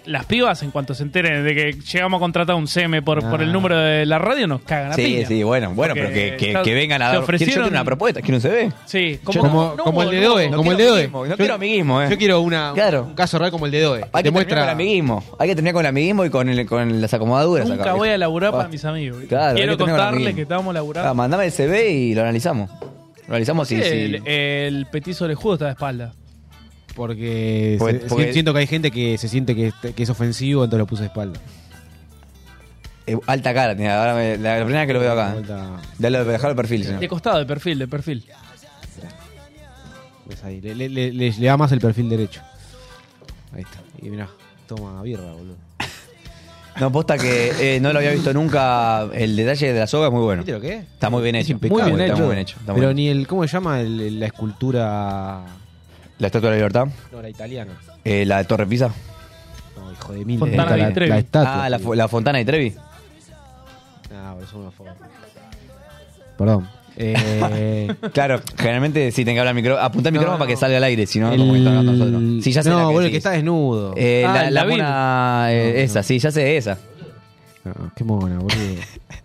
D: las pibas, en cuanto se enteren de que llegamos a contratar un CM por, por el número de la radio, nos cagan a
E: Ah. Sí,
D: piña.
E: sí, bueno, bueno,
D: Porque
E: pero que, que-
D: está-
E: que vengan a
D: se
E: dar.
D: ofrecieron-
E: Quiero una propuesta, quiero un CV.
D: Sí,
C: Como, como el de Doe, como el de Doe.
E: No quiero amiguismo, eh.
C: Yo quiero una, un caso real como el de Doe.
E: Hay que terminar
C: Demuestra-
E: con el amiguismo. Hay que terminar con el amiguismo y con, el- con las acomodaduras.
D: Nunca
E: acá.
D: voy a laburar para
E: Basta.
D: mis amigos. ¿viste?
E: Claro, hay
D: Quiero
E: que tener un
D: contarles
E: amigo.
D: que estábamos laburando.
E: Ah, mandame el CV y lo analizamos. Lo analizamos y
D: Sí,
E: si-
D: El, el petizo orejudo está de espalda.
C: Porque,
E: Porque-
C: se-
E: porque-
C: siento que hay gente que se siente que, este, que es ofensivo, entonces lo puse de espalda.
E: eh, alta cara, tenía, ahora me- la, la primera vez que lo veo acá. Dale, dejalo el perfil. señor.
D: De costado, de perfil, de perfil.
C: Pues ahí, le, le, le- le- le da más el perfil derecho. Ahí está. Y mirá, toma birra, boludo.
E: No, posta que eh, no lo había visto nunca. El detalle de la soga es muy bueno.
C: ¿Viste lo que es?
E: Está muy bien hecho.
C: Impecable,
E: está
C: boludo.
E: muy bien hecho. está muy
C: Pero
E: bien.
C: ni el, ¿cómo se llama el- el- la escultura?
E: La Estatua de la Libertad.
C: No, la italiana.
E: eh, la de Torre Pisa.
C: No, hijo de mil.
E: Fontana
C: Está
E: di
C: la,
E: Trevi.
C: la estatua.
E: Ah, la, fo- la Fontana de Trevi.
C: Ah, boludo, son unos forros. Perdón. Eh,
E: Claro, generalmente sí, tengo que hablar al micrófono. Apuntar el
C: No,
E: micrófono para que salga al aire, si no,
C: El-
E: como está hablando nosotros. Sí, ya sé la
C: no,
E: que
C: boludo, el
E: decís.
C: que está desnudo.
E: Eh,
C: Ah,
E: la
C: el
E: la
C: David.
E: mona, eh, esa, sí, ya sé esa.
C: No, Ah, qué mona, boludo.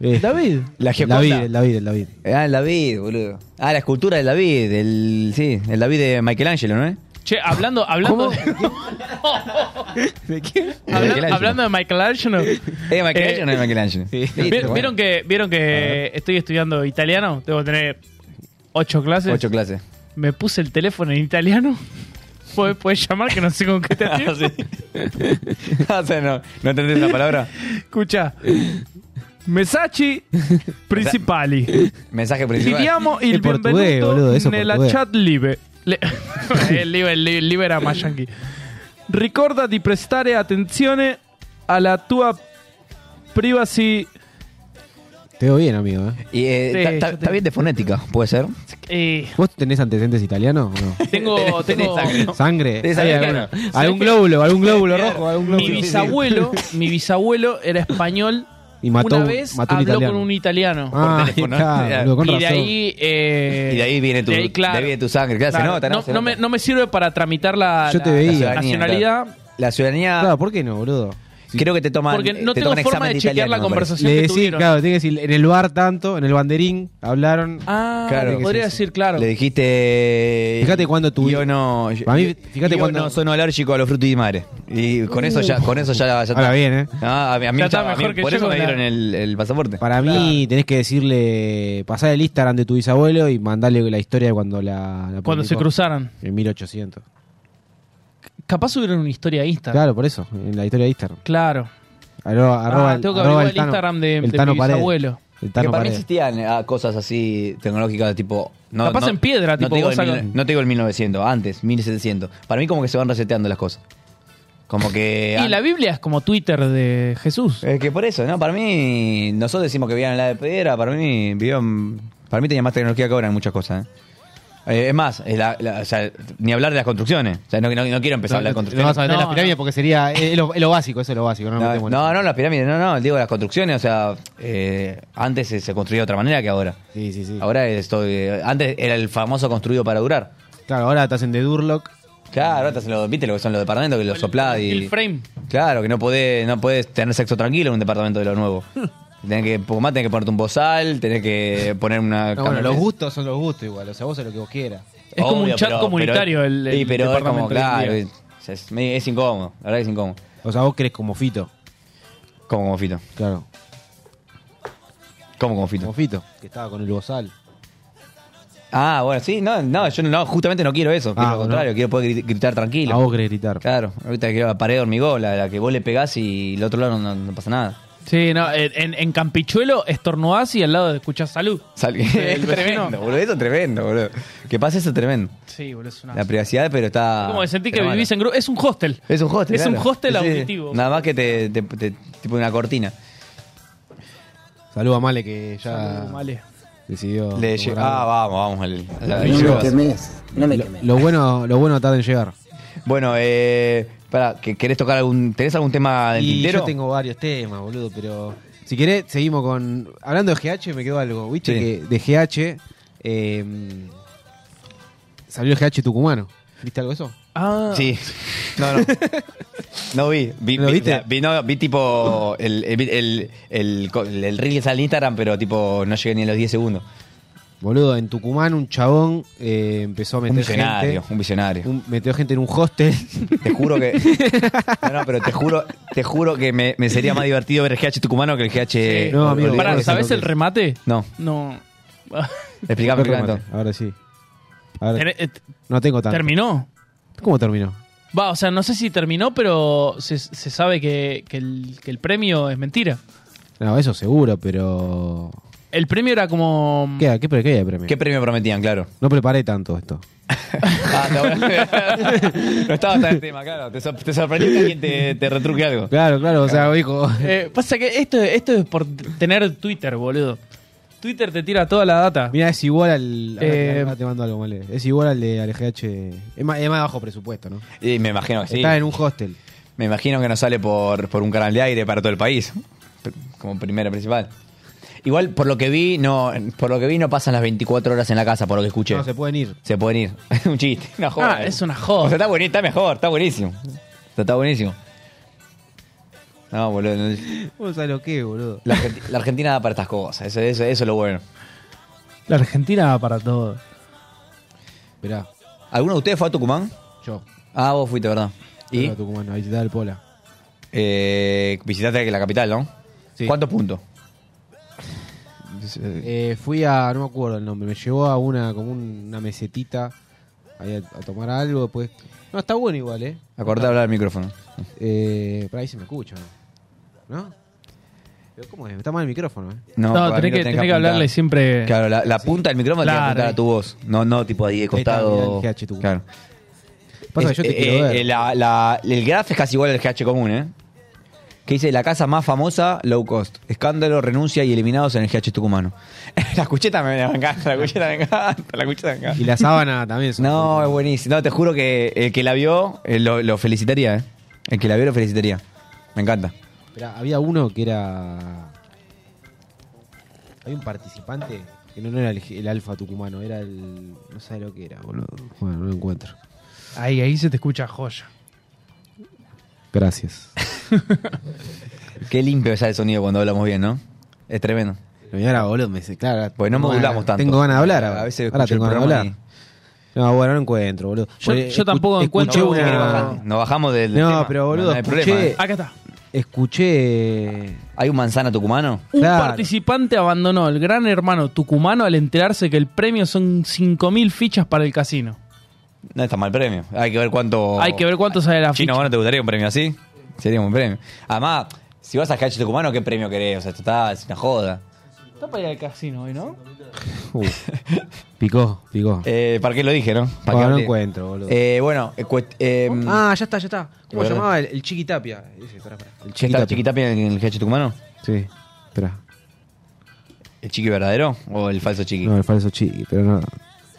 C: Eh,
D: David.
E: La
C: El
E: Gioconda.
C: David, el David, el David.
E: Ah, el David, boludo. Ah, la escultura del David. El, sí, el David de Michelangelo, ¿no es?
D: Che, hablando, hablando de. Habla-
E: Michelangelo. Eh,
D: hablando de Michelangelo.
E: ¿Es Michelangelo o
C: Eh,
E: no es Michelangelo?
D: Eh,
E: Listo,
D: Vi-
E: bueno.
D: ¿Vieron que, vieron que estoy estudiando italiano? Debo tener ocho clases.
E: Ocho clases.
D: Me puse el teléfono en italiano. Puedes, puedes llamar que no sé con qué te atiendo.
E: Ah, o sea, no, ¿no entendés la palabra?
D: Escucha. Messaggi principali.
E: Mensaje principal.
D: Chiediamo il
E: Es portugués,
D: benvenuto
E: boludo, eso es
D: nella
E: portugués.
D: chat live. Le- Eh, live, li- live era más yankee. Ricorda di prestare attenzione alla tua privacy.
C: Te veo bien, amigo. ¿eh?
E: Y eh, está-
D: Sí, yo
E: está-
D: tengo-
E: está bien de fonética, puede ser.
D: Eh,
C: ¿Vos tenés antecedentes italianos o no?
D: tengo, tengo
C: ¿Sangre?
D: Tenés
C: ¿Hay
D: sangre.
C: alguna?
D: ¿Sabés
C: ¿Algún
D: qué?
C: glóbulo? ¿Algún glóbulo rojo? ¿Algún
D: Mi
C: glóbulo?
D: bisabuelo, mi bisabuelo era español.
C: Y mató
D: una
C: un-
D: vez
C: mató un
D: habló
C: italiano.
D: con un italiano
C: Ah, claro, boludo, con
D: y de
C: razón.
D: ahí eh,
E: Y de ahí viene tu-
D: de ahí, claro.
E: de ahí viene tu sangre, claro, se nota, ¿no?
D: no,
E: Se
D: no
E: nota.
D: me, no me sirve para tramitar la,
C: Yo
D: la-
C: te
D: la
C: veía.
E: ciudadanía,
D: nacionalidad
E: claro. La ciudadanía.
C: Claro, ¿por qué no, boludo?
E: Creo que te toman.
D: Porque no
E: te
D: tengo
E: toman
D: forma
E: examen
D: de chequear
E: italiano,
D: la
E: me parece.
D: conversación.
C: Le
D: que
C: decís,
D: tuvieron.
C: claro, tiene que decir en el bar tanto, en el banderín, hablaron.
D: Ah,
E: Claro.
D: podría decir, claro.
E: Le dijiste.
C: Fíjate cuando tu.
E: Yo no.
C: Para mí, fíjate
E: yo
C: cuando-
E: no soy alérgico a los frutos y mares. Y con eso ya. Con eso ya, ya está.
C: Ahora bien, ¿eh?
E: Ah, a mí, a mí
C: Ya está
E: ya- a mí-
C: mejor que
E: Por
C: yo
E: eso
C: con
E: me
C: la-
E: dieron el, el pasaporte.
C: Para mí tenés que decirle, pasar el Instagram de tu bisabuelo y mandarle la historia de cuando la... la
D: Cuando se
C: publicó.
D: cruzaron.
C: En 1800.
D: Capaz subieron una historia a Instagram.
C: Claro, por eso, en la historia de Instagram.
D: Claro.
C: Arroba, arroba
D: Ah,
C: el-
D: tengo que
C: arroba
D: averiguar
C: el
D: el
C: Tano-
D: Instagram de-
C: el
D: de mi
C: Tano Paredes.
D: bisabuelo.
C: El
E: Que
C: Tano
E: para mí
C: Paredes.
E: existían ah, cosas así tecnológicas tipo. No,
D: Capaz
E: no-
D: en piedra,
E: no
D: tipo,
E: Te digo
D: vos
E: el
D: sacas-
E: mil- no te digo el 1900, antes, 1700. Para mí, como que se van reseteando las cosas. Como que.
D: Y la Biblia es como Twitter de Jesús.
E: Es que por eso, ¿no? Para mí, nosotros decimos que vivían en la de piedra, para mí, vivían, para mí tenía más tecnología que ahora en muchas cosas, ¿eh? Eh, es más, eh, la- la- o sea, ni hablar de las construcciones. O sea, no, no- no quiero empezar a hablar de
C: No
E: construcciones.
C: vas a meter las pirámides porque sería... Es lo, es lo básico, eso es lo básico. No, nos
E: No,
C: metemos en
E: no, no, las pirámides, no, no, digo las construcciones, o sea, eh, antes se, se construía de otra manera que ahora.
C: Sí, sí, sí.
E: Ahora estoy, antes era el famoso construido para durar.
C: Claro, ahora te hacen de Durlock.
E: Claro, ahora te hacen los, viste lo que son los departamentos que los soplás y...
D: El frame.
E: Claro, que no podés, no podés tener sexo tranquilo en un departamento de lo nuevo. Tenés que, poco más, tenés que ponerte un bozal, tenés que poner
D: Ah,
E: una.
C: No, bueno, los gustos son los gustos igual, o sea, vos es lo que vos quieras.
D: Es como un chat comunitario el- el
E: Sí, pero es como,
D: departamento del
E: claro,
D: día.
E: es, es- es incómodo, la verdad que es incómodo. O sea, vos querés como Fito. Como como Fito. Claro. Como como Fito.
C: Como Fito, que estaba con el bozal.
E: Ah, bueno, sí, no, no, yo no, justamente no quiero eso, quiero
C: Ah,
E: lo
C: bueno.
E: contrario, quiero poder gri- gritar tranquilo.
C: A vos querés gritar.
E: Claro, ahorita quiero la pared de hormigón, la, la que vos le pegás y el otro lado no, no pasa nada.
D: Sí, no, en, en- en Campichuelo estornudás y al lado escuchás salud.
E: Sal- es tremendo, boludo, eso es tremendo, boludo. Que pasa eso es tremendo.
D: Sí, boludo, es una.
E: La privacidad, pero está.
D: Como que sentí que
E: pero Eh,
D: vivís en grupo. Es un hostel.
E: Es un hostel.
D: Es un
E: claro.
D: hostel
E: Sí, sí.
D: auditivo.
E: Nada más que te, te- te- tipo una cortina.
C: Saluda a Male que ya
E: Saluda, Male.
C: decidió.
E: Le lle- ah, vamos, vamos. al- al- al-
C: me Lo- Lo bueno, lo bueno tarda en llegar.
E: Bueno, eh, para, ¿querés tocar algún, tenés algún tema del
C: Y
E: tintero?
C: yo tengo varios temas, boludo, pero si querés, seguimos con. Hablando de GH, me quedó algo. Viste
E: Sí.
C: que de GH eh, salió el GH tucumano. ¿Viste algo de eso?
D: Ah.
E: Sí. No, no. No vi. Vi, vi- la- vi- no, vi tipo el, el, el, el, co- el reel que sale en Instagram, pero tipo no llegué ni a los 10 segundos.
C: Boludo, en Tucumán un chabón eh, empezó a meter
E: Un visionario,
C: gente.
E: un visionario.
C: un- metió gente en un hostel.
E: Te juro que. No, no, pero te juro, te juro que me, me sería más divertido ver el GH tucumano que el GH.
C: No, amigo,
D: Pará, ¿sabés el
E: remate?
D: remate?
E: No.
D: No.
E: Explicame,
C: Otro
E: explicame.
C: mate. Ahora sí. Ahora-
D: Tené- eh,
C: no tengo tanto.
D: ¿Terminó?
C: ¿Cómo terminó?
D: Va, o sea, no sé si terminó, pero se, se sabe que, que el, que el premio es mentira.
C: No, eso seguro, pero.
D: El premio era como.
C: ¿Qué, qué, qué, hay de premio?
E: ¿Qué premio prometían, claro?
C: No preparé tanto esto.
E: Ah, está bueno. no estaba tan el tema, claro. Te, sor- te sorprendí que alguien te, te retruque algo.
C: Claro, claro, o sea, dijo.
D: Eh, pasa que esto, esto es por tener Twitter, boludo. Twitter te tira toda la data.
C: Mira, es igual al. ahora te-
D: Eh,
C: ahora te mando algo, Male. Es igual al de al GH. Es más, es más bajo presupuesto, ¿no?
E: Y me imagino que sí.
C: Está en un hostel.
E: Me imagino que no sale por, por un canal de aire para todo el país. Pr- Como primera principal. Igual, por lo que vi, no, por lo que vi no pasan las 24 horas en la casa, por lo que escuché.
C: No, se pueden ir.
E: Se pueden ir. un chiste, una joda.
D: Ah, es una joda.
E: O sea, está buenísimo, está mejor, está buenísimo. O sea, está buenísimo. No, boludo. no-
C: ¿Vos sabés lo que, boludo?
E: La, Argenti- la Argentina da para estas cosas. Eso, eso, eso es lo bueno.
D: La Argentina va para todo.
C: Mirá,
E: ¿Alguno de ustedes fue a Tucumán?
C: yo.
E: Ah, vos fuiste, ¿verdad?
C: ¿Y?
E: Y
C: A Tucumán, a visitar el Pola.
E: eh, visitaste la capital, ¿no?
C: Sí.
E: ¿Cuántos puntos?
C: Eh, fui a. No me acuerdo el nombre. Me llevó a una. Como un- una mesetita. ahí a, a tomar algo. Después. No, está bueno igual, ¿eh?
E: Acordé de hablar al micrófono.
C: Eh, pero ahí se me escucha, ¿no? Pero ¿Cómo es? Está mal el micrófono, ¿eh?
E: No, para mí lo
D: tenés que,
E: tenés
D: tenés que
E: apuntar.
D: hablarle siempre.
E: Claro, la, la punta del micrófono tiene que
D: Claro,
E: apuntar
D: ahí.
E: a tu voz. No, no, tipo ahí de costado.
C: está, mirá el GH Tucumán.
E: claro.
C: Pasa que
E: Es-
C: yo te
E: eh,
C: quiero ver.
E: eh, la- la- el graf es casi igual al GH común, ¿eh? Que dice la casa más famosa, low cost. Escándalo, renuncia y eliminados en el GH tucumano. la cucheta me, me encanta, la cucheta me encanta, la cucheta me encanta.
C: Y la sábana también. son-
E: No, es buenísimo. No, te juro que el que la vio eh, lo, lo felicitaría, ¿eh? El que la vio lo felicitaría. Me encanta.
C: Esperá, había uno que era. Había un participante que no, no era el, el alfa tucumano, era el. No sé lo que era, boludo. Bueno, no lo encuentro.
D: Ahí, ahí se te escucha joya.
C: Gracias.
E: Qué limpio sale el sonido cuando hablamos bien, ¿no? Es tremendo.
C: Lo mío ahora, boludo, me dice, claro.
E: Pues no
C: tengo
E: modulamos
C: ganas-
E: tanto.
C: Tengo ganas de hablar ahora.
E: A veces
C: ahora
E: escucho
C: tengo
E: el
C: ganas de hablar.
E: programa
C: No, bueno, no encuentro, boludo.
D: Yo-
C: Porque
D: yo
C: escu-
D: tampoco
C: escuché
D: encuentro-
C: una-
E: Nos bajamos del.
C: No,
E: del tema.
C: pero boludo,
E: hay
C: escuché-
E: problema, ¿eh?
D: Acá está.
C: Escuché.
E: ¿Hay un manzana tucumano?
D: Un
C: Claro.
D: participante abandonó el gran hermano tucumano al enterarse que el premio son 5.000 fichas para el casino.
E: No está mal premio. Hay que ver cuánto.
D: Hay que ver cuánto sale la
E: Chino,
D: ficha.
E: ¿vos no te gustaría un premio así? Sería un buen premio. Además, si vas a Cacho Tucumano, ¿qué premio querés? O sea, esto está, es una joda.
D: Está para ir al casino hoy, ¿no?
C: Uh, picó, picó.
E: Eh, ¿Para qué lo dije, no? ¿Para
C: Ah,
E: qué
C: no
E: hablé?
C: encuentro, boludo.
E: Eh, bueno, eh, cuest- eh,
C: Ah, ya está, ya está. ¿Cómo se
E: ¿Verdad?
C: llamaba? El, el Chiquitapia. Ese, pará, pará. El
E: ¿qué está Chiquitapia en el Cacho Tucumano?
C: Sí, espera.
E: ¿El chiqui verdadero o el falso chiqui?
C: No, el falso chiqui, pero no.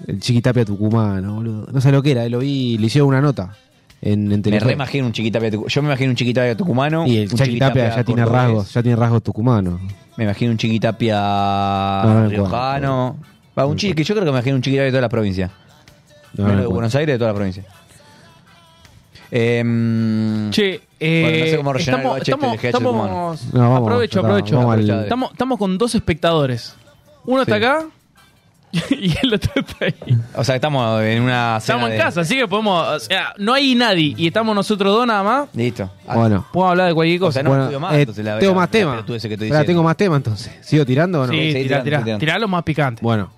C: El chiquitapia tucumano, boludo. No sé lo que era, eh, lo vi, le hicieron una nota en,
E: me
C: en Telefe.
E: reimagino un chiquitapia tucumano. Yo me imagino un chiquitapia tucumano.
C: Y el
E: un
C: chiquitapia ya tiene
E: cordobés.
C: rasgos, ya tiene rasgos tucumanos.
E: Me imagino un chiquitapia
C: no me
E: riojano. Va, un chiqui, yo creo que me imagino un chiquitapia de todas las provincias.
C: No,
E: Menos
C: no
E: de
C: me
E: Buenos Aires, de todas las provincias. Em,
D: Che, Eh,
E: Bueno, no sé cómo rellenar el
D: estamos,
E: bochete del
D: estamos,
E: ketchup
D: estamos-
E: humano.
C: No, vamos,
D: aprovecho,
C: ya está,
D: aprovecho.
C: vamos al-
D: estamos, estamos con dos espectadores. Uno está
E: Sí.
D: acá y el otro está ahí.
E: O sea, estamos en una. cena
D: Estamos en
E: de-
D: casa, así que podemos. O sea, no hay nadie y estamos nosotros dos nada más.
E: Listo.
C: Bueno.
D: Puedo hablar de cualquier cosa.
C: Bueno, eh, tengo más temas.
E: pelotudez que estoy
C: Pará,
E: diciendo.
C: tengo más temas entonces. ¿Sigo tirando o no?
D: Sí,
E: Sí,
D: tirá,
E: tirando,
D: tirá.
E: tirando.
D: Tirá lo más picante.
C: Bueno,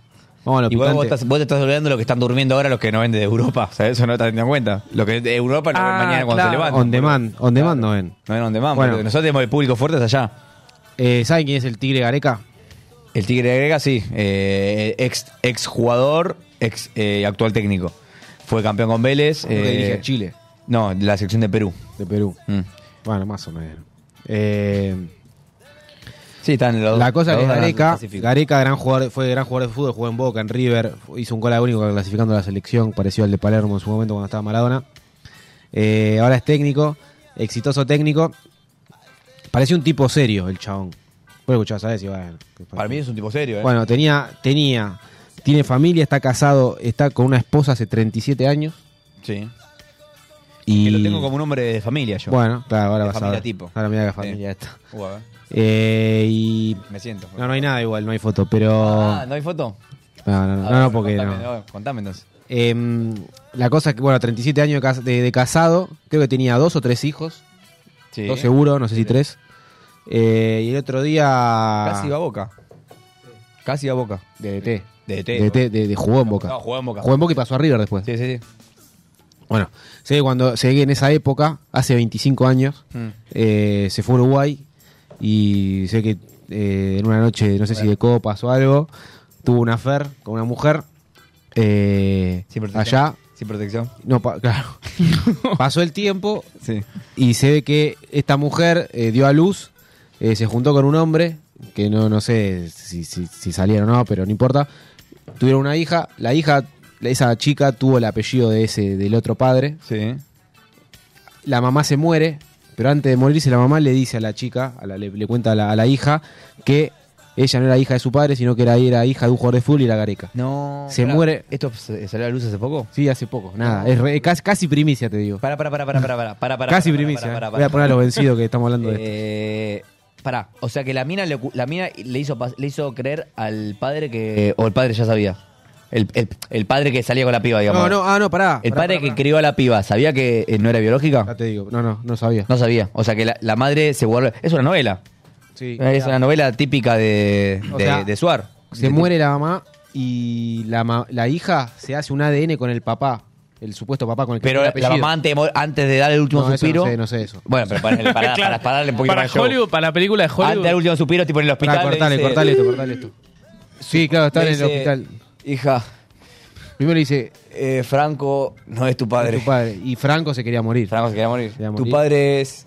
C: vamos a lo
E: Y vos, vos
C: picante.
E: estás- vos te estás olvidando lo que están durmiendo ahora los que no venden de Europa. O sea, eso no estás teniendo en cuenta. Lo que de Europa lo ven
C: Ah,
E: mañana cuando
C: claro.
E: se levantan.
C: On demand, on demand no ven.
E: No ven on demand,
C: Bueno.
E: porque nosotros tenemos el público fuerte es allá.
C: Eh, ¿Saben quién es el Tigre Gareca?
E: El Tigre Gareca, sí. eh, ex, ex jugador, ex eh, actual técnico. Fue campeón con Vélez.
C: Creo que dirige a
E: Chile? No, la selección de Perú.
C: De Perú.
E: Mm.
C: Bueno, más o menos. Eh,
E: Sí, están los
C: La cosa
E: los
C: es
E: dos
C: Gareca,
E: clasifican.
C: Gareca gran jugador, fue gran jugador de fútbol, jugó en Boca, en River, hizo un gol único clasificando a la selección, parecido al de Palermo en su momento cuando estaba Maradona. Eh, ahora es técnico, exitoso técnico. Parecía un tipo serio el chabón. Vos lo escuchás, ¿sabés? Y bueno, que-
E: Para mí es un tipo serio, ¿eh?
C: Bueno, tenía, tenía, tiene familia, está casado, está con una esposa hace 37 años.
E: Sí.
C: Y
E: Que lo tengo como un hombre de familia yo.
C: Bueno, claro, ahora
E: De
C: vas a
E: familia
C: ver.
E: tipo.
C: Ahora mira la familia esta.
E: Uh, a ver.
C: Eh, y...
E: Me siento.
C: No, no hay nada igual, no hay foto, pero...
E: Ah, ¿no hay foto?
C: No, no,
E: A
C: no,
E: ver,
C: no, porque
E: contame,
C: no.
E: a ver, contame entonces.
C: Em, la cosa es que, bueno, 37 años de, cas- de- de casado, creo que tenía dos o tres hijos,
E: Sí.
C: dos seguro, no sé si tres. Eh, y el otro día...
E: Casi iba a boca. Casi iba a boca.
C: DDT.
E: DDT.
C: De, de- de- de- jugó en Boca.
E: E No, jugó en Boca.
C: Jugó en Boca y pasó a River después.
E: Sí, sí, sí.
C: Bueno, sé que cuando llegué en esa época, hace 25 años,
E: Mm.
C: eh, se fue a Uruguay y sé que eh, en una noche, no sé si de copas o algo, tuvo una affair con una mujer eh,
E: Sin protección.
C: allá.
E: Sin protección.
C: No, pa- claro. Pasó el tiempo y se ve que esta mujer eh, dio a luz, eh, se juntó con un hombre, que no, no sé si, si, si salieron o no, pero no importa. Tuvieron una hija, la hija, esa chica tuvo el apellido de ese, del otro padre.
E: Sí.
C: La mamá se muere, pero antes de morirse la mamá le dice a la chica, a la- le, le cuenta a la, a la hija, que ella no era hija de su padre, sino que era, era hija de un jugador de fútbol y la gareca.
E: No.
C: Se
E: pará,
C: muere.
E: ¿Esto se- salió a la luz hace poco?
C: Sí, hace poco, nada, es re- casi, casi primicia te digo.
E: Para, para, para, para, para, para, para, para.
C: Casi primicia. eh.
E: para, para,
C: Voy
E: para.
C: a poner a los vencidos que estamos hablando de esto.
E: Eh, pará, o sea que la mina le, ocu- la mina le hizo pas- le hizo creer al padre que o el padre ya sabía. El, el- el padre que salía con la piba, digamos.
C: No, no, ah, no, pará.
E: El
C: pará,
E: padre
C: pará,
E: que crió a la piba, ¿sabía que eh, no era biológica?
C: Ya te digo, no, no, no sabía.
E: No sabía. O sea que la, la madre se guardó. Es una novela.
C: Sí,
E: es
C: ya.
E: una novela típica de, de,
C: O sea,
E: de Suar.
C: Se muere la mamá y la, ma- la hija se hace un ADN con el papá, el supuesto papá con el que
E: Pero
C: tiene
E: la
C: apellido.
E: mamá antes de, mo- antes de dar el último
C: No, eso
E: suspiro.
C: no sé, no sé eso.
E: Bueno, pero para, para, para,
D: Claro.
E: darle un poquito
D: Para
E: más de show.
D: Hollywood, para la película de
E: Antes de dar el
D: Hollywood.
E: último suspiro, tipo en el hospital.
C: Pará,
E: le
C: Ah, cortale,
E: dice-
C: cortale esto, cortale esto. Sí, claro, está
E: Le
C: en el
E: dice,
C: hospital.
E: Hija,
C: Primero le dice,
E: eh, Franco no es tu padre.
C: tu padre. Y Franco se quería morir.
E: Franco se quería morir.
C: Quería
E: Tu
C: morir.
E: padre es.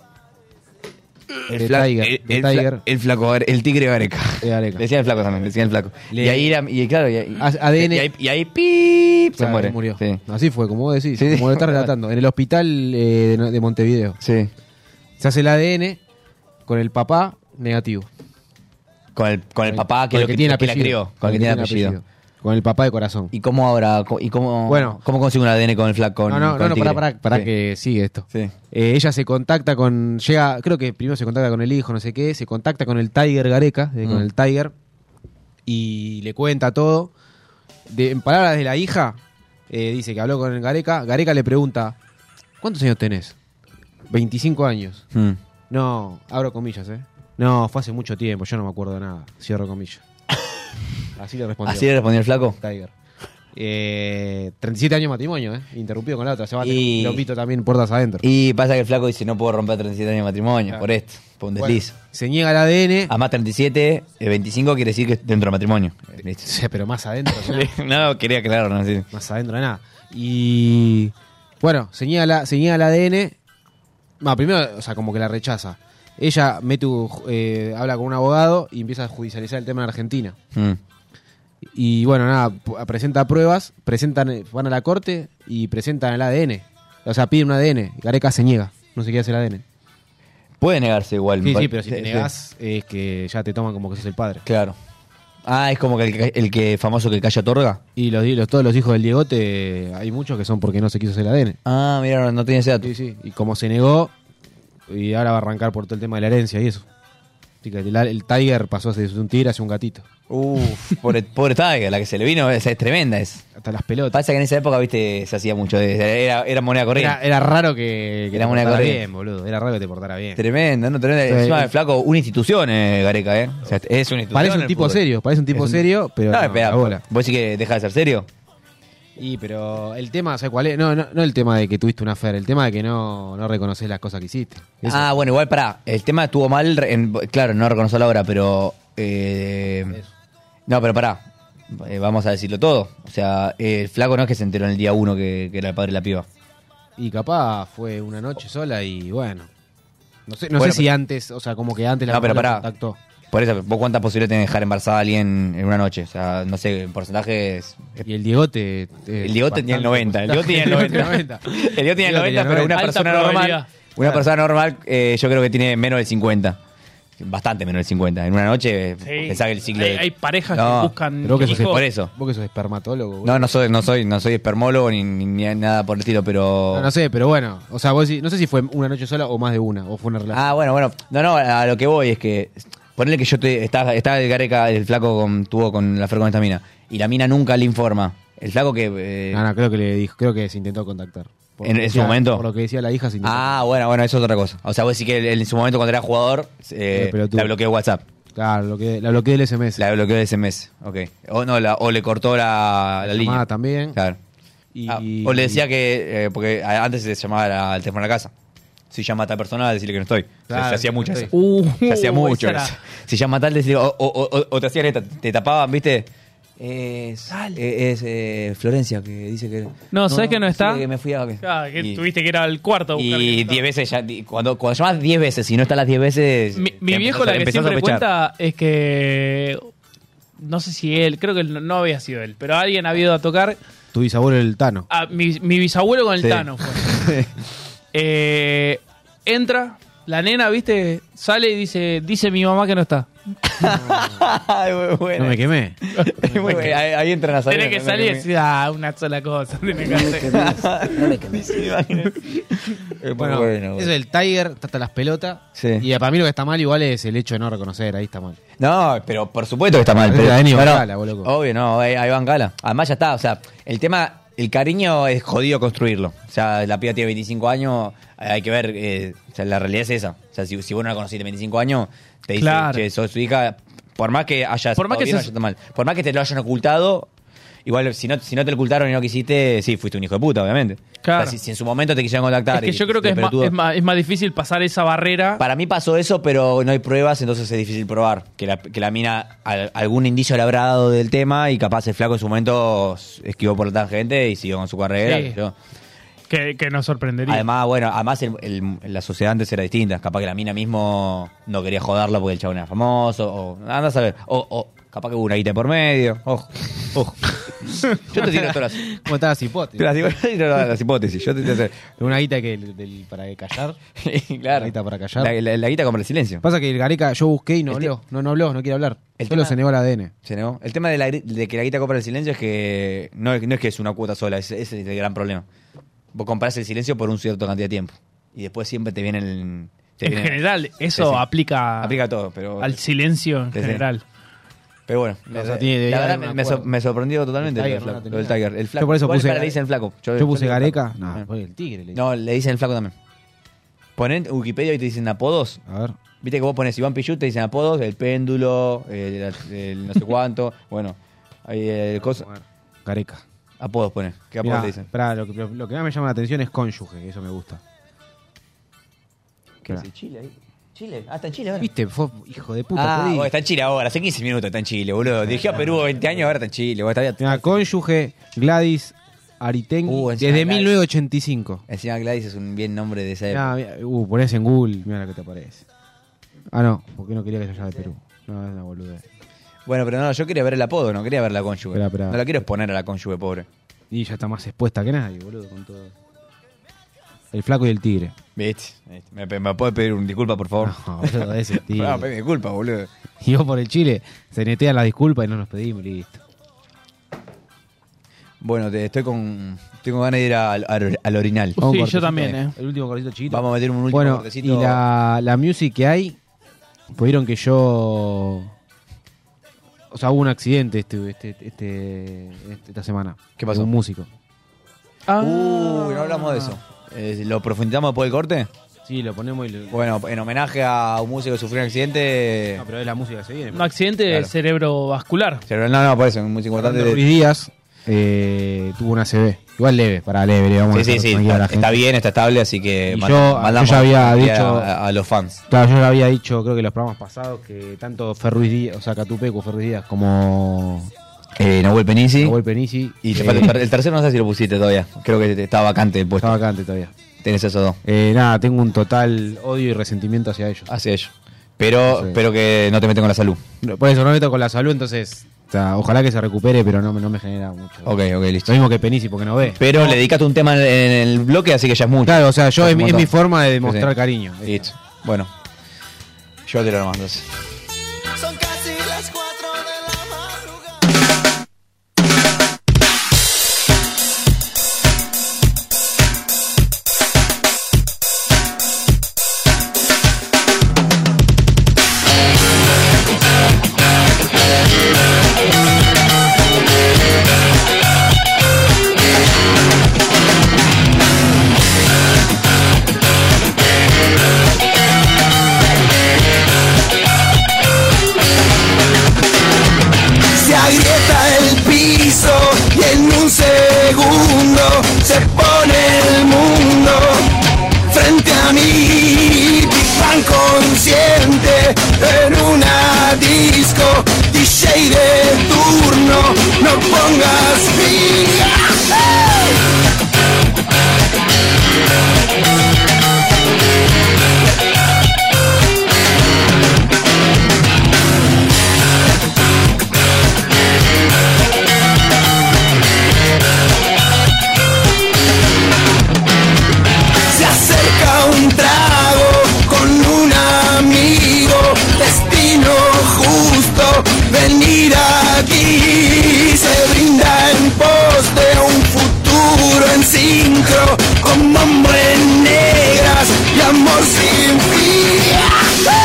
C: The
E: fla-
C: Tiger,
E: el-
C: The
E: el fla-
C: Tiger.
E: el flaco, el tigre Gareca.
C: De Gareca.
E: Le decían el flaco también, le decían el flaco.
C: Le-
E: y ahí, era- y claro, y ahí,
C: A- ADN.
E: y ahí, y ahí, ¡pip! se
C: Claro,
E: muere.
C: murió.
E: Sí.
C: Así fue, como vos decís,
E: Sí, sí.
C: como lo estás relatando. En el hospital eh, de, de Montevideo.
E: Sí.
C: Se hace el ADN con el papá negativo.
E: Con el, con el papá que,
C: Con
E: lo
C: el que tiene
E: que la
C: apellido.
E: crió, con el que tiene apellido.
C: Con el papá de corazón.
E: ¿Y cómo ahora? co- ¿Y cómo,
C: Bueno.
E: cómo consigo un ADN con el flaco? con-
C: no, no,
E: con el
C: no, no,
E: tigre?
C: pará, pará, pará
E: Sí.
C: que sigue esto.
E: Sí.
C: Eh, ella se contacta con. Llega, creo que primero se contacta con el hijo, no sé qué. Se contacta con el Tiger Gareca, eh, con
E: Mm.
C: el Tiger. Y le cuenta todo. De- en palabras de la hija, eh, dice que habló con el Gareca. Gareca le pregunta: ¿Cuántos años tenés? 25 años.
E: Mm.
C: No, abro comillas, ¿eh? No, fue hace mucho tiempo, yo no me acuerdo de nada. Cierro comillas. Así le respondió.
E: ¿Así le respondió el flaco?
C: Tiger. Eh, 37 años de matrimonio, ¿eh? Interrumpido con la otra. Se va a tener
E: Y-
C: un quilombito también puertas adentro.
E: Y pasa que el flaco dice, no puedo romper 37 años de matrimonio
C: Claro.
E: por esto, por un
C: Bueno,
E: desliz.
C: se niega el ADN,
E: Además, 37, eh, 25 quiere decir que es dentro del matrimonio. Listo.
C: Sí, pero más adentro. ¿no?
E: no, quería aclarar, no sí.
C: más adentro de nada. Y bueno, se niega, la, se niega el ADN. No, primero, o sea, como que la rechaza. Ella mete, un- eh, habla con un abogado y empieza a judicializar el tema en Argentina.
E: Mm.
C: Y bueno, nada, pu- presenta pruebas, presentan, eh, van a la corte y presentan el ADN. O sea, piden un ADN. Gareca se niega, no se quiere hacer ADN.
E: Puede negarse igual.
C: Sí,
E: me
C: sí,
E: pare-
C: pero si te
E: sí,
C: negás es que ya te toman como que sos el padre.
E: sí. Claro. Ah, es como que el, que- el que famoso que calla otorga.
C: Y los, di- los- todos los hijos del Diegote, hay muchos que son porque no se quiso hacer ADN.
E: Ah, mira, no, no tenía ese dato.
C: Sí, sí. Y como se negó, Y ahora va a arrancar por todo el tema de la herencia y eso. Así que el, el Tiger pasó de un tigre hacia un gatito.
E: Uf, pobre, pobre Tiger, la que se le vino, esa es tremenda. Es.
C: Hasta las pelotas.
E: Pasa que en esa época, viste, se hacía mucho. de- Era, era moneda corriente.
C: Era, era raro que, que
E: Era
C: te
E: moneda
C: portara
E: corriente.
C: bien, boludo. Era raro que te portara bien.
E: Tremenda, no tremenda.
C: eh. Sí.
E: Encima el flaco, una institución, eh, Gareca, ¿eh? O sea, es una institución.
C: Parece un
E: el
C: tipo
E: fútbol.
C: serio, parece un tipo serio, pero
E: No,
C: no,
E: espera,
C: la bola.
E: ¿Vos decís que deja de ser serio?
C: Y pero el tema, ¿sabes cuál es? No, no, no el tema de que tuviste una fer, el tema de que no, no reconoces las cosas que hiciste. Eso.
E: Ah, bueno, igual pará. El tema estuvo mal, en- claro, no reconozco la hora, pero. eh, no, pero pará. Eh, vamos a decirlo todo. O sea, eh, el flaco no es que se enteró en el día uno que, que era el padre de la piba.
C: Y capaz fue una noche sola y bueno. No sé, no
E: Bueno,
C: sé si
E: pero-
C: antes, o sea, como que antes la
E: No, pero
C: mujer lo
E: pará.
C: contactó.
E: Por eso, ¿vos cuántas posibilidades tenés de dejar embarazada a alguien en una noche? O sea, no sé, en porcentaje es.
C: Y el Diegote. eh, el
E: Diegote tenía Eh, el 90. El Diegote tenía el 90. El Diegote tenía el 90, pero una
D: Alta
E: persona normal.
D: probabilidad.
E: Una persona normal, eh, yo creo que tiene menos del 50. Bastante menos del 50. En una noche, eh, pensá que el ciclo.
D: Hay,
E: de-
D: hay parejas
E: No,
D: que buscan.
E: pero vos que sos
D: hijos.
E: por eso.
C: Vos que sos espermatólogo.
E: No, no soy, no soy, no soy espermólogo ni, ni- ni nada por el estilo, pero.
C: No, no sé, pero bueno. O sea, vos decís- no sé si fue una noche sola o más de una, o fue una relación.
E: Ah, bueno, bueno. No, no, a lo que voy es que. Ponele que yo te. Estaba, estaba el Gareca, el flaco con, tuvo con la Fer con esta mina. Y la mina nunca le informa. El flaco que. eh,
C: no, no, creo que le dijo, creo que se intentó contactar. Por
E: En-
C: lo que
E: en su
C: decía-
E: momento.
C: Por lo que decía la hija, se intentó.
E: Ah, bueno, bueno, eso es otra cosa. O sea, vos decís que él, él en su momento cuando era jugador, eh,
C: Era pelotudo.
E: la bloqueó WhatsApp.
C: Claro, lo que, la bloqueé del SMS.
E: La bloqueó de SMS, ok. O no, la- o le cortó la, la línea.
C: también.
E: Claro. Ah, o le decía que, eh, porque a- antes se llamaba la- al teléfono de la casa. Si llama a tal persona, decirle que no estoy. Se-
C: Claro,
E: se hacía mucho
C: estoy.
E: eso. se hacía
C: uh,
E: mucho
C: esa era.
E: eso. Si llama a tal, decirle, o, o- o- o te hacían esta, te tapaban, ¿viste? Es, es, eh, Florencia que dice que...
D: No, ¿sabes que no está?
E: decirle que me fui a-
D: Ah, que
E: Y-
D: tuviste que ir al cuarto a buscar.
E: Y 10 veces, ya, di- cuando, cuando llamas 10 veces, si no estás las 10 veces...
D: Mi, mi
E: te
D: viejo
E: empezás a-
D: la que
E: empezás a
D: siempre
E: sospechar.
D: cuenta es que no sé si él, creo que él no- no había sido él, pero alguien ha ido a tocar
C: Tu bisabuelo el Tano.
D: a mi, mi bisabuelo con el
C: Sí.
D: Tano. fue. Eh, entra, la nena, viste, sale y dice, dice mi mamá que no está.
E: Ay, muy buena.
C: No me quemé.
E: Muy buena. Ahí, ahí entran a salir.
D: Tenés que salir y decir, ah, una sola cosa. tenés que hacer".
C: Bueno, eso es el Tiger, hasta las pelotas.
E: Sí.
C: Y para mí lo que está mal igual es el hecho de no reconocer, ahí está mal.
E: No, pero por supuesto que está mal.
C: Es
E: Pero,
C: la de Aníbal
E: no, no.
C: Gala, vos, loco.
E: Obvio, no, ahí ahí va en Gala. Además ya está, o sea, el tema, el cariño es jodido construirlo. O sea, la piba tiene 25 años, eh, hay que ver, eh, o sea, la realidad es esa. O sea, si, si vos no la conociste en 25 años, te dice,
D: Claro.
E: che, sos su hija, por más que hayas
D: Por más
E: o
D: que
E: bien o
D: seas-
E: hayas estado mal, por más que te lo hayan ocultado, igual si no, si no te lo ocultaron y no quisiste, sí, fuiste un hijo de puta, obviamente.
D: Claro.
E: O sea, si, si en su momento te quisieron contactar.
D: Es que
E: y-
D: yo creo que
E: de
D: es más,
E: pelotudo.
D: es más- es más difícil pasar esa barrera.
E: Para mí pasó eso, pero no hay pruebas, entonces es difícil probar. Que la, que la mina al- algún indicio le habrá dado del tema y capaz el flaco en su momento s- esquivó por la tangente y siguió con su carrera.
D: Sí.
E: qué sé yo.
D: Que, que nos sorprendería.
E: Además, bueno, además el- el- la sociedad antes era distinta. Capaz que la mina mismo no quería jodarla porque el chabón era famoso. O, anda a saber. O, o capaz que hubo una guita por medio. Ojo, ojo. Yo te tiro todas las-
C: ¿Cómo están las hipótesis?
E: las, hipótesis- las hipótesis. Yo te, te-
C: Una guita que del- del- para callar.
E: te- claro.
C: Una guita para callar.
E: La, la- la guita compra el silencio.
C: Pasa que el Gareca yo busqué y no habló. No, no habló, no quiere hablar.
E: Este- El
C: Solo
E: tema-
C: se negó al ADN.
E: Se negó. El tema de, la, gri- de que la guita compra el silencio es que no, es- no es que es una cuota sola, ese ese es el gran problema. Vos comprás el silencio por un cierto cantidad de tiempo y después siempre te viene el. te
D: en
E: viene-
D: general, eso
E: Sí, sí.
D: aplica,
E: Aplica a todo, pero.
D: al silencio en
E: Sí, sí.
D: general.
E: Pero bueno,
C: O
E: la-
C: sea, tiene- debería
E: la
C: haber
E: verdad
C: un
E: me, me
C: acuerdo.
E: sor- me sorprendió totalmente
C: El
E: lo del
C: Tiger, no
E: flaco-
C: la tenía.
E: lo del Tiger. El flaco.
C: Yo por eso
E: ¿Cuál
C: puse.
E: para le dicen el flaco?
C: Yo,
E: yo le
C: puse
E: digo el
C: Gareca.
E: flaco. Ah.
C: No, fue el tigre. le dije.
E: No, le dicen el flaco también. Ponen Wikipedia y te dicen apodos.
C: A ver.
E: Viste que vos pones Iván Pichu, te dicen apodos, el péndulo, el, el no sé cuánto. bueno, hay eh, cosas.
C: Gareca.
E: Apodos pones. ¿Qué apodos
C: Mirá,
E: te dicen?
C: pará, lo, que, lo- lo que más me llama la atención es cónyuge, que eso me gusta.
E: ¿Qué
C: Mirá.
E: dice? Chile ahí. Chile, ah, está en Chile ahora.
C: Viste, fue hijo de puta.
E: Ah,
C: te dije.
E: bueno, está en Chile ahora, hace 15 minutos está en Chile, boludo. Dirigí a Perú 20 años, ahora está en Chile. Bueno, está bien.
C: Mirá, cónyuge Gladys Aritengui
E: Uh, encima
C: desde
E: Gladys. Eh.
C: 1985.
E: Encima Gladys es un bien nombre de esa época.
C: Mirá, mirá, uh, ponés en Google, mira lo que te aparece. Ah, no, porque no quería que se llame Perú. No, es una boludez.
E: Bueno, pero no, yo quería ver el apodo, no quería ver la cónyuge.
C: Esperá, esperá.
E: No la quiero exponer a la cónyuge, pobre.
C: Y ya está más expuesta que nadie, boludo, con todo. El flaco y el tigre.
E: ¿Viste? ¿Viste? ¿Me, me puede pedir un disculpa, por favor?
C: No, boludo, ese tigre.
E: Ah, pedime disculpa, boludo.
C: Y vos por el Chile, se netean las disculpas y no nos pedimos, listo.
E: Bueno, te- estoy con estoy con ganas de ir al, al- al orinal.
C: Vamos Sí, yo cortecito, también, eh.
E: El último cortecito chiquito. Vamos a meter un último
C: Bueno, y
E: cortecito.
C: la, la music que hay, pues vieron que yo. O sea, hubo un accidente este, este, este- este- esta semana. ¿Qué
E: pasó?
C: Un músico.
D: Ah,
E: Uy, no hablamos de eso. Eh, ¿Lo profundizamos después del corte?
C: Sí, lo ponemos y lo...
E: Bueno, en homenaje a un músico que sufrió un accidente... No,
C: pero es la música que se viene.
D: Un accidente cerebrovascular.
E: No, no, por eso, un músico importante...
C: Fernando
E: de-
C: Ruiz Díaz eh, tuvo una CB. Igual leve, para leve, le vamos a
E: Sí, sí,
C: dejar
E: sí,
C: tranquila a
E: está,
C: la gente.
E: bien, está estable, así que
C: Y
E: mand-
C: yo- yo ya había
E: a-
C: dicho-
E: a, a los fans.
C: Claro, yo le había dicho, creo que en los programas pasados, que tanto Ferruiz Díaz, o sea, Catupeco, Ferruiz Díaz, como
E: Eh, Nahuel Penisi.
C: Nahuel Penisi.
E: Y te
C: eh,
E: falta el, ter- el tercero no sé si lo pusiste todavía. Creo que está vacante el puesto.
C: Está vacante todavía.
E: Tenés esos dos.
C: eh, nada, tengo un total odio y resentimiento hacia ellos.
E: Hacia ellos. Pero,
C: Sí.
E: pero que no te meten con la salud.
C: Por eso no me meto con la salud, entonces está, ojalá que se recupere, pero no, me- no me genera mucho.
E: Ok, ok, listo.
C: Lo mismo que Penisi, porque no ve.
E: Pero le dedicaste un tema en, en el bloque, así que ya es mucho.
C: Claro, o sea, yo
E: Ya
C: es
E: un
C: mi- es
E: montón.
C: mi forma de demostrar cariño.
E: Listo. Bueno. Yo te lo mando. entonces.
J: Se agrieta el piso y en un segundo se pone el mundo frente a mí. Pan consciente en una disco, DJ de turno, no pongas figa. ¡Hey! Se acerca un trago con un amigo, destino justo, venir aquí. Se brinda en pos de un futuro en sincro, con hombre en negras y amor sin fin. ¡Ah!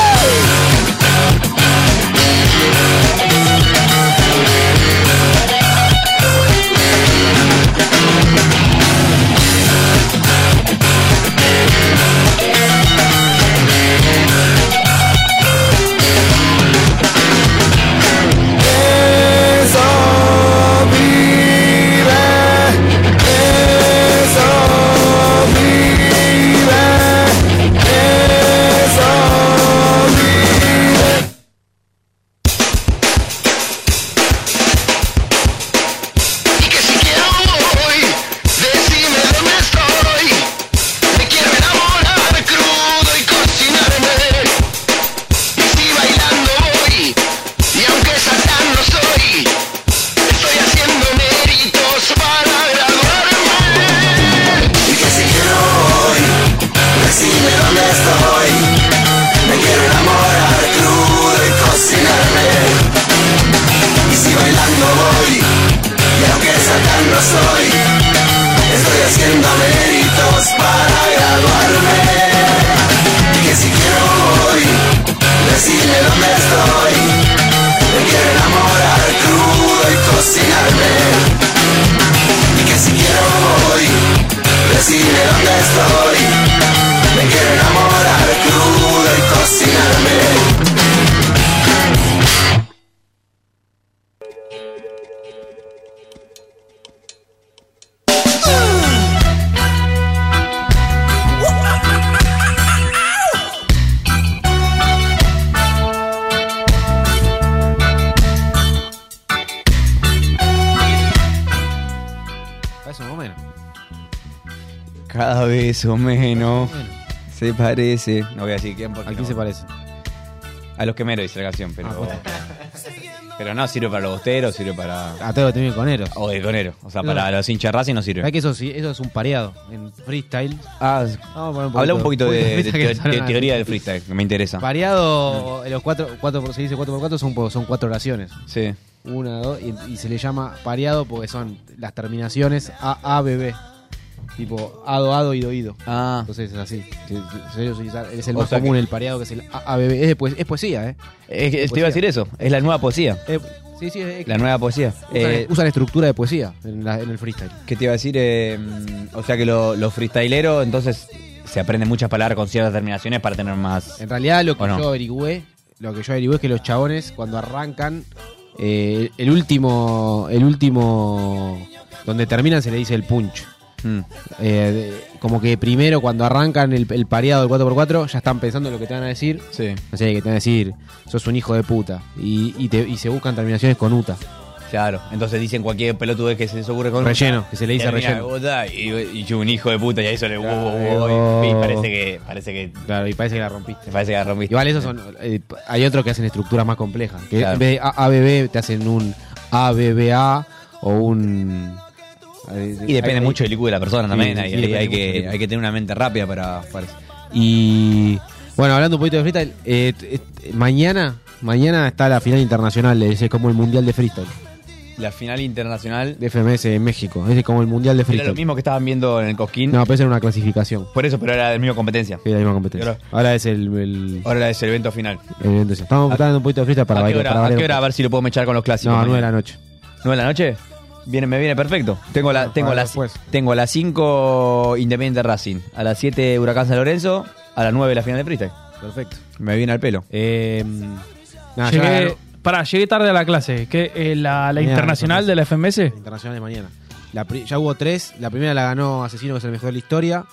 J: Eso vive, eso vive, eso vive. Y que si quiero voy, decime dónde estoy. Me quiero enamorar crudo y cocinarme. Y si bailando voy. Y aunque satán no soy, estoy haciendo méritos para graduarme. Y que si quiero hoy, decime dónde estoy. Me quiero enamorar crudo y cocinarme. Y si bailando voy, y aunque satán no soy, estoy haciendo méritos para graduarme. Y que si quiero hoy, decime dónde estoy. Me quiero enamorar crudo y cocinarme Y que si quiero hoy Decime dónde estoy Me quiero enamorar crudo y cocinarme
C: Eso más o menos.
E: Cada vez o menos se parece. Ah, No voy a decir quién porque.
C: ¿A quién se parece?
E: A los que mero dice la canción, pero. Pero no, sirve para los bosteros, sirve para.
C: Ateo de tener coneros.
E: O de conero. O sea,
C: No,
E: para
C: no.
E: los hinchas Racing no
C: Hay
E: sirve.
C: que eso, sí, eso es un pareado en freestyle.
E: Ah, Habla un poquito de, de teo- de teoría del
C: del
E: freestyle, que me interesa.
C: Pareado, eh, los cuatro, cuatro por- se dice 4x4, son, po- son cuatro oraciones.
E: Sí.
C: Una, dos, y, y se le llama pareado porque son las terminaciones A, A, B, B. Tipo, ado, ado, ido, ido.
E: Ah.
C: Entonces es así. Se- se- se- se- Es el
E: O
C: más
E: sea
C: común,
E: que-
C: el pareado, que es el A, A, B, B. Es, de poe- es poesía, ¿eh?
E: Es que- te iba a decir eso, es la nueva poesía.
C: Eh, sí, sí, es-
E: La nueva poesía.
C: usan,
E: Eh,
C: usan estructura de poesía en, la- en el freestyle.
E: ¿Qué te iba a decir? Eh, mm, o sea que lo- los freestyleros, entonces, se aprenden muchas palabras con ciertas terminaciones para tener más.
C: En realidad lo que
E: ¿O no?
C: yo averigüé, lo que yo averigüé es que los chabones cuando arrancan, eh, el último, el último donde terminan se le dice el punch.
E: Mm.
C: Eh, de- como que primero cuando arrancan el, el pareado del 4x4 ya están pensando en lo que te van a decir.
E: Sí.
C: No sé, que te van a decir, sos un hijo de puta. Y, y te- y se buscan terminaciones con UTA.
E: Claro, entonces dicen cualquier pelotudez que se les ocurre con.
C: Relleno, que se le dice
E: Termina,
C: relleno.
E: "Bota", Y, y yo, un hijo de puta, y ahí sale. "Wow, wow, wow", y, y parece que. Parece que
C: Claro, y parece que la rompiste.
E: Parece que la rompiste.
C: Igual esos son. eh, hay otros que hacen estructuras más complejas. Que
E: Claro.
C: en vez de A- ABB te hacen un ABBA o un. eh,
E: Y depende mucho del IQ de la persona también. hay, hay- hay que, hay que tener una mente rápida para. para-
C: Y. Bueno, hablando un poquito de freestyle, eh, t- eh, mañana. Mañana está la final internacional, ese es como el mundial de freestyle.
E: La final internacional.
C: De FMS en México, ese es como el mundial de
E: Era lo
C: freestyle.
E: mismo que estaban viendo en el Cosquín.
C: No, pero esa era una clasificación,
E: Por eso, pero era de la misma competencia.
C: que era la misma competencia. Ahora es el. el-
E: Ahora es el evento final.
C: el evento ese. Estamos hablando un poquito de freestyle para
E: ¿A qué
C: bailar.
E: hora?
C: para
E: ¿A
C: variar
E: qué
C: un
E: hora? A ver si lo puedo mechar con los
C: poco.
E: clásicos.
C: No, a 9 de
E: mañana.
C: la noche.
E: ¿Nueve de la noche? Viene, me viene perfecto. Tengo la, tengo
C: para
E: las, tengo a las 5 Independiente Racing, a las 7 Huracán San Lorenzo, a las 9 la final de freestyle. Eh,
C: Perfecto.
E: Me viene al pelo.
C: Em,
E: eh.
M: llegué, pará, llegué tarde a la clase. que
D: Eh,
M: la, la
C: Mañana,
M: internacional de la FMS?
C: Internacional de mañana. La pri- ya hubo tres. La primera la ganó Asesino, que es el mejor de la historia.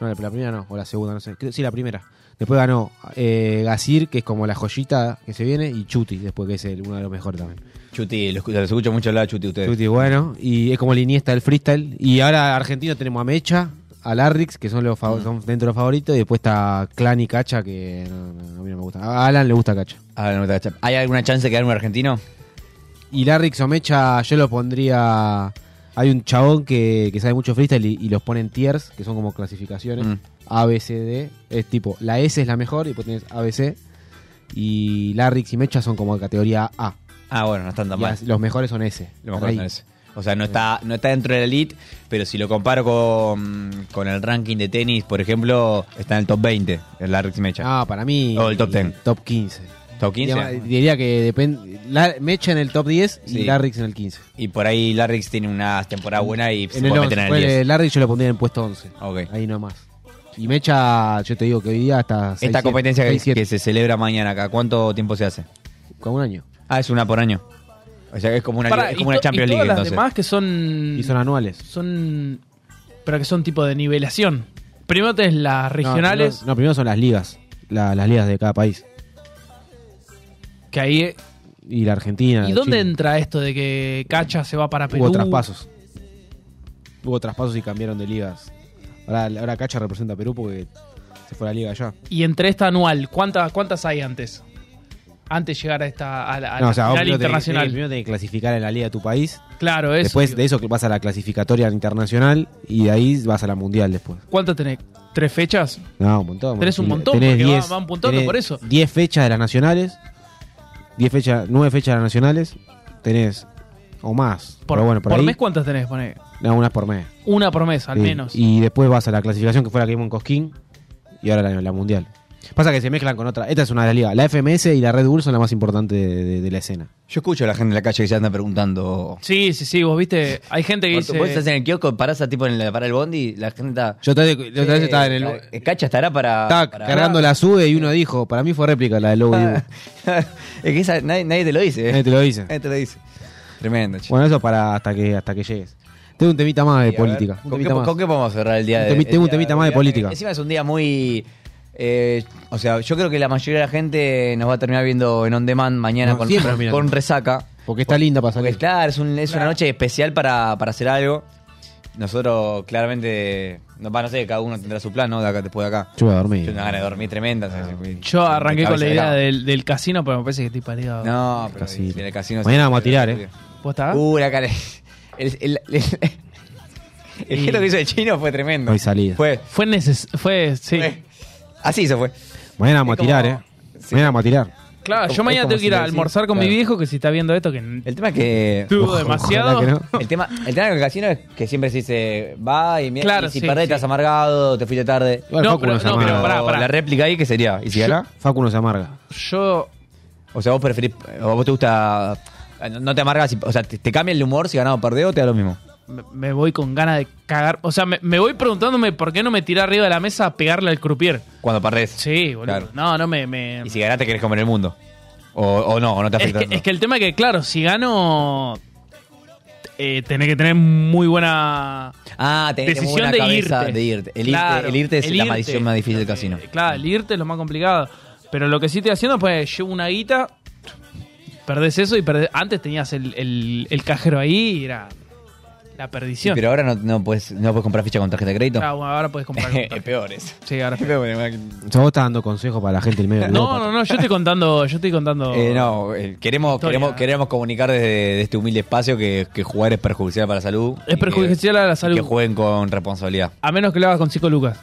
C: No, la, la primera no, o la segunda, no sé. Creo- sí, la primera. Después ganó eh, Gasir, que es como la joyita que se viene, y Chuti, después que es el- uno de los mejores también.
E: Chuti, los, los escucho mucho hablar de Chuti ustedes.
C: Chuti, bueno, y es como el Iniesta del freestyle. Y ahora argentino tenemos a Mecha, a Larrix, que son los fav- son dentro de los favoritos, y después está Clan y Cacha, que no, no, a mí no me gusta. A Alan le gusta Cacha.
E: Ah, no, tacha. ¿Hay alguna chance de quedar un argentino?
C: Y Larrix o Mecha, yo lo pondría. Hay un chabón que, que sabe mucho freestyle y, y los pone en tiers, que son como clasificaciones.
E: Mm.
C: A, B, C, D. Es tipo, la S es la mejor y después tenés A, B, C. Y Larrix y Mecha son como de categoría A.
E: Ah, bueno, no están tan
C: Y
E: mal.
C: as- los mejores son S.
E: Lo mejor
C: Ahí.
E: no es. O sea, no está, no está dentro de la elite, pero si lo comparo con, con el ranking de tenis, por ejemplo, está en el top 20, el Larrix Mecha.
C: Ah, para mí.
E: O Oh, el top 10.
C: Top 15.
E: Top 15.
C: Diría, diría que depende. la- Mecha en el top 10
E: Sí.
C: y Larrix en el 15.
E: Y por ahí Larrix tiene una temporada buena y se
C: En el
E: puede
C: 11.
E: meter en el
C: Ponele,
E: 10.
C: Larrix yo lo pondría en el puesto 11.
E: Ok.
C: Ahí nomás. Y Mecha, yo te digo que hoy día hasta.
E: Esta competencia que, que se celebra mañana acá, ¿cuánto tiempo se hace?
C: Con un año.
E: Ah, es una por año. O sea, es como una,
M: Pará, y
E: es como una
M: to-
E: Champions
M: y
E: League
M: todas las
E: entonces.
M: demás que son.
C: Y son anuales.
M: Son. Pero que son tipo de nivelación. Primero tenés las regionales,
C: No, primero, no, primero son las ligas. la- las ligas de cada país.
M: que ahí.
C: Y la Argentina.
M: ¿Y
C: la
M: dónde
C: China.
M: entra esto de que Cacha se va para Perú?
C: Hubo traspasos. Hubo traspasos y cambiaron de ligas. Ahora, ahora Cacha representa a Perú porque se fue a la liga allá.
M: Y entre esta anual, ¿cuántas, cuántas hay antes? Antes de llegar a esta a la, a
C: No,
M: la
C: o sea, vos
M: final
C: primero tenés-
M: internacional.
C: tenés- primero tenés que clasificar en la liga de tu país.
M: Claro, eso.
C: después
M: digo.
C: de eso que vas a la clasificatoria internacional y de ahí vas a la mundial después.
M: ¿Cuántas tenés? ¿Tres fechas?
C: No, un montón.
M: Tenés un montón, porque va- van puntando
C: tenés
M: por eso.
C: 10 fechas de las nacionales, 10 fechas, 9 fechas de las nacionales, tenés o más.
M: Por,
C: pero bueno, por,
M: por
C: ahí,
M: mes cuántas tenés? Poné?
C: no, unas por mes.
M: Una por mes, al
C: Sí,
M: menos.
C: Y después vas a la clasificación que fue la que vimos en Cosquín y ahora la, la mundial. Pasa que se mezclan con otra. Esta es una de las ligas. La FMS y la Red Bull son la más importante de, de- de la escena.
E: Yo escucho a la gente en la calle que se anda preguntando.
M: Sí, sí, sí, vos viste, hay gente que
E: Vos
M: dice...
E: vos estás en el kiosco, parás a tipo en la para el bondi, la gente está.
C: Yo otra vez- la otra vez estaba en el-
E: el. Cacha estará para.
C: Estaba
E: para-
C: cargando la sube y uno dijo, para mí fue réplica la de Lobo Dibu.
E: Ah. es que esa, nadie, nadie te lo dice. eh.
C: Nadie te lo dice.
E: Nadie te lo dice. Tremendo, che.
C: Bueno, eso para hasta que hasta que llegues. Tengo un temita más de
E: Y a
C: política.
E: ver,
C: un
E: ¿con,
C: temita
E: qué,
C: más.
E: con qué podemos cerrar el día
C: Un
E: de el
C: temi- tengo un
E: día
C: temita
E: de
C: más de
E: hoy?
C: política.
E: Encima es un día muy. eh, o sea, yo creo que la mayoría de la gente nos va a terminar viendo en on demand mañana
C: No,
E: con,
C: siempre
E: con-
C: miran.
E: con resaca.
C: Porque está linda para salir.
E: Porque claro, es, un- es una noche especial para, para hacer algo. Nosotros claramente No, va, no sé, cada uno tendrá su plan, ¿no? De acá, después de acá.
C: Yo voy a dormir.
E: Tengo una gana de dormir tremenda.
D: Yo arranqué con la idea
E: de...
D: del, del casino, pero me parece que estoy parido.
E: No, pero en el casino...
C: Mañana vamos a tirar,
E: ¿eh?
D: ¿Vos estás?
E: Uh, la cara... El, el, el, el gesto que hizo el chino fue tremendo.
C: No hay salida.
E: Fue...
D: Fue neces fue, sí.
E: Así se fue.
C: Mañana vamos a tirar, ¿eh? Mañana vamos a tirar.
D: Claro,
E: Es
D: yo
E: como- es
D: mañana
E: como
D: tengo que
E: si
D: ir
E: le
D: a
E: decís-
D: almorzar con mi
E: claro.
D: viejo que si está viendo esto que el
E: tema es que
D: tuvo demasiado.
E: El tema, el tema del casino es que siempre se dice va y mira,
D: Claro,
E: y si
D: sí,
E: perdés
D: sí.
E: estás amargado, te fuiste tarde.
C: Igual No, Facu pero- nos no, amarga. pero pará, pará.
E: La réplica ahí que sería, ¿y si
C: Yo-
E: gana?
C: Facu no se amarga.
D: Yo
E: O sea, vos preferís o vos te gusta no te amargas, si- o sea, te, te cambia el humor si ganado o perdés o te da lo mismo.
D: me- me voy con ganas de cagar. O sea, me, me voy preguntándome por qué no me tiré arriba de la mesa a pegarle al croupier.
E: Cuando perdés.
D: Sí, boludo.
E: Claro.
D: No, no me. me-
E: Y si ganás te querés comer el mundo. O, o no, o no te
D: Es,
E: afecta.
D: que,
E: tanto.
D: es que el tema es que, claro, si gano. Eh, tenés que tener muy buena.
E: ah, tenés muy
D: decisión
E: buena
D: de
E: cabeza
D: irte.
E: de irte. El irte,
D: Claro,
E: el irte es la
D: el irte. Eh,
E: maldición más difícil del casino.
D: Claro, el irte es lo más complicado. Pero lo que sí estoy haciendo, pues llevo una guita, perdés eso y perdés. Antes tenías el, el- el cajero ahí y era la
E: Sí,
D: perdición.
E: pero ahora no, no puedes no podés comprar ficha con tarjeta de crédito.
D: Ah, bueno, ahora puedes comprar. con
E: es peor eso.
D: Sí, ahora.
C: O sea, vos estás dando consejos para la gente del medio.
D: No, no, no, yo estoy contando. Yo estoy contando.
E: Eh, no, eh, queremos,
D: Historia.
E: queremos, queremos comunicar desde de este humilde espacio que, que jugar es perjudicial para la salud.
D: Es perjudicial a la
E: Que
D: salud.
E: jueguen con responsabilidad.
D: A menos que lo hagas con 5 lucas.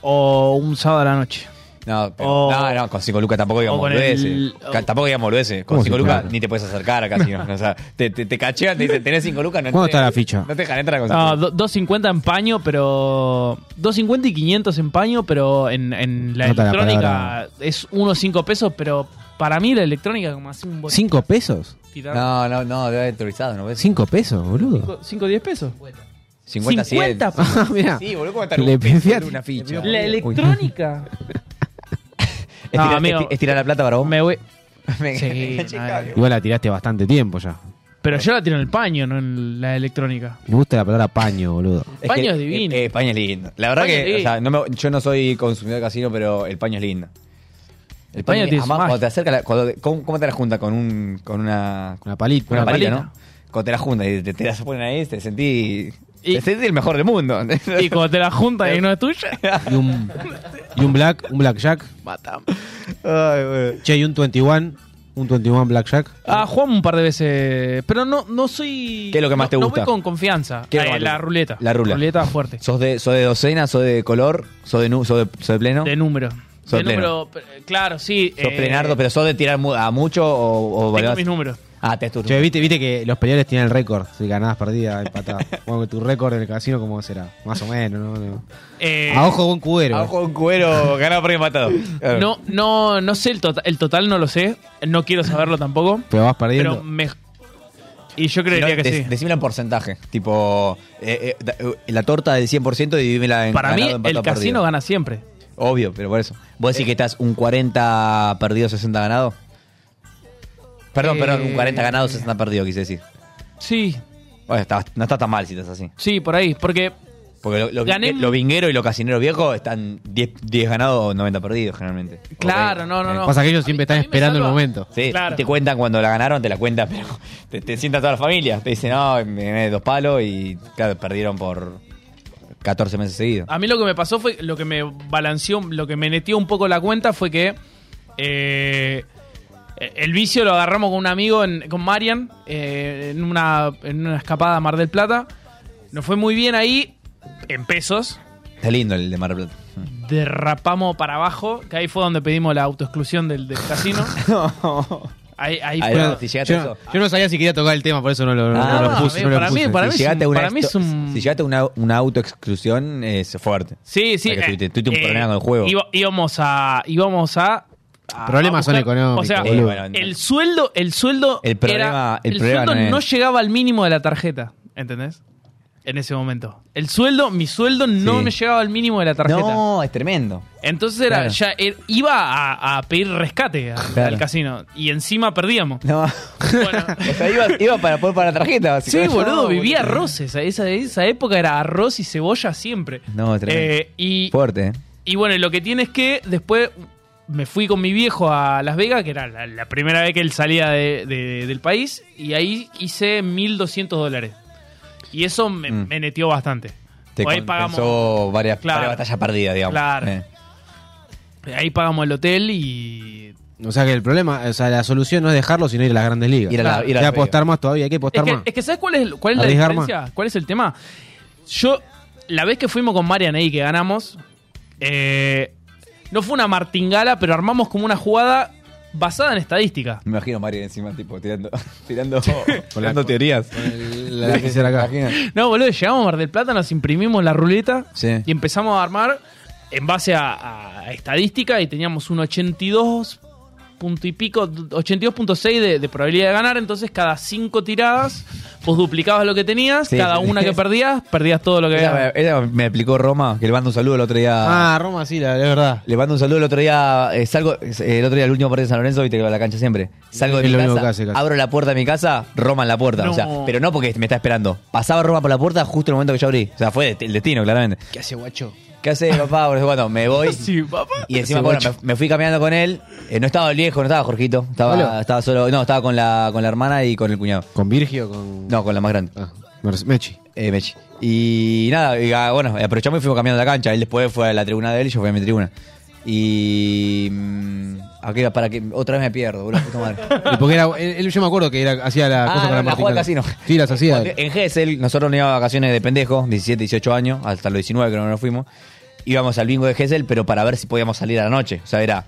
D: O un sábado a la noche.
E: No, pero-
D: O-
E: no, no, con 5 lucas tampoco digamos
D: Oh. o con
E: boludeces.
D: el-
E: Ca- Tampoco digamos boludeces. Con
C: ¿Cómo
E: 5
C: cinco
E: lucas
C: lucas?
E: ni te puedes acercar a casino. o sea, te, te, te cachean, te dicen, tenés 5 lucas. No
C: ¿Cuándo
E: te-
C: está la ficha?
E: No te dejan entrar con
D: No,
E: cinco
D: Ah, do- 250 en paño, pero. 250 y 500 en paño, pero en, en la
C: Nota la
D: electrónica
C: palabra.
D: es unos 5 pesos, pero para mí la electrónica como así un botín.
C: ¿Cinco pesos?
D: tirar-
E: No, no, no, debe haber autorizado, ¿no ves?
C: ¿Cinco pesos, boludo?
D: cinco- cinco o 10 pesos.
E: 50, 100.
D: pesos.
C: Ah, mirá.
E: Sí, boludo, ¿cómo está
C: Le
E: un peso
C: pifiaste.
E: de una ficha?
D: La electrónica. No,
E: Estirar,
D: amigo.
E: esti- estirar la plata para vos.
D: Me voy.
E: Me-
D: Sí, nada.
C: Igual la tiraste bastante tiempo ya.
D: Pero yo la tiro en el paño, no en la electrónica.
C: Me gusta la palabra paño, boludo.
E: Es
D: Paño
E: que-
D: es divino.
E: eh, eh, paño es lindo. La verdad
D: Paño es
E: que, o
D: lindo.
E: sea, no me- yo no soy consumidor de casino, pero el paño es lindo. El
D: paño
E: paño,
D: tiene su
E: además,
D: magia.
E: cuando te acerca, la- cuando te- ¿cómo, cómo te la junta con un, con una,
C: Con la palita.
E: con una
C: Con la
E: palita,
C: palita.
E: no? Cuando te la junta y te, te la ponen ahí, te sentí, te sentí el mejor del mundo.
D: Y cuando te la juntas y no es tuya,
C: Y un, y un black, un blackjack.
D: matamos.
C: Che, y un 21. Un 21 blackjack.
D: Ah, jugamos un par de veces. Pero no, no soy.
E: ¿Qué es lo que más
D: no-
E: te gusta?
D: No voy con confianza.
E: ¿Qué es lo que
D: Eh,
E: más te
D: la
E: gusta?
D: ruleta.
E: La rula.
D: Ruleta fuerte.
E: ¿Sos de, ¿Sos de docena? ¿Sos de color? ¿Sos de, nu- sos de, sos de pleno?
D: De número.
E: Sos
D: de
E: pleno.
D: número, eh, claro, sí.
E: ¿Sos
D: eh,
E: plenardo? ¿Pero sos de tirar mu- a mucho o, o
D: Tengo
E: valorás-
D: mis números.
E: Ah, te tu
C: Che, viste, viste que los peleadores tienen el récord. Si ganabas, perdidas, empatadas. Bueno, que tu récord en el casino, ¿cómo será? Más o menos, ¿no? No.
D: Eh,
C: A ojo buen cubero.
E: A ojo de un cubero ganado por empatado. Claro.
D: No, no, no sé el total. El total no lo sé. No quiero saberlo tampoco.
C: Pero vas
D: Pero
C: perdiendo.
D: me. Y yo
E: Si no,
D: creería que
E: dec-
D: sí.
E: Decime en porcentaje. Tipo, eh, eh, da- eh, la torta del 100% divídemela en
D: Para mí,
E: ganado,
D: el
E: empatado,
D: casino
E: perdido.
D: gana Eh. siempre.
E: Obvio, pero por eso. ¿Vos decís que estás un 40 perdido, 60 ganado? Perdón,
D: Eh,
E: perdón, un 40 ganado, 60 perdido, quise decir.
D: Sí,
E: Bueno, está- no está tan mal si estás así.
D: sí, por ahí. Porque
E: Porque lo, lo,
D: Gané-
E: lo vinguero y lo casinero viejo están 10, 10 ganados, 90 perdidos generalmente.
D: Claro, no, no, no.
C: Pasa que ellos siempre están esperando el
D: salva.
C: momento.
E: Sí,
D: Claro.
E: y te cuentan cuando la ganaron, te la cuentan, pero te, te sienta toda la familia. Te dicen, no, me gané dos palos y claro, perdieron por 14 meses seguidos.
D: A mí lo que me pasó fue, lo que me balanceó, lo que me netió un poco la cuenta fue que eh, el vicio lo agarramos con un amigo, en- con Marian, eh, en, una, en una escapada a Mar del Plata. Nos fue muy bien ahí, en pesos.
E: Está lindo el de Mar del Plata.
D: Derrapamos para abajo, que ahí fue donde pedimos la autoexclusión del, del casino. Ahí, ahí
E: Ahí
D: fue-
E: no, si llegaste
C: Yo,
E: a eso.
C: no- yo no sabía si quería tocar el tema, por eso no lo, no
E: Ah,
C: lo puse.
D: amigo,
C: no lo
D: para mí-
C: puse.
D: para mí
E: si
D: es
E: llegaste a
D: un-
E: una
D: para mí es
E: esto-
D: un-
E: si llegaste a una, una autoexclusión, es fuerte.
D: Sí, sí.
E: Porque
D: eh,
E: tuviste- tuviste un
D: eh,
E: problema con el juego.
D: iba- íbamos a. Íbamos a. a-
C: Problemas son
D: buscar-
C: económicos,
D: O sea,
C: boludo.
E: bueno,
D: el sueldo, el sueldo,
E: El problema-
D: era-
E: el
D: el
E: problema
D: sueldo
E: no es-
D: no, llegaba al mínimo de la tarjeta, ¿entendés? En ese momento. El sueldo, mi sueldo no
E: Sí.
D: me llegaba al mínimo de la tarjeta.
E: No, es tremendo.
D: Entonces era,
E: Claro.
D: ya er- iba a, a pedir rescate a-
E: Claro.
D: al casino. Y encima perdíamos.
E: No. o sea, iba, iba para poder para la tarjeta,
D: Sí,
E: básicamente.
D: boludo,
E: No,
D: vivía arroz. Esa, esa, esa época era arroz y cebolla siempre.
E: No, es tremendo.
D: Eh, y,
E: Fuerte, ¿eh?
D: y bueno, y lo que tiene es que después me fui con mi viejo a Las Vegas, que era la, la primera vez que él salía de- de- del país, y ahí hice 1.200 dólares. Y eso me,
E: Mm.
D: me neteó bastante.
E: te
D: O ahí
E: compensó
D: pagamos.
E: varias,
D: Claro.
E: varias batallas perdidas, digamos.
D: Claro.
E: Eh.
D: Ahí pagamos el hotel y
C: O sea que el problema, o sea, la solución no es dejarlo, sino ir a las grandes ligas.
D: Ir a la- ir a
C: Hay que
D: la
C: apostar más todavía, hay que
D: Es
C: apostar
D: que,
C: más.
D: es que ¿sabes cuál es, cuál es la
C: Arriesgar
D: diferencia? ¿Cuál es el tema? Yo, la vez que fuimos con Marian ahí que ganamos, eh, no fue una martingala, pero armamos como una jugada basada en estadística.
E: Me imagino a Mario encima, tipo, tirando, tirando, tirando teorías.
C: la que hiciera acá.
D: No, boludo, llegamos a Mar del Plata, nos imprimimos la ruleta
E: Sí.
D: y empezamos a armar en base a, a estadística y teníamos un 82 punto y pico, 82.6 de, de probabilidad de ganar, entonces cada cinco tiradas vos duplicabas lo que tenías,
E: Sí.
D: cada una que perdías, perdías todo lo que
E: Ella,
D: habías.
E: me- ella me explicó Roma, que le mando un saludo el otro día.
C: Ah, Roma sí, la, es verdad.
E: Le mando un saludo el otro día, eh, salgo, eh, el otro día el último partido de San Lorenzo, viste que va a la cancha siempre. Salgo de
C: Es
E: mi
C: lo mismo
E: casa,
C: que hace casi.
E: abro la puerta de mi casa, Roma en la puerta.
C: No.
E: O sea, pero no porque me está esperando. Pasaba Roma por la puerta justo en el momento que yo abrí. O sea, fue de- el destino, claramente.
C: ¿Qué hace guacho?
E: ¿Qué hace papá? Bueno, me voy. Y encima,
C: Ese
E: bueno,
C: guacho.
E: me, me fui caminando con él. Eh, no estaba el viejo, no estaba Jorgito. Estaba,
C: ¿Solo?
E: estaba solo. No, estaba con la, con la hermana y con el cuñado.
C: ¿Con Virgio? Con... Ah,
E: No, con la más grande.
C: Mechi.
E: Eh, Mechi. Y nada, y, ah, bueno, aprovechamos y fuimos caminando la cancha. Él después fue a la tribuna de él y yo fui a mi tribuna. Y. mm, ¿A qué era? para que otra vez me pierdo, boludo. puta madre.
C: Y porque era, él, él- yo me acuerdo que era, hacía la
E: Ah,
C: cosa con
E: no,
C: la
E: la jugaba al
C: martingala.
E: casino.
C: Sí, las hacía.
E: Porque En Gesell, nosotros no íbamos a vacaciones de pendejo, 17, 18 años, hasta los 19 creo que no nos fuimos. Íbamos al bingo de Gesell, pero para ver si podíamos salir a la noche. O sea, era.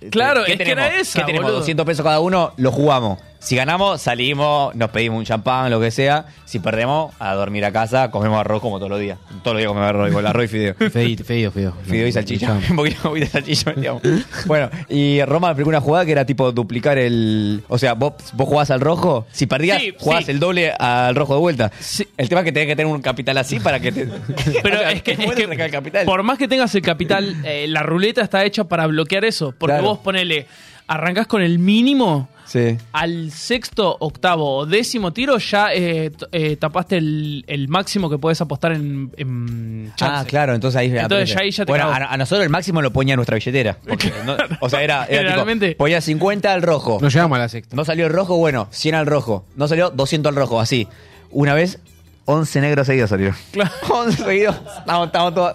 E: eh,
D: Claro,
E: ¿qué
D: es que
E: tenemos?
D: era esa,
E: ¿Qué tenemos?
D: boludo.
E: 200 pesos cada uno, lo jugamos. Si ganamos, salimos, nos pedimos un champán, lo que sea. Si perdemos, a dormir a casa, comemos arroz como todos los días. Todos los días comemos arroz, igual arroz y fideo.
C: Feito, feo, feo.
E: Fideo y salchicha. Un poquito de salchicha metíamos. Bueno, y Roma me explicó una jugada que era tipo duplicar el. O sea, vos, vos jugabas al rojo. Si perdías,
D: Sí,
E: jugabas
D: sí.
E: el doble al rojo de vuelta. El tema es que tenés que tener un capital así para que te.
D: Pero es que, es que por más que tengas el capital, eh, la ruleta está hecha para bloquear eso. Porque
E: Claro.
D: vos ponele, arrancás con el mínimo,
E: Sí.
D: al sexto, octavo o décimo tiro ya eh, t- eh, tapaste el, el máximo que podés apostar en, en
E: Ah,
D: chance.
E: claro, entonces ahí,
D: Entonces ya ahí ya te
E: Bueno,
D: cagó.
E: a, a nosotros el máximo lo ponía en nuestra billetera. porque no- o sea, era, era
D: Generalmente.
E: tipo, ponía 50 al rojo.
C: No llegamos a la sexta.
E: No salió el rojo, bueno, 100 al rojo. No salió 200 al rojo, así. Una vez, 11 negros seguidos salieron. Claro. 11 seguidos. Estamos, estamos todos.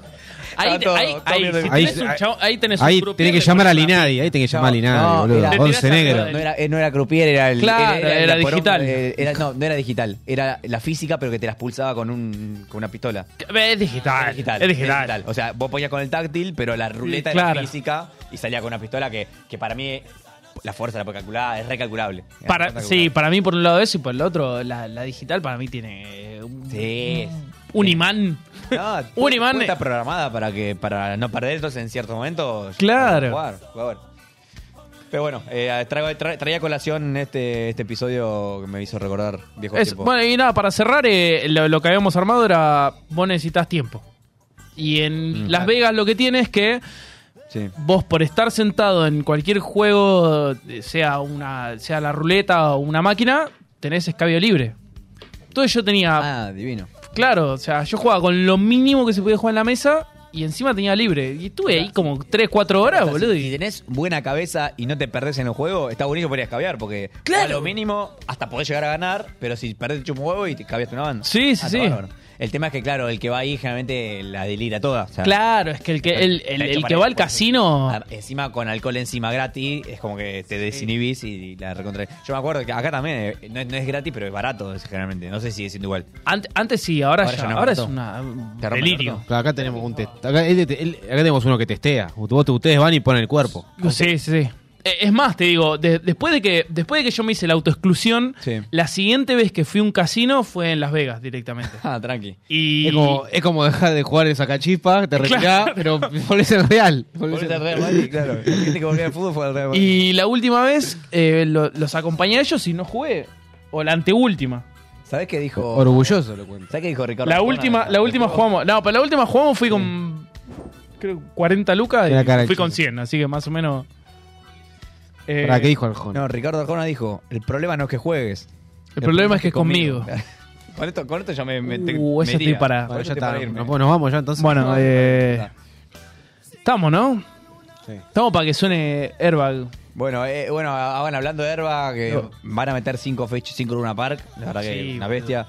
D: Ahí, te-
E: estamos
D: ahí-
E: todos-
D: ahí,
E: todos
D: si
E: bien.
D: tenés un chabón- ahí tenés un
C: Ahí
D: croupier
C: tiene que
D: de
C: llamar a
D: persona.
C: Linadi, ahí tiene que llamar a Linadi,
E: No,
C: boludo.
E: era-
C: 11 negros.
E: No era, eh, no era croupier, era el.
D: Claro, era
E: la poronga,
D: digital.
E: eh, era- no, no era digital. Era la física, pero que te las pulsaba con, un, con una pistola.
D: Es digital,
E: Es digital.
D: Ah, es digital.
E: O sea, vos ponías con el táctil, pero la ruleta
D: Sí, claro.
E: era física y salía con una pistola que, que para mí la fuerza la puedo calcular, es recalculable. Era
D: Para,
E: recalculable.
D: sí, para mí por un lado eso y por el otro, la, la digital para mí tiene eh, un,
E: Sí.
D: un imán.
E: No,
D: Un imán.
E: Está programada para que para no perder, entonces en ciertos momentos.
D: Claro.
E: Jugar, jugar. Pero bueno, eh, traigo- tra- traía colación este, este episodio que me hizo recordar viejo
D: Es-
E: tiempo.
D: bueno, y nada, para cerrar, eh, lo, lo que habíamos armado era vos necesitas tiempo. Y en
E: Mm.
D: Las Vegas lo que tiene es que
E: Sí.
D: vos por estar sentado en cualquier juego, eh, sea una sea la ruleta o una máquina, tenés escabio libre. Entonces yo tenía...
E: Ah, divino.
D: Claro, o sea, yo jugaba con lo mínimo que se podía jugar en la mesa y encima tenía libre. Y estuve ahí como 3, 4 horas,
E: O sea, si-
D: boludo.
E: Si,
D: y-
E: tenés buena cabeza y no te perdés en el juego, está bonito podrías caviar, porque
D: Claro.
E: a lo mínimo hasta podés llegar a ganar, pero si perdés te chupa un huevo y te caviaste una banda.
D: Sí, sí,
E: Ah, está
D: sí.
E: bárbaro. El tema es que, claro, el que va ahí generalmente la delira toda. o sea,
D: Claro, es que el que, el, el-
E: está hecho
D: el
E: para
D: que va
E: eso,
D: al
E: por eso.
D: casino...
E: Ah, Encima con alcohol encima gratis, es como que te desinhibís y la recontra. Yo me acuerdo que acá también eh, no, es- no es gratis, pero es barato es generalmente. No sé si sigue siendo igual.
D: Ante- antes sí, ahora,
E: Ahora
D: ya,
E: ya no,
D: ahora es
E: Roberto.
D: una, un
E: Te rompe el
D: delirio.
C: Claro, acá tenemos un test. Acá, él- él- acá tenemos uno que testea. Vos- Ustedes van y ponen el cuerpo.
D: Sí, sí, sí. Eh, Es más, te digo, de- después, de que, después de que yo me hice la autoexclusión, la siguiente vez que fui a un casino fue en Las Vegas directamente.
E: Ah, tranqui.
D: Y...
C: Es, como, es como dejar de jugar en sacachispa, te retirás, pero volvés en real. Volvés
E: Volviste al Real Madrid, claro. La gente que volvió al fútbol fue al Real Madrid.
D: Y la última vez eh, lo- los acompañé a ellos y no jugué. O la anteúltima.
E: ¿Sabés qué dijo?
C: Orgulloso lo cuento.
E: ¿Sabés qué dijo Ricardo?
D: La
E: Arjona?
D: última, la última jugamos. No, pero la última jugamos fui con. Creo 40 lucas
C: Era cara
D: y
C: de
D: fui con
C: chiste.
D: 100, así que más o menos. eh,
C: Pará, ¿qué dijo Arjona?
E: No, Ricardo Arjona dijo, el problema no es que juegues.
D: El problema es que es conmigo.
E: con, esto, con esto ya me... me
D: Uh, eso estoy para-
E: Con
C: Bueno,
E: esto
C: ya
E: estoy
C: está.
E: para irme.
C: Nos, nos vamos ya entonces.
D: Bueno, eh, estamos, ¿no? Estamos para que suene airbag.
E: Bueno, eh, bueno, ah, bueno, hablando de Herba, que van a meter 5 cinco fech- cinco Luna Park, la verdad que
D: Sí,
E: una
D: boludo.
E: bestia.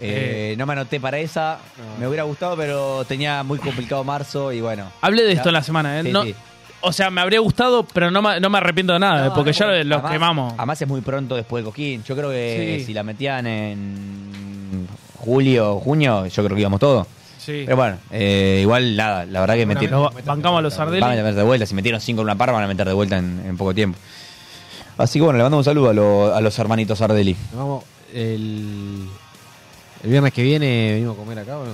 E: Eh, no me anoté para esa. Me hubiera gustado, pero tenía muy complicado marzo y bueno.
D: Hablé de esto en la semana, ¿eh?
E: Sí,
D: No-
E: sí.
D: O sea, me habría gustado, pero no me, no me arrepiento de nada, eh, porque ya los
E: Además-
D: quemamos.
E: Además es muy pronto después de Coquín. Yo creo que
D: Sí.
E: si la metían en julio, junio, yo creo que íbamos todos.
D: Sí.
E: Pero bueno, eh, igual nada, la verdad que metieron.
D: Nos bancamos a los
E: Van a
D: Ardelis.
E: meter de vuelta. Si metieron cinco en una par, van a meter de vuelta en, en poco tiempo. Así que bueno, le mando un saludo a, lo- a los hermanitos Ardeli.
C: Nos vamos el, el viernes que viene venimos a comer acá, ¿o no?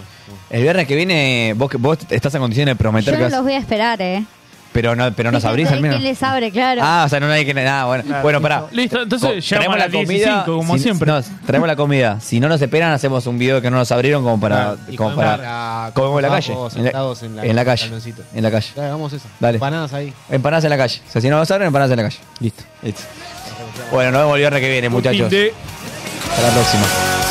E: El viernes que viene, vos, que- vos estás en condiciones de prometer
L: Yo no
E: que vas-
L: los voy a esperar, ¿eh?
E: pero no, pero nos abrís al menos.
L: ¿Quién les abre, claro?
E: Ah, o sea, no hay que. Nada, bueno. bueno, pará.
D: Listo, entonces
E: Co- traemos
D: llegamos a las 15:05, como
E: si-
D: siempre.
E: no, traemos la comida. Si no nos esperan, hacemos un video que no nos abrieron como para.
C: Y
E: como
C: comemos
E: para.
C: a-
E: Comemos en la calle.
C: sentados
E: En la,
C: en la-
E: en la calle.
C: saloncito.
E: En la calle.
C: Dale, hagamos eso.
E: Dale.
C: Empanadas ahí.
E: Empanadas en la calle. O sea, si no nos abren, empanadas en la calle. Listo. Listo. Bueno, nos vemos el viernes que viene, muchachos.
D: fin de-
E: Hasta la próxima.